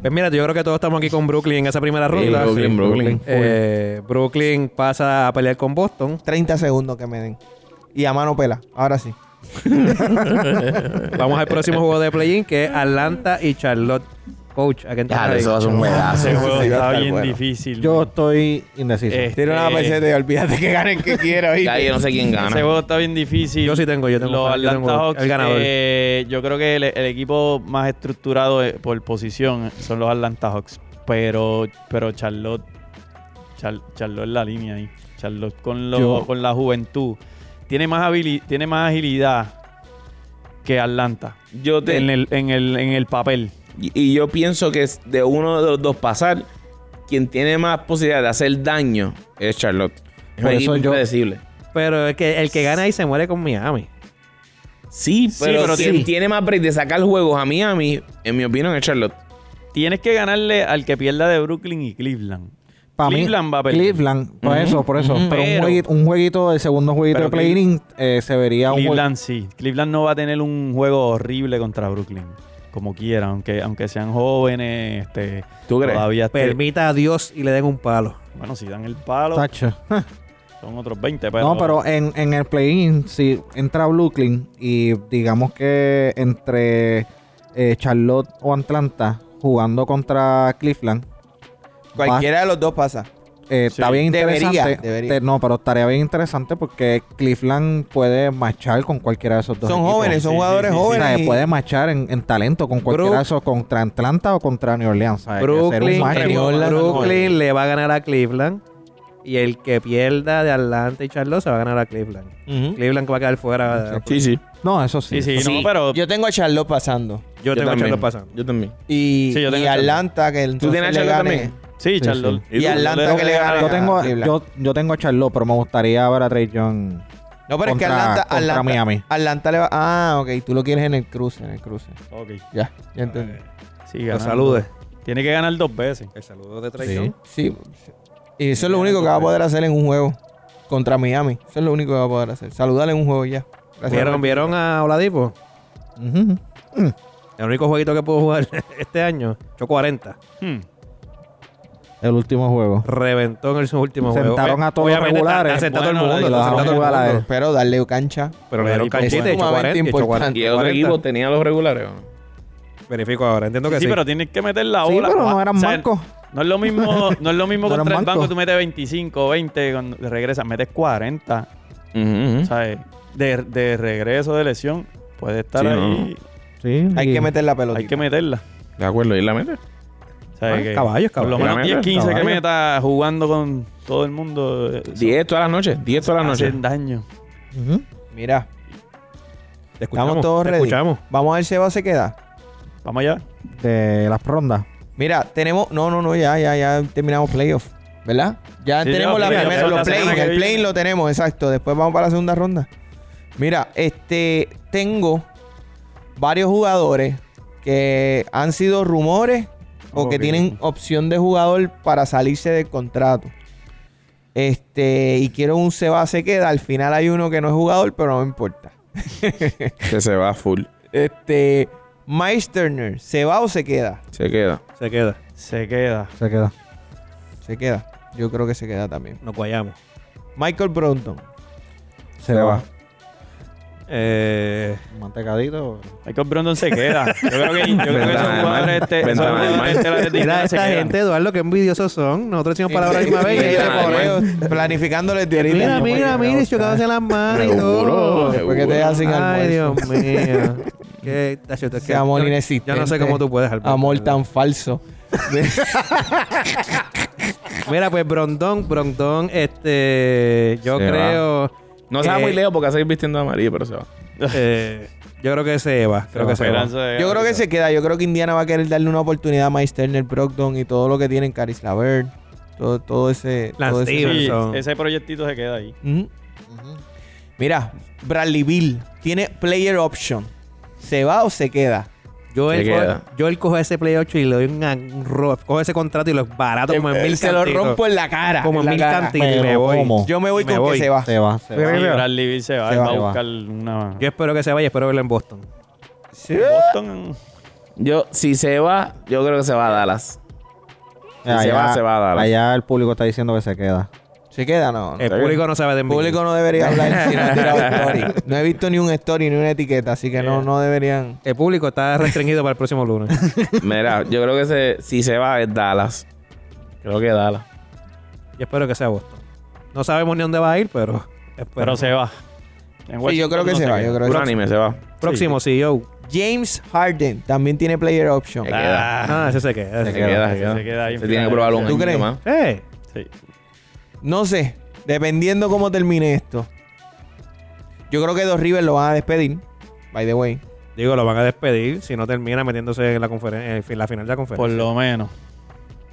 Speaker 3: Pues mira, yo creo que todos estamos aquí con Brooklyn en esa primera
Speaker 2: Sí,
Speaker 3: ronda.
Speaker 2: Brooklyn, Brooklyn.
Speaker 3: Eh, Brooklyn pasa a pelear con Boston.
Speaker 1: 30 segundos que me den. Y a mano pela. Ahora sí.
Speaker 3: Vamos al próximo juego de play-in que es Atlanta y Charlotte. Coach, ¿a quién te
Speaker 2: Déjale,
Speaker 3: ahí?
Speaker 2: eso va a ser un pedazo.
Speaker 4: Ah, Ese juego
Speaker 2: Sí, va a
Speaker 4: está
Speaker 2: estar
Speaker 4: bien
Speaker 2: bueno.
Speaker 4: difícil.
Speaker 5: Yo
Speaker 4: man.
Speaker 5: estoy indeciso.
Speaker 4: Eh,
Speaker 3: Este,
Speaker 1: Tiro una
Speaker 4: Eh.
Speaker 1: peseta y olvídate que ganen que quiero. ¿oíste?
Speaker 2: Ya, yo no sé quién
Speaker 4: Ese
Speaker 2: gana.
Speaker 4: juego está bien difícil.
Speaker 3: ah, Yo sí tengo, yo tengo.
Speaker 4: Los
Speaker 3: yo tengo
Speaker 4: Atlanta Hawks,
Speaker 3: el ganador.
Speaker 4: eh, yo creo que el, el equipo más estructurado eh, por posición son los Atlanta Hawks. Pero, pero Charlotte, Char- Charlotte en la línea ahí. Charlotte con, lo-
Speaker 5: Yo-
Speaker 4: con la juventud. Tiene más, habili- tiene más agilidad que Atlanta.
Speaker 2: Yo te-
Speaker 4: En el, en el, en el papel.
Speaker 2: y- y yo pienso que es de uno de los dos pasar, quien tiene más posibilidad de hacer daño es Charlotte. Es un
Speaker 5: Por eso
Speaker 2: equipo
Speaker 5: yo-
Speaker 2: impredecible.
Speaker 3: Pero es que el que gana ahí se muere con Miami.
Speaker 2: Sí, pero,
Speaker 4: pero
Speaker 2: quien
Speaker 4: sí.
Speaker 2: tiene más break de sacar juegos a Miami, en mi opinión, es Charlotte.
Speaker 4: Tienes que ganarle al que pierda de Brooklyn y Cleveland.
Speaker 5: Para
Speaker 4: Cleveland
Speaker 5: mí,
Speaker 4: va a perder.
Speaker 5: Cleveland, por eso, por eso. Pero, un
Speaker 4: Pero-
Speaker 5: jueguito, un jueguito, el segundo jueguito
Speaker 4: Pero
Speaker 5: de play-in eh, se vería un juego.
Speaker 4: Cleveland sí. Cleveland no va a tener un juego horrible contra Brooklyn. Como quiera, aunque, aunque sean jóvenes, este,
Speaker 2: ¿Tú crees?
Speaker 4: todavía este-
Speaker 3: Permita a Dios y le den un palo.
Speaker 4: Bueno, si dan el palo,
Speaker 5: Tacho.
Speaker 4: son otros 20, pero.
Speaker 5: No, pero en, en el play-in, si entra Brooklyn y digamos que entre eh, Charlotte o Atlanta jugando contra Cleveland,
Speaker 1: Cualquiera de los dos pasa.
Speaker 5: eh,
Speaker 4: Sí.
Speaker 5: está bien
Speaker 1: Debería,
Speaker 5: interesante.
Speaker 1: debería.
Speaker 5: Te- no, pero estaría bien interesante porque Cleveland puede marchar con cualquiera de esos dos.
Speaker 1: Son
Speaker 5: equipos.
Speaker 1: jóvenes, son
Speaker 4: Sí, sí,
Speaker 1: jugadores
Speaker 4: sí, sí.
Speaker 5: O sea,
Speaker 1: jóvenes. y-
Speaker 5: puede marchar en, en talento con cualquiera
Speaker 3: Brook-
Speaker 5: de esos contra Atlanta o contra New Orleans. ¿sabes? Que hacer un
Speaker 3: Brooklyn,
Speaker 5: match-
Speaker 3: Brooklyn,
Speaker 4: Orlando.
Speaker 3: Brooklyn le va a ganar a Cleveland. Y el que pierda de Atlanta y Charlotte se va a ganar a Cleveland.
Speaker 1: Ujú.
Speaker 3: Cleveland va a quedar fuera.
Speaker 2: Sí, sí.
Speaker 5: No, eso sí.
Speaker 4: Sí, sí,
Speaker 2: Sí.
Speaker 4: no, pero.
Speaker 1: Yo tengo a Charlotte pasando.
Speaker 3: Yo, tengo a
Speaker 2: también.
Speaker 3: Charlotte pasando.
Speaker 2: Yo también.
Speaker 1: Y,
Speaker 4: Sí, yo tengo
Speaker 1: y
Speaker 4: a Charlotte.
Speaker 1: Atlanta que entonces
Speaker 2: tienes a
Speaker 1: le
Speaker 2: Charlotte
Speaker 1: gane.
Speaker 2: también?
Speaker 4: Sí, Charlotte.
Speaker 1: Y Atlanta
Speaker 4: Yo le
Speaker 1: que
Speaker 4: voy
Speaker 1: le
Speaker 4: a ganar
Speaker 1: gana.
Speaker 5: Yo
Speaker 4: a-
Speaker 5: tengo,
Speaker 1: Cleveland.
Speaker 5: yo, yo tengo a Charlotte, pero me gustaría ver a Trey Young.
Speaker 1: No, pero es que
Speaker 5: Contra-
Speaker 1: Atlanta,
Speaker 5: contra
Speaker 1: Atlanta,
Speaker 5: Miami.
Speaker 1: Atlanta le va. Ah, ok. Tú lo quieres en el cruce, en el cruce.
Speaker 4: Ok,
Speaker 1: Ya, ya entendí.
Speaker 4: sí,
Speaker 3: Los
Speaker 4: ganando.
Speaker 3: saludes.
Speaker 4: Tiene que ganar dos veces.
Speaker 3: El saludo de
Speaker 5: Sí.
Speaker 3: traición.
Speaker 1: Sí. Y eso es lo único que va a poder hacer en un juego contra Miami. Eso es lo único que va a poder hacer. Saludarle en un juego y ya. Gracias.
Speaker 3: ¿Vieron, ¿Vieron a Oladipo?
Speaker 5: Ujú.
Speaker 3: El único jueguito que pudo jugar este año, echó 40.
Speaker 4: Hmm.
Speaker 5: El último juego.
Speaker 3: Reventó en su último juego.
Speaker 5: Sentaron a todos los
Speaker 3: Obviamente,
Speaker 5: regulares.
Speaker 3: está- está sentado
Speaker 4: Bueno,
Speaker 3: todo el
Speaker 5: Lo
Speaker 3: mundo. está
Speaker 5: dejaron
Speaker 3: sentado
Speaker 5: jugar
Speaker 3: todo el
Speaker 5: a
Speaker 3: mundo.
Speaker 5: él.
Speaker 1: Pero darle cancha.
Speaker 3: Pero le dieron
Speaker 4: Oladipo es
Speaker 3: canchita y echó 40. y
Speaker 1: sumamente
Speaker 3: echó 40.
Speaker 2: ¿Y el otro
Speaker 3: 40.
Speaker 2: equipo tenía los regulares o no?
Speaker 3: Verifico ahora, entiendo que sí.
Speaker 4: Sí, pero tienes que meter la
Speaker 5: Sí,
Speaker 4: bola.
Speaker 5: pero no eran
Speaker 4: O sea,
Speaker 5: marcos.
Speaker 4: No es lo mismo, no es lo mismo
Speaker 5: No eran
Speaker 4: contra el banco.
Speaker 5: bancos.
Speaker 4: Tú metes 25, 20, cuando regresas, metes 40.
Speaker 2: Ujú, ujú.
Speaker 4: ¿sabes? De, de regreso de lesión, puede estar
Speaker 2: Sí,
Speaker 4: ahí.
Speaker 5: Sí,
Speaker 1: Hay
Speaker 5: y-
Speaker 1: que meter la pelota.
Speaker 4: Hay que meterla.
Speaker 2: De acuerdo, ¿y la mete?
Speaker 4: ¿sabes?
Speaker 3: Ah,
Speaker 4: Que
Speaker 3: caballos,
Speaker 4: Por lo
Speaker 3: caballos.
Speaker 4: menos 10, 15 que
Speaker 5: Caballos.
Speaker 4: meta jugando con todo el mundo. eh,
Speaker 2: 10 todas las noches. 10
Speaker 1: Ah,
Speaker 2: todas las noches.
Speaker 4: Hacen daño.
Speaker 5: Ujú.
Speaker 1: Mira,
Speaker 3: Te escuchamos,
Speaker 1: Estamos todos
Speaker 3: te
Speaker 1: ready.
Speaker 3: escuchamos.
Speaker 1: vamos a ver si Seba se queda.
Speaker 4: Vamos allá.
Speaker 5: De las rondas.
Speaker 1: Mira, tenemos. No, no, no, ya, ya, ya terminamos playoff. ¿Verdad? Ya
Speaker 4: Sí,
Speaker 1: tenemos
Speaker 4: ya,
Speaker 1: la
Speaker 4: playoff,
Speaker 1: primera.
Speaker 4: la
Speaker 1: Los
Speaker 4: semana
Speaker 1: play,
Speaker 4: que
Speaker 1: el
Speaker 4: viene.
Speaker 1: play lo tenemos, exacto. Después vamos para la segunda ronda. Mira, este. Tengo varios jugadores que han sido rumores o que
Speaker 4: Ok.
Speaker 1: tienen opción de jugador para salirse del contrato. Este, y quiero un se va, se queda. Al final hay uno que no es jugador, pero no me importa.
Speaker 2: Que se va full.
Speaker 1: Este, Miles Turner, ¿se va o se queda?
Speaker 2: Se queda.
Speaker 3: Se queda.
Speaker 4: Se queda.
Speaker 5: Se queda.
Speaker 1: Se queda. Yo creo que se queda también.
Speaker 3: Nos guayamos.
Speaker 1: Michael Brompton.
Speaker 5: Se, va.
Speaker 3: Eh,
Speaker 5: Mantecadito.
Speaker 4: Michael Brondon se queda. Yo creo que, yo creo que
Speaker 2: Ventana
Speaker 4: esos
Speaker 2: de
Speaker 4: jugadores este, esos
Speaker 2: Ventana de
Speaker 4: jugadores
Speaker 2: Mike.
Speaker 4: estelares de
Speaker 3: mira,
Speaker 4: Indiana se
Speaker 3: esta
Speaker 4: quedan.
Speaker 3: gente, Eduardo, qué envidiosos son. Nosotros decimos palabras la misma
Speaker 1: Y
Speaker 3: vez. y
Speaker 1: de
Speaker 3: ellos-
Speaker 1: pobreo, planificándole el diarito.
Speaker 3: Mira, mira, mira, y chocándose las manos y todo.
Speaker 1: Después que te dejan sin almuerzo.
Speaker 3: Ay, Dios mío. Qué, tacho,
Speaker 1: Ese amor
Speaker 3: yo-
Speaker 1: inexistente.
Speaker 3: Yo no sé cómo tú puedes, Alberto.
Speaker 1: Amor tan falso.
Speaker 3: Mira, pues Brondón, Brondón, este. Yo
Speaker 2: Se
Speaker 3: creo.
Speaker 2: No se va
Speaker 3: eh,
Speaker 2: muy lejos porque seguir vistiendo de amarillo, pero se va.
Speaker 3: eh, yo creo que se va. Creo que se va.
Speaker 4: Esperanza de-
Speaker 1: Yo creo que se queda. Yo creo que Indiana va a querer darle una oportunidad a Miles Turner, Brogdon y todo lo que tienen Caris LaVert. Todo, todo ese...
Speaker 3: Lance
Speaker 1: todo ese-
Speaker 3: Steven.
Speaker 4: Sí,
Speaker 3: Stevenson.
Speaker 4: ese proyectito se queda ahí.
Speaker 1: Ujú. Mira, Bradley Bill tiene player option. ¿Se va o se queda?
Speaker 3: Yo
Speaker 2: Se
Speaker 3: él,
Speaker 2: queda.
Speaker 3: coge- yo él coge ese Play 8 y le doy un, un ro- Coge ese contrato y lo barato como en
Speaker 1: Él
Speaker 3: mil
Speaker 1: se lo
Speaker 3: cantitos.
Speaker 1: rompo en la cara.
Speaker 3: Como en
Speaker 1: la
Speaker 3: mil
Speaker 1: cara.
Speaker 3: cantitos y
Speaker 5: Pero
Speaker 3: me voy.
Speaker 5: ¿cómo?
Speaker 1: Yo me voy
Speaker 3: Me
Speaker 1: con
Speaker 3: voy.
Speaker 1: que se va.
Speaker 5: Se va, se va.
Speaker 4: Y Bradley Beal se va.
Speaker 1: Se
Speaker 4: él
Speaker 1: va,
Speaker 4: va a
Speaker 5: se va.
Speaker 4: buscar una...
Speaker 3: Yo espero que se vaya, espero verlo en Boston.
Speaker 1: Sí.
Speaker 4: Boston...
Speaker 2: Yo, si se va, yo creo que se va a Dallas. Si se va, se va a Dallas.
Speaker 5: Allá el público está diciendo que se queda.
Speaker 1: ¿Se queda? No. no.
Speaker 3: El público no sabe de
Speaker 1: El
Speaker 3: NBA.
Speaker 1: público no debería hablar si no ha tirado story. No he visto ni un story ni una etiqueta, así que no, no deberían.
Speaker 3: El público está restringido para el próximo lunes.
Speaker 2: Mira, yo creo que se- si se va es Dallas. Creo que Dallas.
Speaker 3: Yo espero que sea Boston. No sabemos ni dónde va a ir, pero. espero.
Speaker 4: Pero se va. En
Speaker 1: Sí, yo creo
Speaker 4: Washington
Speaker 1: que
Speaker 4: no
Speaker 1: se va. Yo
Speaker 4: queda.
Speaker 1: creo
Speaker 2: Puro
Speaker 1: que sí.
Speaker 2: anime se va.
Speaker 3: Próximo E CEO.
Speaker 1: James Harden también tiene player option.
Speaker 2: Se queda.
Speaker 3: Ah, ese se queda. ese
Speaker 2: Se
Speaker 3: se queda.
Speaker 2: queda, se
Speaker 4: se
Speaker 2: queda.
Speaker 4: queda ahí en
Speaker 2: Se tiene que probar un
Speaker 1: ¿Tú
Speaker 2: año
Speaker 1: crees?
Speaker 2: más.
Speaker 3: Eh,
Speaker 4: Sí.
Speaker 1: No sé, dependiendo cómo termine esto. Yo creo que Dos Rivers lo van a despedir, by the way.
Speaker 3: Digo, lo van a despedir si no termina metiéndose en la, conferen- en fin- la final de la conferencia.
Speaker 4: Por lo menos.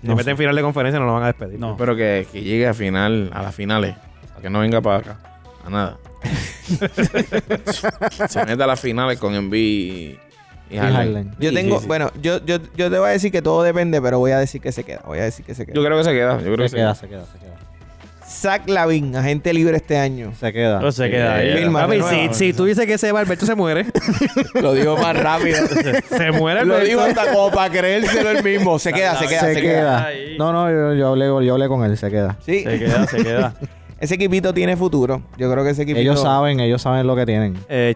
Speaker 3: si
Speaker 1: no
Speaker 3: meten en final de conferencia, no lo van a despedir.
Speaker 4: No.
Speaker 2: Espero que, que llegue a final, a las finales. Para que no venga para acá. A nada. se meta a las finales con Envy y, y Harden.
Speaker 5: Harden.
Speaker 1: Yo
Speaker 2: Sí,
Speaker 1: tengo,
Speaker 2: sí, sí.
Speaker 1: bueno, yo, yo, yo te voy a decir que todo depende, pero voy a decir que se queda. Voy a decir que se queda.
Speaker 2: Yo creo que se queda. Yo creo que
Speaker 5: Se
Speaker 2: se
Speaker 5: queda,
Speaker 2: queda.
Speaker 5: se queda, se queda.
Speaker 1: Zach Lavin, agente libre este año.
Speaker 5: Se queda.
Speaker 4: Pero se queda ahí.
Speaker 2: Vilma,
Speaker 3: Papi,
Speaker 1: Nueva,
Speaker 3: si,
Speaker 1: bro.
Speaker 3: si tú dices que se va, Alberto se muere.
Speaker 1: Lo digo más rápido.
Speaker 3: se muere
Speaker 1: lo digo
Speaker 3: Alberto.
Speaker 1: hasta como para creérselo el mismo. Se queda, se queda, se, queda.
Speaker 4: Ahí.
Speaker 5: No, no, yo, yo hablé, yo hablé con él, se queda.
Speaker 1: Sí.
Speaker 4: Se queda, se queda.
Speaker 1: Ese equipito tiene futuro. Yo creo que ese equipito.
Speaker 5: Ellos saben, ellos saben lo que tienen.
Speaker 3: Eh,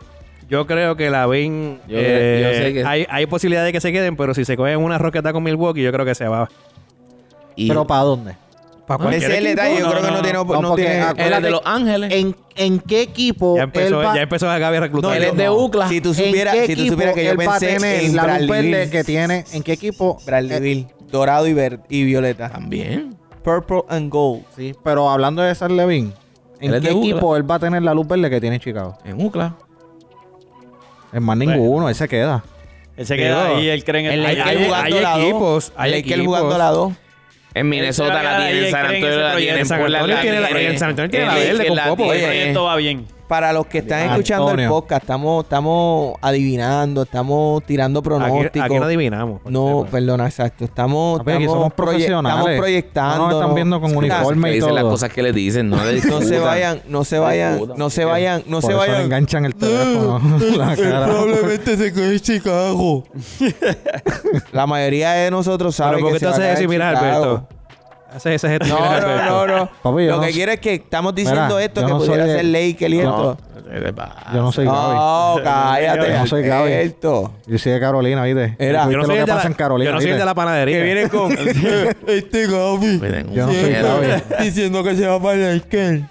Speaker 3: yo creo que la Vin. eh,
Speaker 2: Yo- yo sé que-
Speaker 3: hay, hay posibilidad de que se queden, pero si se cogen una roqueta con Milwaukee, yo creo que se va.
Speaker 2: Y
Speaker 5: Pero ¿para dónde?
Speaker 3: Para
Speaker 1: Ese es el detalle. Yo
Speaker 4: No,
Speaker 1: creo que
Speaker 4: no,
Speaker 1: no,
Speaker 4: no.
Speaker 1: tiene. op-
Speaker 5: No,
Speaker 1: no
Speaker 5: porque
Speaker 1: tiene-
Speaker 5: acu-
Speaker 2: él es de Los Ángeles.
Speaker 5: ¿En, en qué equipo
Speaker 3: Ya empezó,
Speaker 5: él va-
Speaker 3: ya empezó a Gaby a reclutar.
Speaker 1: No,
Speaker 2: él
Speaker 1: yo-
Speaker 2: es de UCLA.
Speaker 1: Si tú
Speaker 5: en
Speaker 1: supieras,
Speaker 5: qué
Speaker 1: si tú
Speaker 5: equipo
Speaker 1: supieras que yo
Speaker 5: él va a
Speaker 1: pensé
Speaker 5: tener
Speaker 1: en
Speaker 5: la luz
Speaker 1: Bradley
Speaker 5: verde
Speaker 1: Beal.
Speaker 5: que tiene, ¿en qué equipo?
Speaker 1: Bradley
Speaker 5: Eh,
Speaker 1: Beal, dorado y, verde, y violeta.
Speaker 2: También.
Speaker 1: Purple and gold.
Speaker 5: sí, pero hablando de San Levin,
Speaker 2: Él es
Speaker 5: ¿en qué
Speaker 2: de UCLA.
Speaker 5: equipo él va a tener la luz verde que tiene Chicago?
Speaker 2: En UCLA.
Speaker 5: En más
Speaker 4: Bueno.
Speaker 5: ninguno, él se queda.
Speaker 4: Él se queda
Speaker 3: Digo,
Speaker 4: ahí, él cree en el...
Speaker 3: el
Speaker 1: Hay
Speaker 4: Ahí-
Speaker 1: que
Speaker 4: ahí-
Speaker 1: él jugando a la dos.
Speaker 3: equipos, hay
Speaker 1: Lakers
Speaker 3: equipos.
Speaker 1: jugando a la 2.
Speaker 2: En Minnesota la tiene, en San Antonio la tiene, en
Speaker 3: San
Speaker 2: Portland
Speaker 3: Antonio
Speaker 2: la
Speaker 3: tiene la-
Speaker 2: tiene.
Speaker 3: en San Antonio tiene
Speaker 2: en
Speaker 3: la verde
Speaker 2: Lakers
Speaker 3: con
Speaker 2: la
Speaker 3: Popo.
Speaker 2: tiene.
Speaker 4: el proyecto va bien.
Speaker 1: Para los que están
Speaker 5: Antonio.
Speaker 1: escuchando el podcast, estamos, estamos adivinando, estamos tirando
Speaker 3: Aquí,
Speaker 1: pronósticos.
Speaker 3: aquí no pues. adivinamos.
Speaker 1: No, pues, perdona, exacto. Estamos,
Speaker 5: Ah, pero aquí
Speaker 1: estamos
Speaker 5: somos
Speaker 1: proye-
Speaker 5: profesionales.
Speaker 1: Estamos proyectando.
Speaker 5: No nos están viendo con
Speaker 1: Sí,
Speaker 2: Que
Speaker 5: uniforme. y
Speaker 2: dicen las
Speaker 5: todo.
Speaker 2: cosas que le dicen, no le
Speaker 1: No se
Speaker 2: discutan.
Speaker 1: vayan, no se vayan, no se vayan, no
Speaker 5: Por
Speaker 1: se
Speaker 5: eso le
Speaker 1: vayan.
Speaker 5: enganchan
Speaker 3: Mm.
Speaker 5: el teléfono. la cara.
Speaker 1: Eh, Probablemente se quede Chicago. La mayoría de nosotros sabe
Speaker 3: Pero ¿por
Speaker 1: que
Speaker 3: qué
Speaker 1: se
Speaker 3: tú
Speaker 1: va a
Speaker 3: haces
Speaker 1: quedar
Speaker 3: eso y
Speaker 1: en
Speaker 3: miras,
Speaker 1: Chicago.
Speaker 3: Alberto? Haces ese gesto y miras,
Speaker 1: No,
Speaker 3: Alberto.
Speaker 1: no, no, no.
Speaker 5: Papi, yo
Speaker 1: Lo
Speaker 5: no
Speaker 1: que
Speaker 5: sé.
Speaker 1: quiero es que estamos diciendo
Speaker 5: Mira,
Speaker 1: esto,
Speaker 5: yo
Speaker 1: que
Speaker 5: no
Speaker 1: pudiera
Speaker 5: soy de-
Speaker 1: ser Lakers y
Speaker 5: No.
Speaker 1: esto.
Speaker 5: Yo no soy
Speaker 3: Ah.
Speaker 5: Gaby.
Speaker 1: No, cállate.
Speaker 5: Yo no soy Gaby.
Speaker 1: Alberto.
Speaker 5: Yo soy de Carolina, ¿viste?
Speaker 1: Era,
Speaker 5: Tú
Speaker 3: Yo
Speaker 5: viste
Speaker 3: no soy
Speaker 5: lo
Speaker 3: el
Speaker 5: que
Speaker 3: de
Speaker 5: pasa en
Speaker 3: la-
Speaker 5: Carolina.
Speaker 3: yo no soy el
Speaker 5: ¿viste?
Speaker 3: de la panadería.
Speaker 1: Que viene con este Gaby
Speaker 5: Yo no soy Gaby.
Speaker 1: diciendo que se va para Lakers.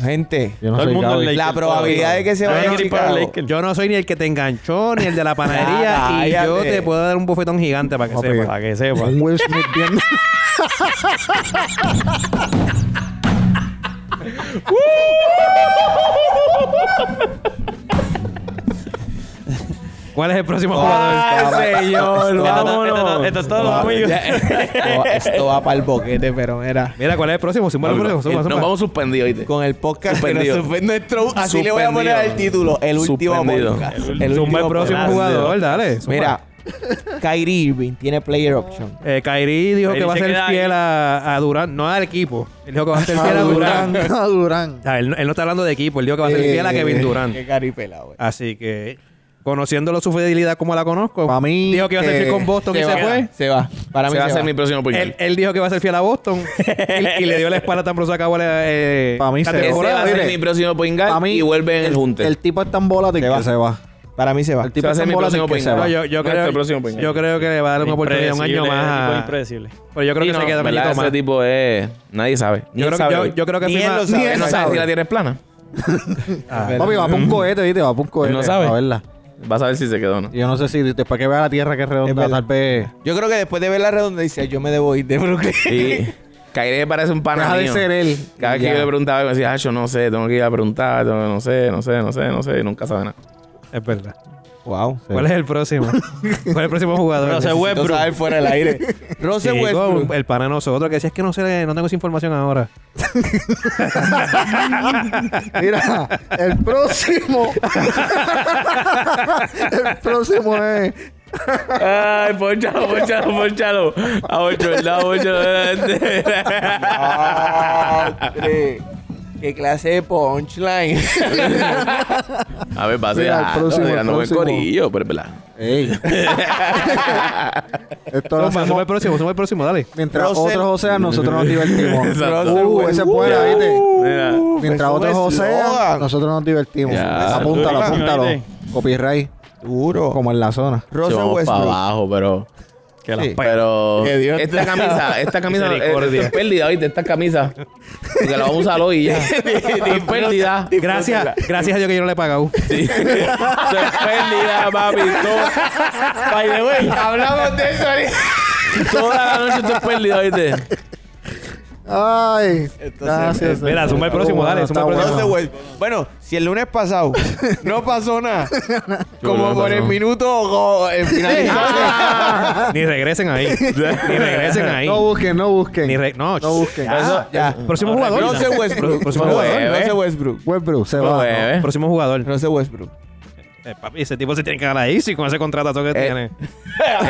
Speaker 1: Gente,
Speaker 5: Yo no
Speaker 4: Todo el
Speaker 5: soy
Speaker 4: mundo
Speaker 5: Gaby.
Speaker 4: en
Speaker 1: la
Speaker 4: Lakers,
Speaker 1: probabilidad
Speaker 4: todo.
Speaker 1: de que se
Speaker 4: Yo
Speaker 1: vaya
Speaker 4: no
Speaker 1: a
Speaker 4: quiero ir para
Speaker 1: Chicago.
Speaker 4: Lakers.
Speaker 3: Yo no soy ni el que te enganchó, ni el de la panadería. y yo
Speaker 1: Ah, Cállate.
Speaker 3: te puedo dar un bofetón gigante para que
Speaker 5: Papi.
Speaker 3: sepas.
Speaker 4: Para que sepa.
Speaker 5: Un Will Smith bien.
Speaker 3: ¿Cuál es el próximo jugador?
Speaker 1: Ay, señor, vámonos.
Speaker 4: Esto es todo, amigos.
Speaker 1: Ya, esto, esto va para el boquete, pero mira.
Speaker 3: Mira, ¿cuál es el próximo? Símbolo,
Speaker 2: Eh,
Speaker 3: próximo. Zumba,
Speaker 2: Nos
Speaker 3: zumba.
Speaker 2: vamos suspendidos, ¿oíste?
Speaker 1: Con el podcast que nos
Speaker 2: Suspendido.
Speaker 1: suspende nuestro- Así le voy a poner
Speaker 2: Suspendido.
Speaker 1: al título. El último
Speaker 2: Suspendido.
Speaker 1: podcast.
Speaker 2: El
Speaker 1: El
Speaker 3: Zumba el
Speaker 1: último
Speaker 3: próximo
Speaker 1: podcast.
Speaker 3: jugador, dale. zumba.
Speaker 1: Mira, Kyrie Irving tiene player option.
Speaker 3: Eh, Kyrie dijo
Speaker 4: Kyrie
Speaker 3: que va a
Speaker 4: se
Speaker 3: ser
Speaker 4: queda ahí.
Speaker 3: fiel a, a Durán, no al equipo. Él dijo que va a ser
Speaker 5: A
Speaker 3: fiel a
Speaker 5: Durán.
Speaker 3: Durán.
Speaker 5: A Durán.
Speaker 3: O sea, él, no- él no está hablando de equipo, él dijo que va a ser
Speaker 5: Eh,
Speaker 3: fiel a Kevin Durán.
Speaker 1: Qué caripela, güey.
Speaker 3: Así que, conociéndolo su fidelidad como la conozco,
Speaker 5: Para mí.
Speaker 3: dijo que iba a ser
Speaker 5: eh,
Speaker 3: fiel con Boston y se fue.
Speaker 1: Se va. Para mí
Speaker 2: Se
Speaker 1: se,
Speaker 2: va a ser mi
Speaker 1: va.
Speaker 2: próximo puñal.
Speaker 3: Él, él dijo que va a ser fiel a Boston y, y le dio la espalda tan pronto se acabó la, eh,
Speaker 5: Pa' mí se-
Speaker 2: Ese
Speaker 3: temporada.
Speaker 2: va a
Speaker 5: Mire,
Speaker 2: ser mi próximo
Speaker 5: pa'
Speaker 2: Poingal
Speaker 5: mí,
Speaker 2: y vuelven en junte.
Speaker 5: El tipo está en bola
Speaker 1: Se
Speaker 5: que
Speaker 1: va.
Speaker 5: se va.
Speaker 1: Para mí se va.
Speaker 5: El tipo
Speaker 2: va a ser
Speaker 5: está en
Speaker 2: mi
Speaker 5: bola
Speaker 2: próximo
Speaker 5: que se
Speaker 2: opinión.
Speaker 5: va.
Speaker 3: No, yo, yo
Speaker 2: Hasta
Speaker 3: creo,
Speaker 2: el próximo puñal.
Speaker 3: yo creo que le va a dar una oportunidad un año
Speaker 4: Impredecible, tipo
Speaker 3: más. a-
Speaker 4: impredecible.
Speaker 3: Pero yo creo que
Speaker 2: Sí,
Speaker 3: se
Speaker 2: no,
Speaker 3: queda un
Speaker 2: ¿verdad?
Speaker 3: añito
Speaker 2: Ese
Speaker 3: más.
Speaker 2: tipo es... Nadie sabe. Ni
Speaker 3: Yo
Speaker 2: él
Speaker 3: creo,
Speaker 2: sabe
Speaker 3: yo-
Speaker 2: hoy.
Speaker 3: yo creo que
Speaker 1: Ni él
Speaker 3: firma-
Speaker 1: lo sabe,
Speaker 3: Ni
Speaker 2: Él no sabe si la Tierra es plana.
Speaker 3: Ah,
Speaker 5: Papi, va por un cohete, ¿viste? Va por un cohete.
Speaker 2: no sabe.
Speaker 5: A verla.
Speaker 2: Va a saber si se quedó o no.
Speaker 5: Yo no sé si después que vea la tierra que es redonda,
Speaker 1: Es verdad.
Speaker 5: tal vez.
Speaker 1: Yo creo que después de ver la redonda dice, yo me debo ir de Brooklyn.
Speaker 2: Y Kyrie parece un pana
Speaker 5: Deja de
Speaker 2: mío.
Speaker 5: ser él.
Speaker 2: Cada vez
Speaker 5: Ya.
Speaker 2: que yo le preguntaba, me decía, ah, yo no sé, tengo que ir a preguntar, tengo que- no sé, no sé, no sé, no sé, y nunca sabe nada.
Speaker 3: es verdad.
Speaker 1: Wow.
Speaker 3: ¿Cuál es el próximo? ¿Cuál es el próximo jugador?
Speaker 4: Pero se
Speaker 3: Necesito-
Speaker 4: Westbrook.
Speaker 1: saber fuera del aire. Russell
Speaker 3: Chico,
Speaker 1: Westbrook.
Speaker 3: el pana de nosotros que decía es que no sé, no tengo esa información ahora.
Speaker 5: Mira, el próximo. el próximo es.
Speaker 2: Ay, ponchalo, ponchalo, ponchalo. A ocho, ¿verdad? A ocho, ¿verdad?
Speaker 1: Ah, ¡Hombre! ¡Qué clase de punchline!
Speaker 2: A ver, pase.
Speaker 5: Mira, el
Speaker 2: Ah,
Speaker 5: próximo,
Speaker 2: no, ya no
Speaker 5: el
Speaker 2: buen
Speaker 5: próximo.
Speaker 2: corillo, pero es verdad.
Speaker 5: Ey. Esto lo
Speaker 3: Somos somos
Speaker 5: hacemos
Speaker 3: el Ah, próximo, somos el próximo, dale.
Speaker 5: mientras
Speaker 1: Russell-
Speaker 5: otros osean, nosotros nos divertimos.
Speaker 2: Exacto.
Speaker 5: Uh, ese es bueno, ¿viste?
Speaker 2: Mira.
Speaker 5: Mientras
Speaker 1: Eso
Speaker 5: otros
Speaker 1: es
Speaker 5: osean,
Speaker 1: eslogan.
Speaker 5: nosotros nos divertimos.
Speaker 2: Ya,
Speaker 5: apúntalo,
Speaker 4: duro.
Speaker 5: apúntalo.
Speaker 4: ¿Viste?
Speaker 5: Copyright,
Speaker 1: Duro.
Speaker 5: como en la zona.
Speaker 2: Se
Speaker 1: Russell
Speaker 2: vamos para
Speaker 1: Westbrook.
Speaker 2: abajo, pero...
Speaker 4: Que la
Speaker 1: Sí.
Speaker 2: Pero...
Speaker 1: Que Dios te-
Speaker 2: Esta camisa, esta camisa... eh,
Speaker 3: Misericordia.
Speaker 2: esto es pérdida, ¿viste? Esta camisa. Porque la vamos a usar hoy y ya. Esto es pérdida.
Speaker 3: Gracias, gracias a Dios que yo no le he pagado.
Speaker 2: Sí. Esto es pérdida, papi. Todo- By the way, hablamos de eso ahí. Toda la noche esto es pérdida, ¿viste?
Speaker 5: Ay, gracias.
Speaker 3: eh,
Speaker 5: eh,
Speaker 3: Mira, suma el próximo,
Speaker 5: Está
Speaker 3: dale,
Speaker 5: bueno,
Speaker 3: suma el
Speaker 5: está
Speaker 3: próximo.
Speaker 1: Russell Westbrook. Bueno, si el lunes pasado no pasó nada, como
Speaker 2: no
Speaker 1: por el
Speaker 2: pasó.
Speaker 1: minuto o el
Speaker 5: Ah,
Speaker 1: finalizado.
Speaker 3: Ni regresen ahí. Ni regresen Ah, ahí.
Speaker 5: No busquen, no busquen.
Speaker 3: Ni re- no,
Speaker 5: no busquen.
Speaker 3: ya.
Speaker 1: Eso- ya.
Speaker 3: Próximo
Speaker 4: No,
Speaker 3: jugador.
Speaker 1: Russell Westbrook.
Speaker 3: Próximo
Speaker 1: Russell-
Speaker 3: jugador.
Speaker 2: Bebé.
Speaker 5: eh.
Speaker 1: Russell Westbrook.
Speaker 5: Westbrook se va.
Speaker 2: Lo
Speaker 5: ¿no?
Speaker 2: bebe.
Speaker 3: Próximo jugador.
Speaker 1: Russell Westbrook.
Speaker 3: Eh, papi, ese tipo se tiene que ganar ahí sí, con ese contratazo que tiene.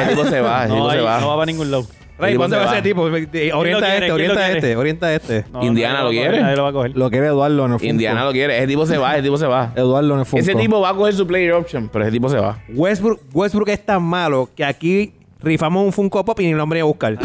Speaker 2: El tipo se va, el
Speaker 4: No,
Speaker 2: tipo
Speaker 4: ahí
Speaker 2: se va.
Speaker 4: no va para ningún lado.
Speaker 3: Rey,
Speaker 2: el tipo
Speaker 3: ¿dónde
Speaker 2: se
Speaker 3: va
Speaker 2: va.
Speaker 3: ese tipo? Eh, Orienta a este,
Speaker 4: quiere? ¿Quién lo
Speaker 3: orienta a
Speaker 4: quiere?
Speaker 3: este, orienta a este.
Speaker 4: No,
Speaker 2: Indiana lo
Speaker 4: nadie va a coger,
Speaker 2: quiere.
Speaker 4: Nadie lo va a coger.
Speaker 5: Lo quiere Eduardo en el Funko.
Speaker 2: Indiana lo quiere, ese tipo se va, ese tipo se va.
Speaker 5: Eduardo en el Funko.
Speaker 2: Ese tipo va a coger su player option, pero ese tipo se va.
Speaker 3: Westbrook, Westbrook es tan malo que aquí rifamos un Funko Pop y ni el hombre iba a buscar.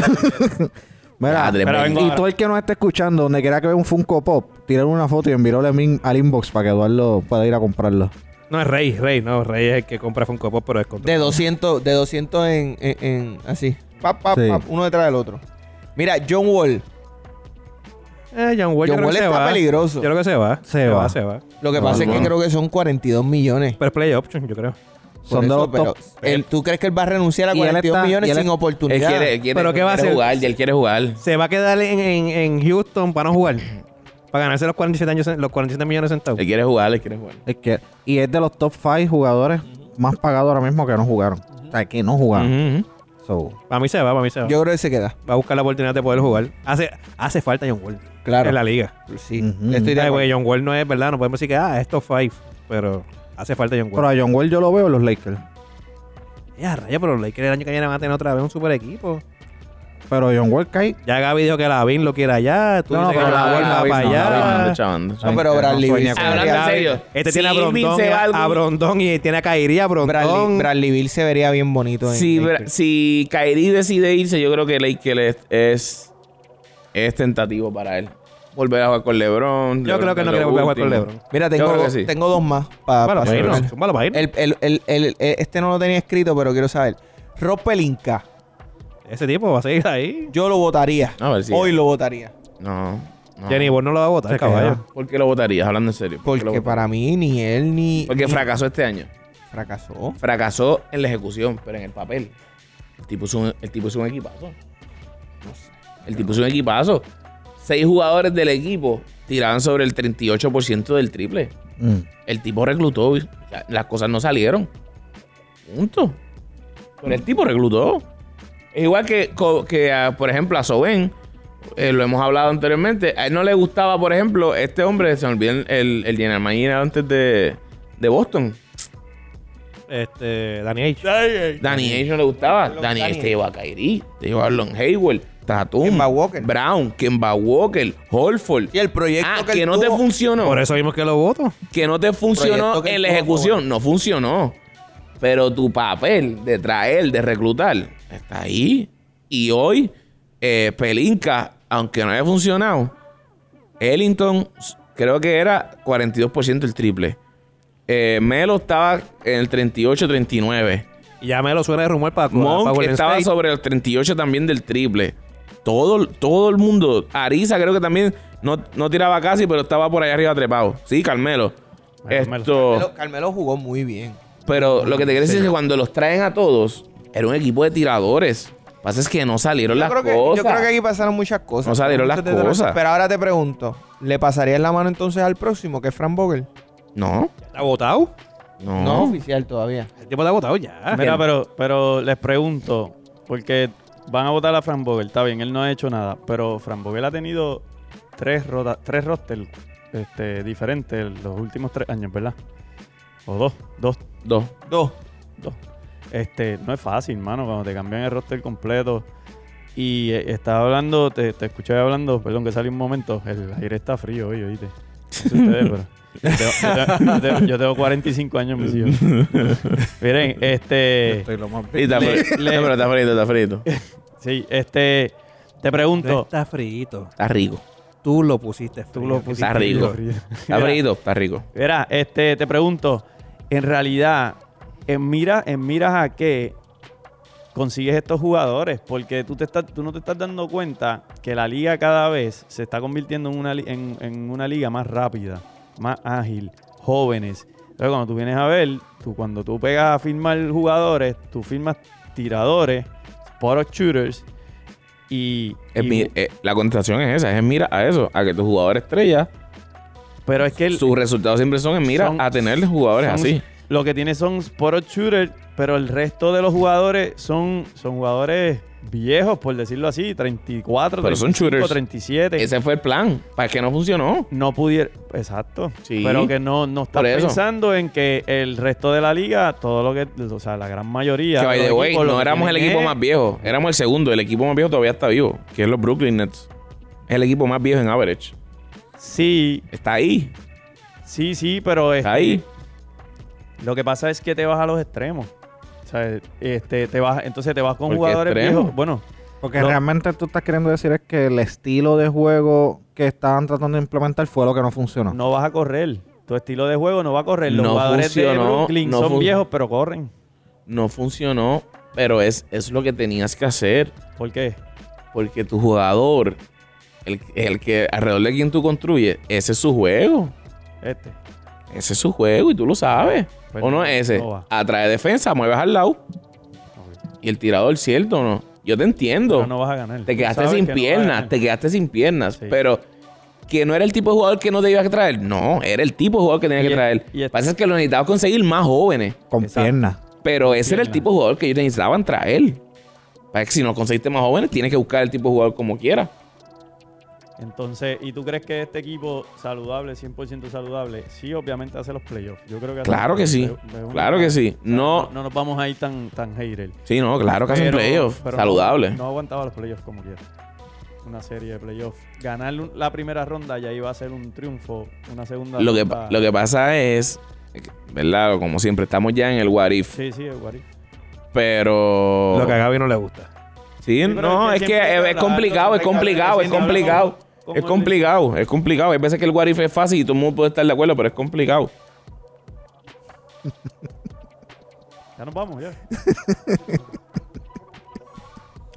Speaker 5: Mira,
Speaker 2: Madre
Speaker 4: pero
Speaker 2: mía.
Speaker 4: vengo
Speaker 5: y
Speaker 4: ahora.
Speaker 5: todo el que nos esté escuchando, donde quiera que vea un Funko Pop, tirar una foto y enviarle al inbox para que Eduardo pueda ir a comprarlo.
Speaker 3: No es Rey, Rey, no, Rey es el que compra Funko Pop, pero es Eh, contra.
Speaker 1: De 200, de 200 en, en, en- así. Pap, pap,
Speaker 5: Sí.
Speaker 1: pap, uno detrás del otro. Mira, John Wall.
Speaker 3: Eh, John Wall, yo
Speaker 1: John
Speaker 3: creo
Speaker 1: Wall
Speaker 3: que se
Speaker 1: está
Speaker 3: va.
Speaker 1: peligroso.
Speaker 3: Yo creo que se va.
Speaker 5: Se va.
Speaker 3: se va.
Speaker 1: Lo que
Speaker 2: No,
Speaker 1: pasa es que
Speaker 2: bueno.
Speaker 1: creo que son 42 millones.
Speaker 3: Pero es play option, yo creo.
Speaker 1: Por
Speaker 5: Son de
Speaker 1: eso,
Speaker 5: los
Speaker 1: pero
Speaker 5: top.
Speaker 1: él- ¿Tú crees que él va a renunciar a
Speaker 5: Y él
Speaker 1: 42
Speaker 5: está- y
Speaker 1: millones
Speaker 5: él
Speaker 1: sin
Speaker 5: es-
Speaker 2: Él
Speaker 1: oportunidad?
Speaker 2: quiere, él quiere,
Speaker 3: ¿Pero qué
Speaker 2: él
Speaker 3: va a
Speaker 2: quiere
Speaker 3: hacer?
Speaker 2: jugar, y él quiere jugar.
Speaker 3: Se va a quedar en, en- en Houston para no jugar. Para ganarse los 47, años, los 47 millones de centavos.
Speaker 2: Él quiere jugar, él quiere jugar.
Speaker 5: Es que, y es de los top 5 jugadores más pagados ahora mismo que no jugaron. O sea, que no jugaron.
Speaker 3: Ujú, ujú.
Speaker 5: So,
Speaker 3: Para mí se va, para mí se va.
Speaker 1: Yo creo que se queda.
Speaker 3: Va a buscar la oportunidad de poder jugar. Hace, hace falta John Wall
Speaker 1: Claro.
Speaker 3: en la liga.
Speaker 1: Sí.
Speaker 5: Ujú.
Speaker 1: Estoy de
Speaker 3: Ay,
Speaker 1: acuerdo.
Speaker 3: güey, John Wall no es verdad, no podemos decir que, ah, esto es five. Pero hace falta John
Speaker 5: pero
Speaker 3: Wall.
Speaker 5: a John Wall yo lo veo en los Lakers.
Speaker 3: Ya, raya, pero los Lakers el año que viene van a tener otra vez un super equipo.
Speaker 5: Pero John Wall cae.
Speaker 3: Ya Gaby dijo que Lavín lo quiere allá. Tú
Speaker 5: No,
Speaker 3: dices
Speaker 5: pero
Speaker 3: que
Speaker 5: Lavín,
Speaker 3: Lavín va
Speaker 5: Lavín
Speaker 3: para
Speaker 5: no,
Speaker 3: allá.
Speaker 5: Lavín no,
Speaker 2: Está chavando,
Speaker 1: No,
Speaker 2: chavando.
Speaker 1: pero
Speaker 5: Gente,
Speaker 1: Bradley
Speaker 5: no
Speaker 1: Beal
Speaker 5: sueña
Speaker 1: se
Speaker 5: con
Speaker 1: vería-
Speaker 2: Hablando en serio.
Speaker 3: Este
Speaker 2: Si
Speaker 3: tiene a
Speaker 2: Irving
Speaker 3: Brondón,
Speaker 2: se va algún-
Speaker 3: a Brondón y tiene a Kairi, a
Speaker 1: Bradley,
Speaker 3: Brondón.
Speaker 1: Bradley Beal se vería bien bonito. en
Speaker 2: Si, Bra-
Speaker 1: Lakers.
Speaker 2: si Kyrie decide irse, yo creo que Lakers es, es, es tentativo para él. Volver a jugar con LeBron.
Speaker 3: Yo creo que no quiere volver a jugar con LeBron.
Speaker 1: Mira,
Speaker 2: Yo
Speaker 1: tengo,
Speaker 2: creo que
Speaker 1: dos-
Speaker 2: sí.
Speaker 1: tengo dos más. pa- pa-
Speaker 3: Malo para
Speaker 2: Bueno,
Speaker 3: irnos. Malo para irnos.
Speaker 1: el, el, el, el- eh, este no lo tenía escrito, pero quiero saber. Rob Pelinka,
Speaker 3: Ese tipo va a seguir ahí.
Speaker 1: yo lo votaría.
Speaker 2: A ver, sí.
Speaker 1: Hoy lo votaría.
Speaker 2: No. no.
Speaker 3: Jenny Ball no lo va a votar,
Speaker 5: Se
Speaker 3: caballo.
Speaker 2: ¿Por qué lo votarías? Hablando en serio. ¿por qué lo
Speaker 1: Porque
Speaker 2: votarías?
Speaker 1: para mí ni él ni...
Speaker 2: Porque
Speaker 1: ni-
Speaker 2: fracasó este año.
Speaker 1: fracasó.
Speaker 2: Fracasó en la ejecución, pero en el papel. El tipo es un, el tipo es un equipazo. El tipo es un equipazo. Seis jugadores del equipo tiraban sobre el 38% del triple.
Speaker 5: Mm.
Speaker 2: El tipo reclutó. y la- Las cosas no salieron. Punto. Pero el tipo reclutó. Es igual que, co- que a, por ejemplo, a Soben. eh, lo hemos hablado anteriormente. A él no le gustaba, por ejemplo, este hombre, se me olvidó el, el, el general manager antes de, de Boston.
Speaker 3: este, Danny H.
Speaker 2: Danny Ainge no le gustaba. Danny Ainge te llevó a Kyrie, te llevó a Lon Hayward, Tatum,
Speaker 1: Kemba Walker.
Speaker 2: Brown, Kemba Walker, Holford.
Speaker 1: Y el proyecto
Speaker 2: Ah,
Speaker 1: que
Speaker 2: que,
Speaker 1: él
Speaker 2: no te
Speaker 1: tuvo-
Speaker 2: funcionó.
Speaker 3: Por eso vimos que lo voto.
Speaker 2: que no te funcionó
Speaker 1: Proyecto que
Speaker 2: en la
Speaker 1: tuvo,
Speaker 2: ejecución. No funcionó. Pero tu papel de traer, de reclutar, está ahí. Y hoy, eh, Pelinka, aunque no haya funcionado, Ellington s- creo que era 42% el triple. Eh, Melo estaba en el 38-39.
Speaker 3: Y ya me lo suena de rumor para, para
Speaker 2: Monk
Speaker 3: Golden
Speaker 2: estaba
Speaker 3: State.
Speaker 2: sobre el 38 también del triple. Todo, todo el mundo. Ariza creo que también no, no tiraba casi, pero estaba por allá arriba trepado. Sí, Carmelo.
Speaker 4: Bueno,
Speaker 2: Esto.
Speaker 4: Carmelo.
Speaker 1: Carmelo, Carmelo jugó muy bien.
Speaker 2: Pero lo que te quiero decir es que cuando los traen a todos, era un equipo de tiradores. Lo que pasa es que no salieron
Speaker 1: Yo
Speaker 2: las
Speaker 1: creo, que, yo
Speaker 2: cosas.
Speaker 1: creo que aquí pasaron muchas cosas.
Speaker 2: No salieron las
Speaker 1: Muchos detalles.
Speaker 2: cosas.
Speaker 1: Pero ahora te pregunto, ¿le pasarías la mano entonces al próximo, que es Fran Vogel?
Speaker 2: No,
Speaker 3: ¿Está votado?
Speaker 2: no.
Speaker 1: oficial todavía.
Speaker 3: El tipo está votado ya.
Speaker 4: Mira, pero, pero les pregunto, porque van a votar a Fran Vogel, está bien, él no ha hecho nada, pero Fran Vogel ha tenido tres, rota, tres rosters este, diferentes en los últimos tres años, ¿verdad? O dos, dos,
Speaker 2: Dos.
Speaker 1: Dos.
Speaker 4: dos. Este, no es fácil, mano, cuando te cambian el roster completo. Y eh, estaba hablando, te, te escuché hablando, perdón que salí un momento, el aire está frío hoy, oíste. No sé ustedes, pero yo tengo, yo tengo- yo tengo- yo tengo 45 años, mis hijos. Miren, este...
Speaker 5: Estoy lo más
Speaker 2: Y está
Speaker 4: Le-
Speaker 2: frito.
Speaker 4: le-
Speaker 2: No, pero está frito, está frito.
Speaker 4: Sí, este. Te pregunto.
Speaker 3: Está frito.
Speaker 2: Está rico.
Speaker 3: Tú lo pusiste frío.
Speaker 4: lo
Speaker 3: ¿Qué
Speaker 2: Está
Speaker 3: te-
Speaker 2: rico. Está
Speaker 4: Mira.
Speaker 2: frito, está rico.
Speaker 4: Verá, este, te pregunto. En realidad, en mira, en miras a qué consigues estos jugadores, porque tú te estás, tú no te estás dando cuenta que la liga cada vez se está convirtiendo en una, li- en, en una liga más rápida, más ágil, jóvenes. Entonces, cuando tú vienes a ver, tú, cuando tú pegas a firmar jugadores, tú firmas tiradores, spot shooters y,
Speaker 2: Es
Speaker 4: y-
Speaker 2: mi- eh, la contestación es esa, es en mira a eso, a que tu jugador estrella,
Speaker 4: pero es que el,
Speaker 2: sus resultados siempre son en mira
Speaker 4: son-
Speaker 2: a tener jugadores
Speaker 4: son-
Speaker 2: así.
Speaker 4: Lo que tiene son spot shooters, pero el resto de los jugadores son, son jugadores viejos, por decirlo así, 34,
Speaker 2: Pero son
Speaker 4: 35,
Speaker 2: shooters.
Speaker 4: 37.
Speaker 2: Ese fue el plan, para que no funcionó.
Speaker 4: No pudieron, exacto.
Speaker 2: Sí.
Speaker 4: Pero que no, no están
Speaker 2: Por eso.
Speaker 4: pensando en que el resto de la liga, todo lo que, o sea, la gran mayoría.
Speaker 2: Que by
Speaker 4: de
Speaker 2: the
Speaker 4: los
Speaker 2: way,
Speaker 4: equipos, lo
Speaker 2: no
Speaker 4: que
Speaker 2: éramos el
Speaker 4: tienen
Speaker 2: equipo
Speaker 4: es-
Speaker 2: más viejo, éramos el segundo, el equipo más viejo todavía está vivo, que es los Brooklyn Nets. Es el equipo más viejo en average.
Speaker 4: Sí,
Speaker 2: Está ahí,
Speaker 4: sí, sí, pero es
Speaker 2: está ahí.
Speaker 4: Lo que pasa es que te vas a los extremos. O sea, este, te vas, entonces te vas con
Speaker 2: ¿Por qué
Speaker 4: jugadores
Speaker 2: extremos?
Speaker 4: viejos. Bueno,
Speaker 5: Porque
Speaker 4: No.
Speaker 5: realmente tú estás queriendo decir es que el estilo de juego que estaban tratando de implementar fue lo que no funcionó.
Speaker 4: no vas a correr. Tu estilo de juego no va a correr. Los
Speaker 2: No
Speaker 4: jugadores de
Speaker 2: funcionó,
Speaker 4: Brooklyn
Speaker 2: no
Speaker 4: son
Speaker 2: fun-
Speaker 4: viejos, pero corren.
Speaker 2: No funcionó, pero es, es lo que tenías que hacer.
Speaker 4: ¿Por qué?
Speaker 2: Porque tu jugador, el, el que alrededor de quien tú construyes, ese es su juego.
Speaker 4: Este.
Speaker 2: Ese es su juego y tú lo sabes.
Speaker 4: Pues
Speaker 2: o no
Speaker 4: no,
Speaker 2: es ese.
Speaker 4: no va.
Speaker 2: Atrae defensa, mueves al lado. Y el tirador, cierto o no. Yo te entiendo.
Speaker 4: Pero no vas a ganar.
Speaker 2: Te
Speaker 4: Tú
Speaker 2: quedaste
Speaker 4: sabes
Speaker 2: sin
Speaker 4: que no vas a
Speaker 2: piernas,
Speaker 4: ganar.
Speaker 2: te quedaste sin piernas.
Speaker 4: Sí.
Speaker 2: Pero que no era el tipo de jugador que no te iba a traer. No, era el tipo de jugador que tenía
Speaker 4: Y
Speaker 2: que
Speaker 4: es-
Speaker 2: traer.
Speaker 4: y es-
Speaker 2: Pasa es que lo necesitaba conseguir más jóvenes.
Speaker 5: Con
Speaker 4: Exacto.
Speaker 5: piernas.
Speaker 2: Pero ese era el
Speaker 4: Piernas.
Speaker 2: tipo de jugador que ellos necesitaban traer. Para que si no conseguiste más jóvenes, tienes que buscar el tipo de jugador como quiera.
Speaker 4: Entonces, ¿y tú crees que este equipo saludable, 100% saludable, sí, obviamente hace los playoffs? Yo creo que hace
Speaker 2: Claro
Speaker 4: los
Speaker 2: que sí.
Speaker 4: playoffs. Es una-
Speaker 2: Claro que sí.
Speaker 4: No,
Speaker 2: No,
Speaker 4: no nos vamos a ir tan, tan hater.
Speaker 2: sí, no, claro que hacen
Speaker 4: Pero-
Speaker 2: playoffs.
Speaker 4: pero no-
Speaker 2: Saludable.
Speaker 4: No, aguantaba los playoffs como quiera. Una serie de playoffs. Ganar un- la primera ronda ya iba a ser un triunfo. Una segunda
Speaker 2: Lo, que,
Speaker 4: ronda-
Speaker 2: lo que pasa es, ¿verdad? Como siempre, estamos ya en el what if.
Speaker 4: Sí, sí, el Guarí.
Speaker 2: Pero.
Speaker 3: Lo que a Gaby no le gusta.
Speaker 2: Sí,
Speaker 4: Sí, pero
Speaker 2: no, es
Speaker 4: es
Speaker 2: que,
Speaker 4: que siempre
Speaker 2: es,
Speaker 4: habla
Speaker 2: es complicado,
Speaker 4: algo,
Speaker 2: es
Speaker 4: siempre habla-
Speaker 2: complicado, es
Speaker 4: siempre habla
Speaker 2: complicado.
Speaker 4: como-
Speaker 2: Es
Speaker 4: como el-
Speaker 2: complicado, es complicado. Hay veces que el what if es fácil y todo el mundo puede estar de acuerdo, pero es complicado.
Speaker 4: Ya nos vamos, ya.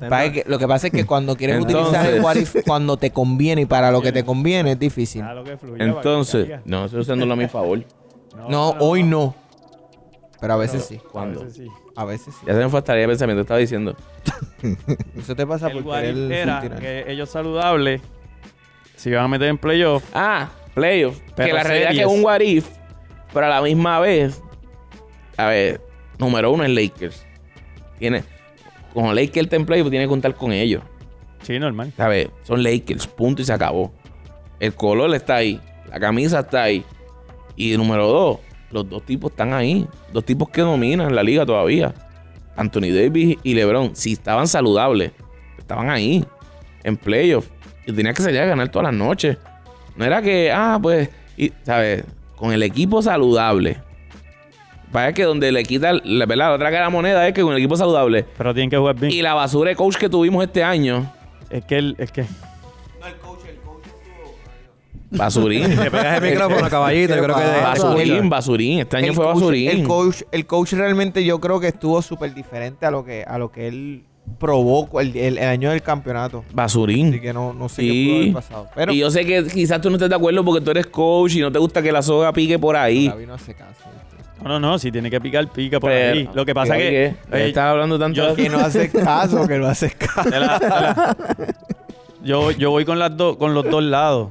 Speaker 1: Pasa que- lo que pasa es que cuando quieres utilizar el
Speaker 2: Entonces-
Speaker 1: what if, cuando te conviene y para lo que te conviene es difícil.
Speaker 4: Pues Ya lo que fluía,
Speaker 2: Entonces,
Speaker 4: vaquería.
Speaker 2: no, estoy usándolo a mi favor.
Speaker 1: No, hoy no. Pero a veces sí.
Speaker 2: ¿Cuándo?
Speaker 4: A veces sí.
Speaker 1: A veces sí.
Speaker 2: Ya se me fue hasta el pensamiento, estaba diciendo.
Speaker 1: Eso te pasa
Speaker 4: El
Speaker 1: por
Speaker 4: what
Speaker 1: querer
Speaker 4: if era
Speaker 1: tirar.
Speaker 4: que ellos saludables se iban a meter en playoff.
Speaker 2: Ah, playoff. que
Speaker 4: Pero
Speaker 2: la realidad es que es
Speaker 4: series.
Speaker 2: un what if, pero a la misma vez, a ver, número uno es Lakers. Tiene, como Lakers está en playoff, tiene que contar con ellos.
Speaker 4: Sí, normal.
Speaker 2: ¿Sabes? Son Lakers, punto y se acabó. El color está ahí, la camisa está ahí. Y número dos, Los dos tipos están ahí. Dos tipos que dominan la liga todavía. Anthony Davis y LeBron, si estaban saludables, estaban ahí, en playoff. Y tenías que salir a ganar todas las noches. No era que, ah, pues, y, ¿sabes? Con el equipo saludable. Parece que donde le quita, la, ¿verdad? La otra cara de la moneda es que con el equipo saludable.
Speaker 4: Pero tienen que jugar bien.
Speaker 2: Y la basura de coach que tuvimos este año,
Speaker 4: Es que el, es que.
Speaker 2: basurín.
Speaker 3: Te pegas el micrófono, caballito. Yo creo
Speaker 1: Ah,
Speaker 3: que.
Speaker 2: basurín, basurín. Este año
Speaker 1: el
Speaker 2: fue
Speaker 1: coach-
Speaker 2: basurín.
Speaker 1: El coach, el coach realmente yo creo que estuvo súper diferente a lo que a lo que él provocó el, el- el año del campeonato.
Speaker 2: Basurín.
Speaker 1: Así que no, no sé
Speaker 2: Sí.
Speaker 1: qué pudo haber pasado. Pero
Speaker 2: y yo sé que quizás tú no estés de acuerdo porque tú eres coach y no te gusta que la soga pique por ahí.
Speaker 1: Gaby no hace caso. ¿viste?
Speaker 4: No, no, no, si tiene que picar, pica por
Speaker 2: Pero-
Speaker 4: ahí. Lo que pasa
Speaker 2: Oye,
Speaker 4: que.
Speaker 2: ya
Speaker 4: eh,
Speaker 2: estás hablando tanto.
Speaker 4: yo-
Speaker 1: Que no hace caso, que no hace caso.
Speaker 4: de la- de la- yo, yo voy con, las dos con los dos lados.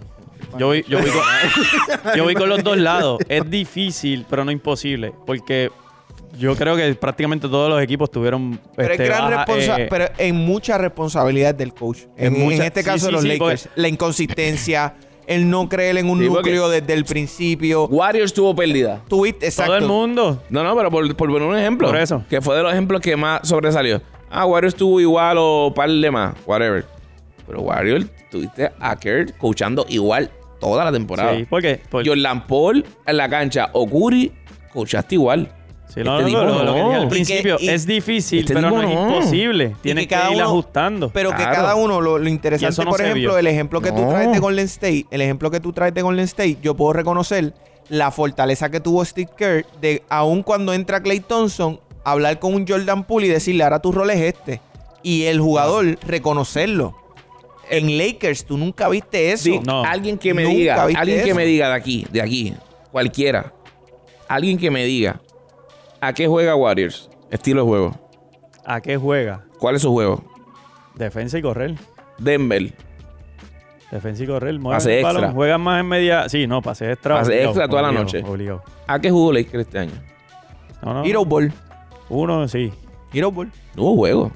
Speaker 4: Yo voy, yo, voy con, yo voy con los dos lados. Es difícil, pero no imposible. Porque yo creo que prácticamente todos los equipos tuvieron.
Speaker 1: Pero
Speaker 4: este,
Speaker 1: es gran
Speaker 4: baja,
Speaker 1: responsa-
Speaker 4: eh,
Speaker 1: pero en mucha responsabilidad del coach. En, en
Speaker 4: mucha-
Speaker 1: este
Speaker 4: sí,
Speaker 1: caso
Speaker 4: sí,
Speaker 1: los
Speaker 4: sí,
Speaker 1: Lakers. La inconsistencia, el no creer en un
Speaker 2: Sí, porque-
Speaker 1: núcleo desde el principio.
Speaker 2: Warriors tuvo pérdida.
Speaker 1: Tuviste, exacto.
Speaker 4: todo el mundo.
Speaker 2: No, no, pero por, por poner un ejemplo.
Speaker 4: Por eso.
Speaker 2: Que fue de los ejemplos que más sobresalió. Ah, Warriors tuvo igual o par de más. Whatever. Pero Warriors tuviste a Kerr coachando igual toda la temporada.
Speaker 4: Sí, porque. porque-
Speaker 2: Jordan Paul en la cancha. Okuri, coachaste igual.
Speaker 4: Sí,
Speaker 2: Este
Speaker 4: no, no, no,
Speaker 2: tipo
Speaker 4: lo- lo que dije
Speaker 2: no.
Speaker 4: al
Speaker 2: Y que-
Speaker 4: principio
Speaker 1: y-
Speaker 4: es difícil,
Speaker 2: este
Speaker 4: pero
Speaker 2: tipo
Speaker 4: no es
Speaker 2: no.
Speaker 4: imposible.
Speaker 1: Y
Speaker 4: Tienes que,
Speaker 1: cada
Speaker 4: ir
Speaker 1: uno-
Speaker 4: ajustando.
Speaker 1: Pero que
Speaker 2: Claro.
Speaker 1: cada uno, lo, lo
Speaker 4: Y eso
Speaker 1: interesante,
Speaker 4: no
Speaker 1: por
Speaker 4: se
Speaker 1: ejemplo,
Speaker 4: vio.
Speaker 1: el ejemplo que tú
Speaker 2: No.
Speaker 1: traes de Golden State, el ejemplo que tú traes de Golden State, yo puedo reconocer la fortaleza que tuvo Steve Kerr de, aun cuando entra Clay Thompson, hablar con un Jordan Poole y decirle, ahora tu rol es este. Y el jugador reconocerlo. En Lakers, tú nunca viste eso.
Speaker 2: Dick,
Speaker 4: No.
Speaker 2: Alguien que me
Speaker 1: Nunca
Speaker 2: diga,
Speaker 1: viste
Speaker 2: alguien que
Speaker 1: eso.
Speaker 2: me diga de aquí, de aquí, cualquiera. Alguien que me diga a qué juega Warriors, estilo de juego.
Speaker 4: ¿A qué juega?
Speaker 2: ¿Cuál es su juego?
Speaker 4: Defensa y correr.
Speaker 2: Denver.
Speaker 4: Defensa y correr. mueve
Speaker 2: Pase
Speaker 4: el balón,
Speaker 2: extra.
Speaker 4: Juega más en media. Sí, no, pase extra.
Speaker 2: Pase
Speaker 4: obligado,
Speaker 2: extra toda la
Speaker 4: obligado,
Speaker 2: noche.
Speaker 4: obligado.
Speaker 2: ¿A qué jugó Lakers este año?
Speaker 4: No, no,
Speaker 1: Hero Ball.
Speaker 4: Uno, sí.
Speaker 1: Hero Ball.
Speaker 2: No hubo juego.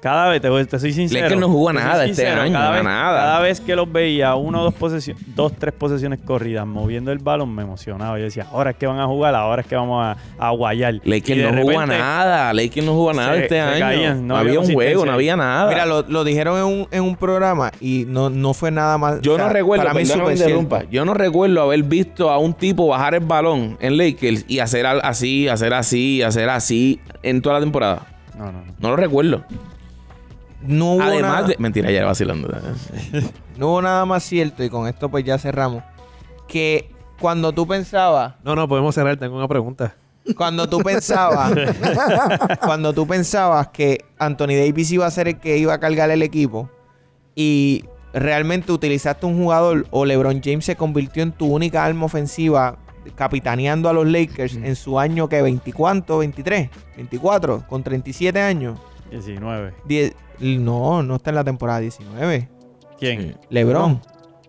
Speaker 4: Cada vez, te, voy- te soy sincero.
Speaker 2: Lakers no jugó
Speaker 4: te soy
Speaker 2: nada este año,
Speaker 4: Cada vez,
Speaker 2: nada.
Speaker 4: cada vez que los veía, uno o dos, posesio- dos, tres posesiones corridas, moviendo el balón, me emocionaba. Yo decía, ahora es que van a jugar, ahora es que vamos a, a guayar. Y
Speaker 2: Lakers
Speaker 4: de
Speaker 2: no jugó a
Speaker 4: repente,
Speaker 2: nada. Lakers no jugó a nada
Speaker 4: se-
Speaker 2: este
Speaker 4: se
Speaker 2: año.
Speaker 4: caían,
Speaker 2: no
Speaker 4: no
Speaker 2: había
Speaker 4: había
Speaker 2: un juego,
Speaker 4: consistencia.
Speaker 2: no había nada.
Speaker 1: Mira, lo, lo dijeron en un, en un programa y no, no fue nada más.
Speaker 2: yo
Speaker 1: o sea,
Speaker 2: no recuerdo,
Speaker 1: Para mí,
Speaker 2: perdona que
Speaker 1: súper
Speaker 2: me interrumpa,
Speaker 1: cierto.
Speaker 2: yo no recuerdo haber visto a un tipo bajar el balón en Lakers y hacer al- así, hacer así, hacer así en toda la temporada.
Speaker 4: No, no, no.
Speaker 2: No lo recuerdo.
Speaker 1: No hubo nada.
Speaker 2: Además de. Mentira, ya era vacilando.
Speaker 1: No hubo nada más cierto, y con esto pues ya cerramos, que cuando tú pensabas,
Speaker 3: No, no, podemos cerrar. Tengo una pregunta.
Speaker 1: cuando tú pensabas, cuando tú pensabas que Anthony Davis iba a ser el que iba a cargar el equipo y realmente utilizaste un jugador o LeBron James se convirtió en tu única arma ofensiva capitaneando a los Lakers en su año que 20 cuánto, 23, 24, con 37 años.
Speaker 4: 19.
Speaker 1: Die- no, no está en la temporada 19.
Speaker 4: ¿Quién?
Speaker 1: LeBron.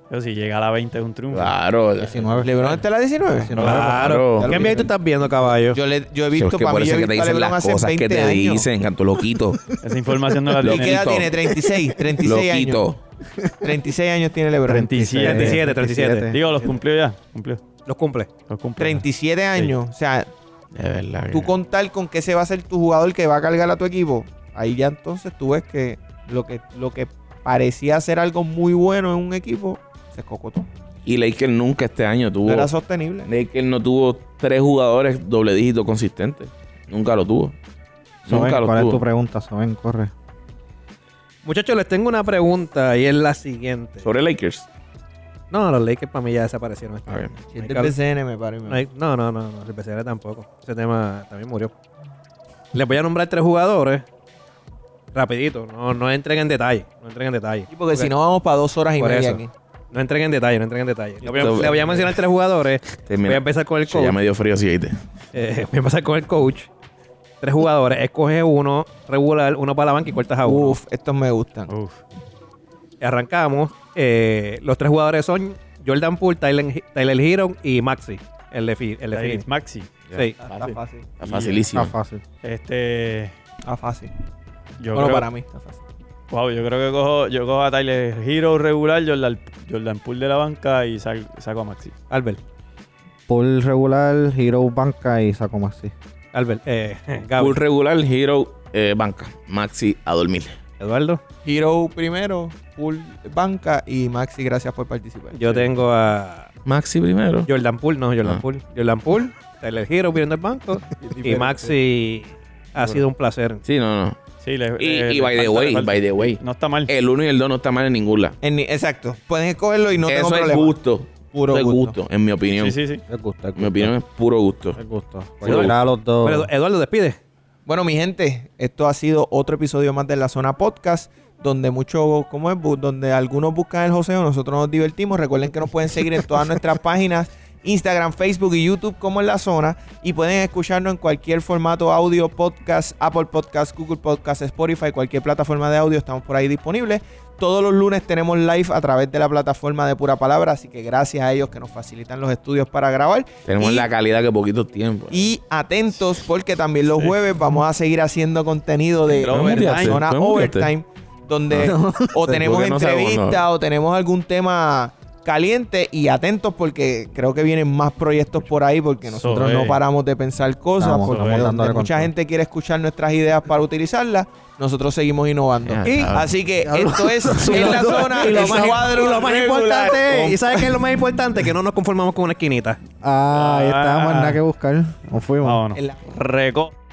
Speaker 4: Yo si llega a la 20 es un triunfo.
Speaker 2: Claro.
Speaker 1: LeBron está en la 19.
Speaker 5: ah,
Speaker 2: Claro.
Speaker 3: ¿Qué envidia tú estás viendo, caballo?
Speaker 1: Yo, le, yo he
Speaker 2: Sí, es
Speaker 1: visto
Speaker 2: que
Speaker 1: para
Speaker 2: por
Speaker 1: mí,
Speaker 2: eso
Speaker 1: yo
Speaker 2: es
Speaker 1: he
Speaker 2: que te
Speaker 1: visto a
Speaker 2: dicen
Speaker 1: LeBron
Speaker 2: las
Speaker 1: hace
Speaker 2: cosas que
Speaker 1: 20
Speaker 2: te
Speaker 1: años.
Speaker 2: dicen, canto loquito.
Speaker 4: Esa información no la
Speaker 1: ¿Y
Speaker 4: tiene.
Speaker 1: qué edad
Speaker 2: Loquito.
Speaker 1: tiene? 36, 36 años.
Speaker 2: Loquito.
Speaker 1: 36 años tiene LeBron.
Speaker 4: 37.
Speaker 3: 37, 37.
Speaker 4: Digo, los cumplió ya. Cumplió.
Speaker 3: Los cumple.
Speaker 4: Los cumplió.
Speaker 1: 37 años. O sea,
Speaker 2: De verdad.
Speaker 1: tú contar con que ese va a ser tu jugador que va a cargar a tu equipo. Ahí ya entonces tú ves que lo que, lo que parecía ser algo muy bueno en un equipo se escocotó.
Speaker 2: Y Lakers nunca este año
Speaker 1: No
Speaker 2: tuvo.
Speaker 1: era sostenible.
Speaker 2: Lakers no tuvo tres jugadores doble dígito consistentes. Nunca lo tuvo.
Speaker 5: Soben,
Speaker 2: Nunca
Speaker 5: ¿Cuál
Speaker 2: lo
Speaker 5: es tu
Speaker 2: tuvo.
Speaker 5: pregunta, Soben? Corre.
Speaker 3: Muchachos, les tengo una pregunta y es la siguiente.
Speaker 2: Sobre Lakers.
Speaker 3: No, los Lakers para mí ya desaparecieron. este
Speaker 2: A ver.
Speaker 3: año.
Speaker 1: Si
Speaker 3: No
Speaker 1: es
Speaker 3: hay
Speaker 1: del
Speaker 3: cable-
Speaker 1: BCN, me paro y me
Speaker 3: no,
Speaker 1: voy.
Speaker 3: hay- no, no, no, no, el PCR tampoco. Ese tema también murió. Les voy a nombrar tres jugadores. Rapidito, no, no entren en detalle. No entren en detalle.
Speaker 1: Sí, Porque
Speaker 3: Ok.
Speaker 1: si no, vamos para dos horas y
Speaker 3: Por
Speaker 1: media
Speaker 3: eso.
Speaker 1: aquí.
Speaker 3: No entren en detalle, no entren en detalle. Le voy a,
Speaker 2: Esto-
Speaker 3: le voy a mencionar tres jugadores.
Speaker 2: Te- mira,
Speaker 3: voy a empezar con el
Speaker 2: che,
Speaker 3: coach.
Speaker 2: ya me dio frío si oíste.
Speaker 3: Eh, voy a empezar con el coach. Tres jugadores. Escoge uno regular, uno para la banca y cortas a uno.
Speaker 1: Uf, estos me gustan.
Speaker 4: Uf.
Speaker 3: Arrancamos. Eh, los tres jugadores son Jordan Poole, Tyler, Tyler Hiron y Maxi. El de, Fi- el de
Speaker 4: Ahí,
Speaker 3: Phoenix.
Speaker 4: Maxi.
Speaker 3: Sí.
Speaker 1: Está fácil.
Speaker 2: Está facilísimo.
Speaker 5: Está fácil.
Speaker 4: Este.
Speaker 1: Está fácil.
Speaker 4: Yo
Speaker 1: Bueno,
Speaker 4: creo,
Speaker 1: para mí está fácil.
Speaker 4: Wow, yo creo que cojo, yo cojo a Tyler Hero regular, Jordan, Jordan Poole de la banca y sal- saco a Maxi.
Speaker 3: Albert.
Speaker 5: Pool regular, Hero Banca y Saco Maxi.
Speaker 3: Albert, eh, Gaby,
Speaker 2: Full regular, Hero, eh, banca. Maxi a dormir.
Speaker 3: Eduardo.
Speaker 1: Hero primero, Pool Banca y Maxi, gracias por participar.
Speaker 3: Yo tengo a
Speaker 2: Maxi primero.
Speaker 3: Jordan Poole, no, Jordan
Speaker 2: Ah.
Speaker 3: Poole. Jordan Poole, Tyler Hero viendo el banco. y Maxi ha sido un placer.
Speaker 2: Sí, no, no.
Speaker 4: Sí, le-
Speaker 2: Y,
Speaker 4: le-
Speaker 2: y
Speaker 4: le
Speaker 2: by the
Speaker 4: Eh, falta- le
Speaker 2: way,
Speaker 4: falta.
Speaker 2: by the way.
Speaker 4: No está mal.
Speaker 2: El 1 y el 2 no está mal en ningún lado.
Speaker 1: En- exacto, pueden escogerlo y no tengo
Speaker 2: Eso es
Speaker 1: problema.
Speaker 2: gusto.
Speaker 1: Puro
Speaker 2: Eso es
Speaker 1: gusto.
Speaker 2: gusto. en mi opinión.
Speaker 4: Sí, sí, sí.
Speaker 5: Les gusta, les
Speaker 2: Mi
Speaker 5: gusta.
Speaker 2: opinión es puro gusto.
Speaker 5: Les gusta.
Speaker 2: Eduardo.
Speaker 5: Cualquiera de los dos.
Speaker 3: Bueno, Eduardo, despide.
Speaker 1: Bueno, mi gente, esto ha sido otro episodio más de La Zona Podcast, donde mucho, ¿cómo es? Bu- Donde algunos buscan el joseo, nosotros nos divertimos. Recuerden que nos pueden seguir en todas nuestras páginas, Instagram, Facebook y YouTube como en La Zona. Y pueden escucharnos en cualquier formato audio, podcast, Apple Podcast, Google Podcast, Spotify, cualquier plataforma de audio, estamos por ahí disponibles. Todos los lunes tenemos live a través de la plataforma de Pura Palabra, así que gracias a ellos que nos facilitan los estudios para grabar.
Speaker 2: Tenemos
Speaker 1: Y-
Speaker 2: la calidad que poquito tiempo.
Speaker 1: y atentos porque también los jueves vamos a seguir haciendo contenido de
Speaker 2: Pero muteaste,
Speaker 1: overtime, zona
Speaker 2: pero muteaste.
Speaker 1: overtime, donde o tenemos
Speaker 2: Porque no sabemos,
Speaker 1: entrevista o tenemos algún tema caliente y atentos porque creo que vienen más proyectos por ahí porque
Speaker 4: Eso
Speaker 1: nosotros no
Speaker 3: eh.
Speaker 4: es.
Speaker 1: paramos de pensar cosas
Speaker 5: Estamos-
Speaker 1: porque
Speaker 5: estamos
Speaker 1: donde
Speaker 5: dándole
Speaker 1: eh, mucha
Speaker 5: con todo.
Speaker 1: gente quiere escuchar nuestras ideas para utilizarlas nosotros seguimos innovando
Speaker 2: Ya,
Speaker 1: Y-
Speaker 2: cabrón.
Speaker 1: así que esto es en la zona
Speaker 3: y lo,
Speaker 1: el
Speaker 3: más,
Speaker 1: cuadro
Speaker 3: y lo más
Speaker 1: regular.
Speaker 3: importante, ¿y sabes qué es lo más importante? Que no nos conformamos con una esquinita.
Speaker 5: Ah, ahí está, más nada que buscar. Nos fuimos.
Speaker 4: Vámonos.
Speaker 1: En la-
Speaker 4: Reco.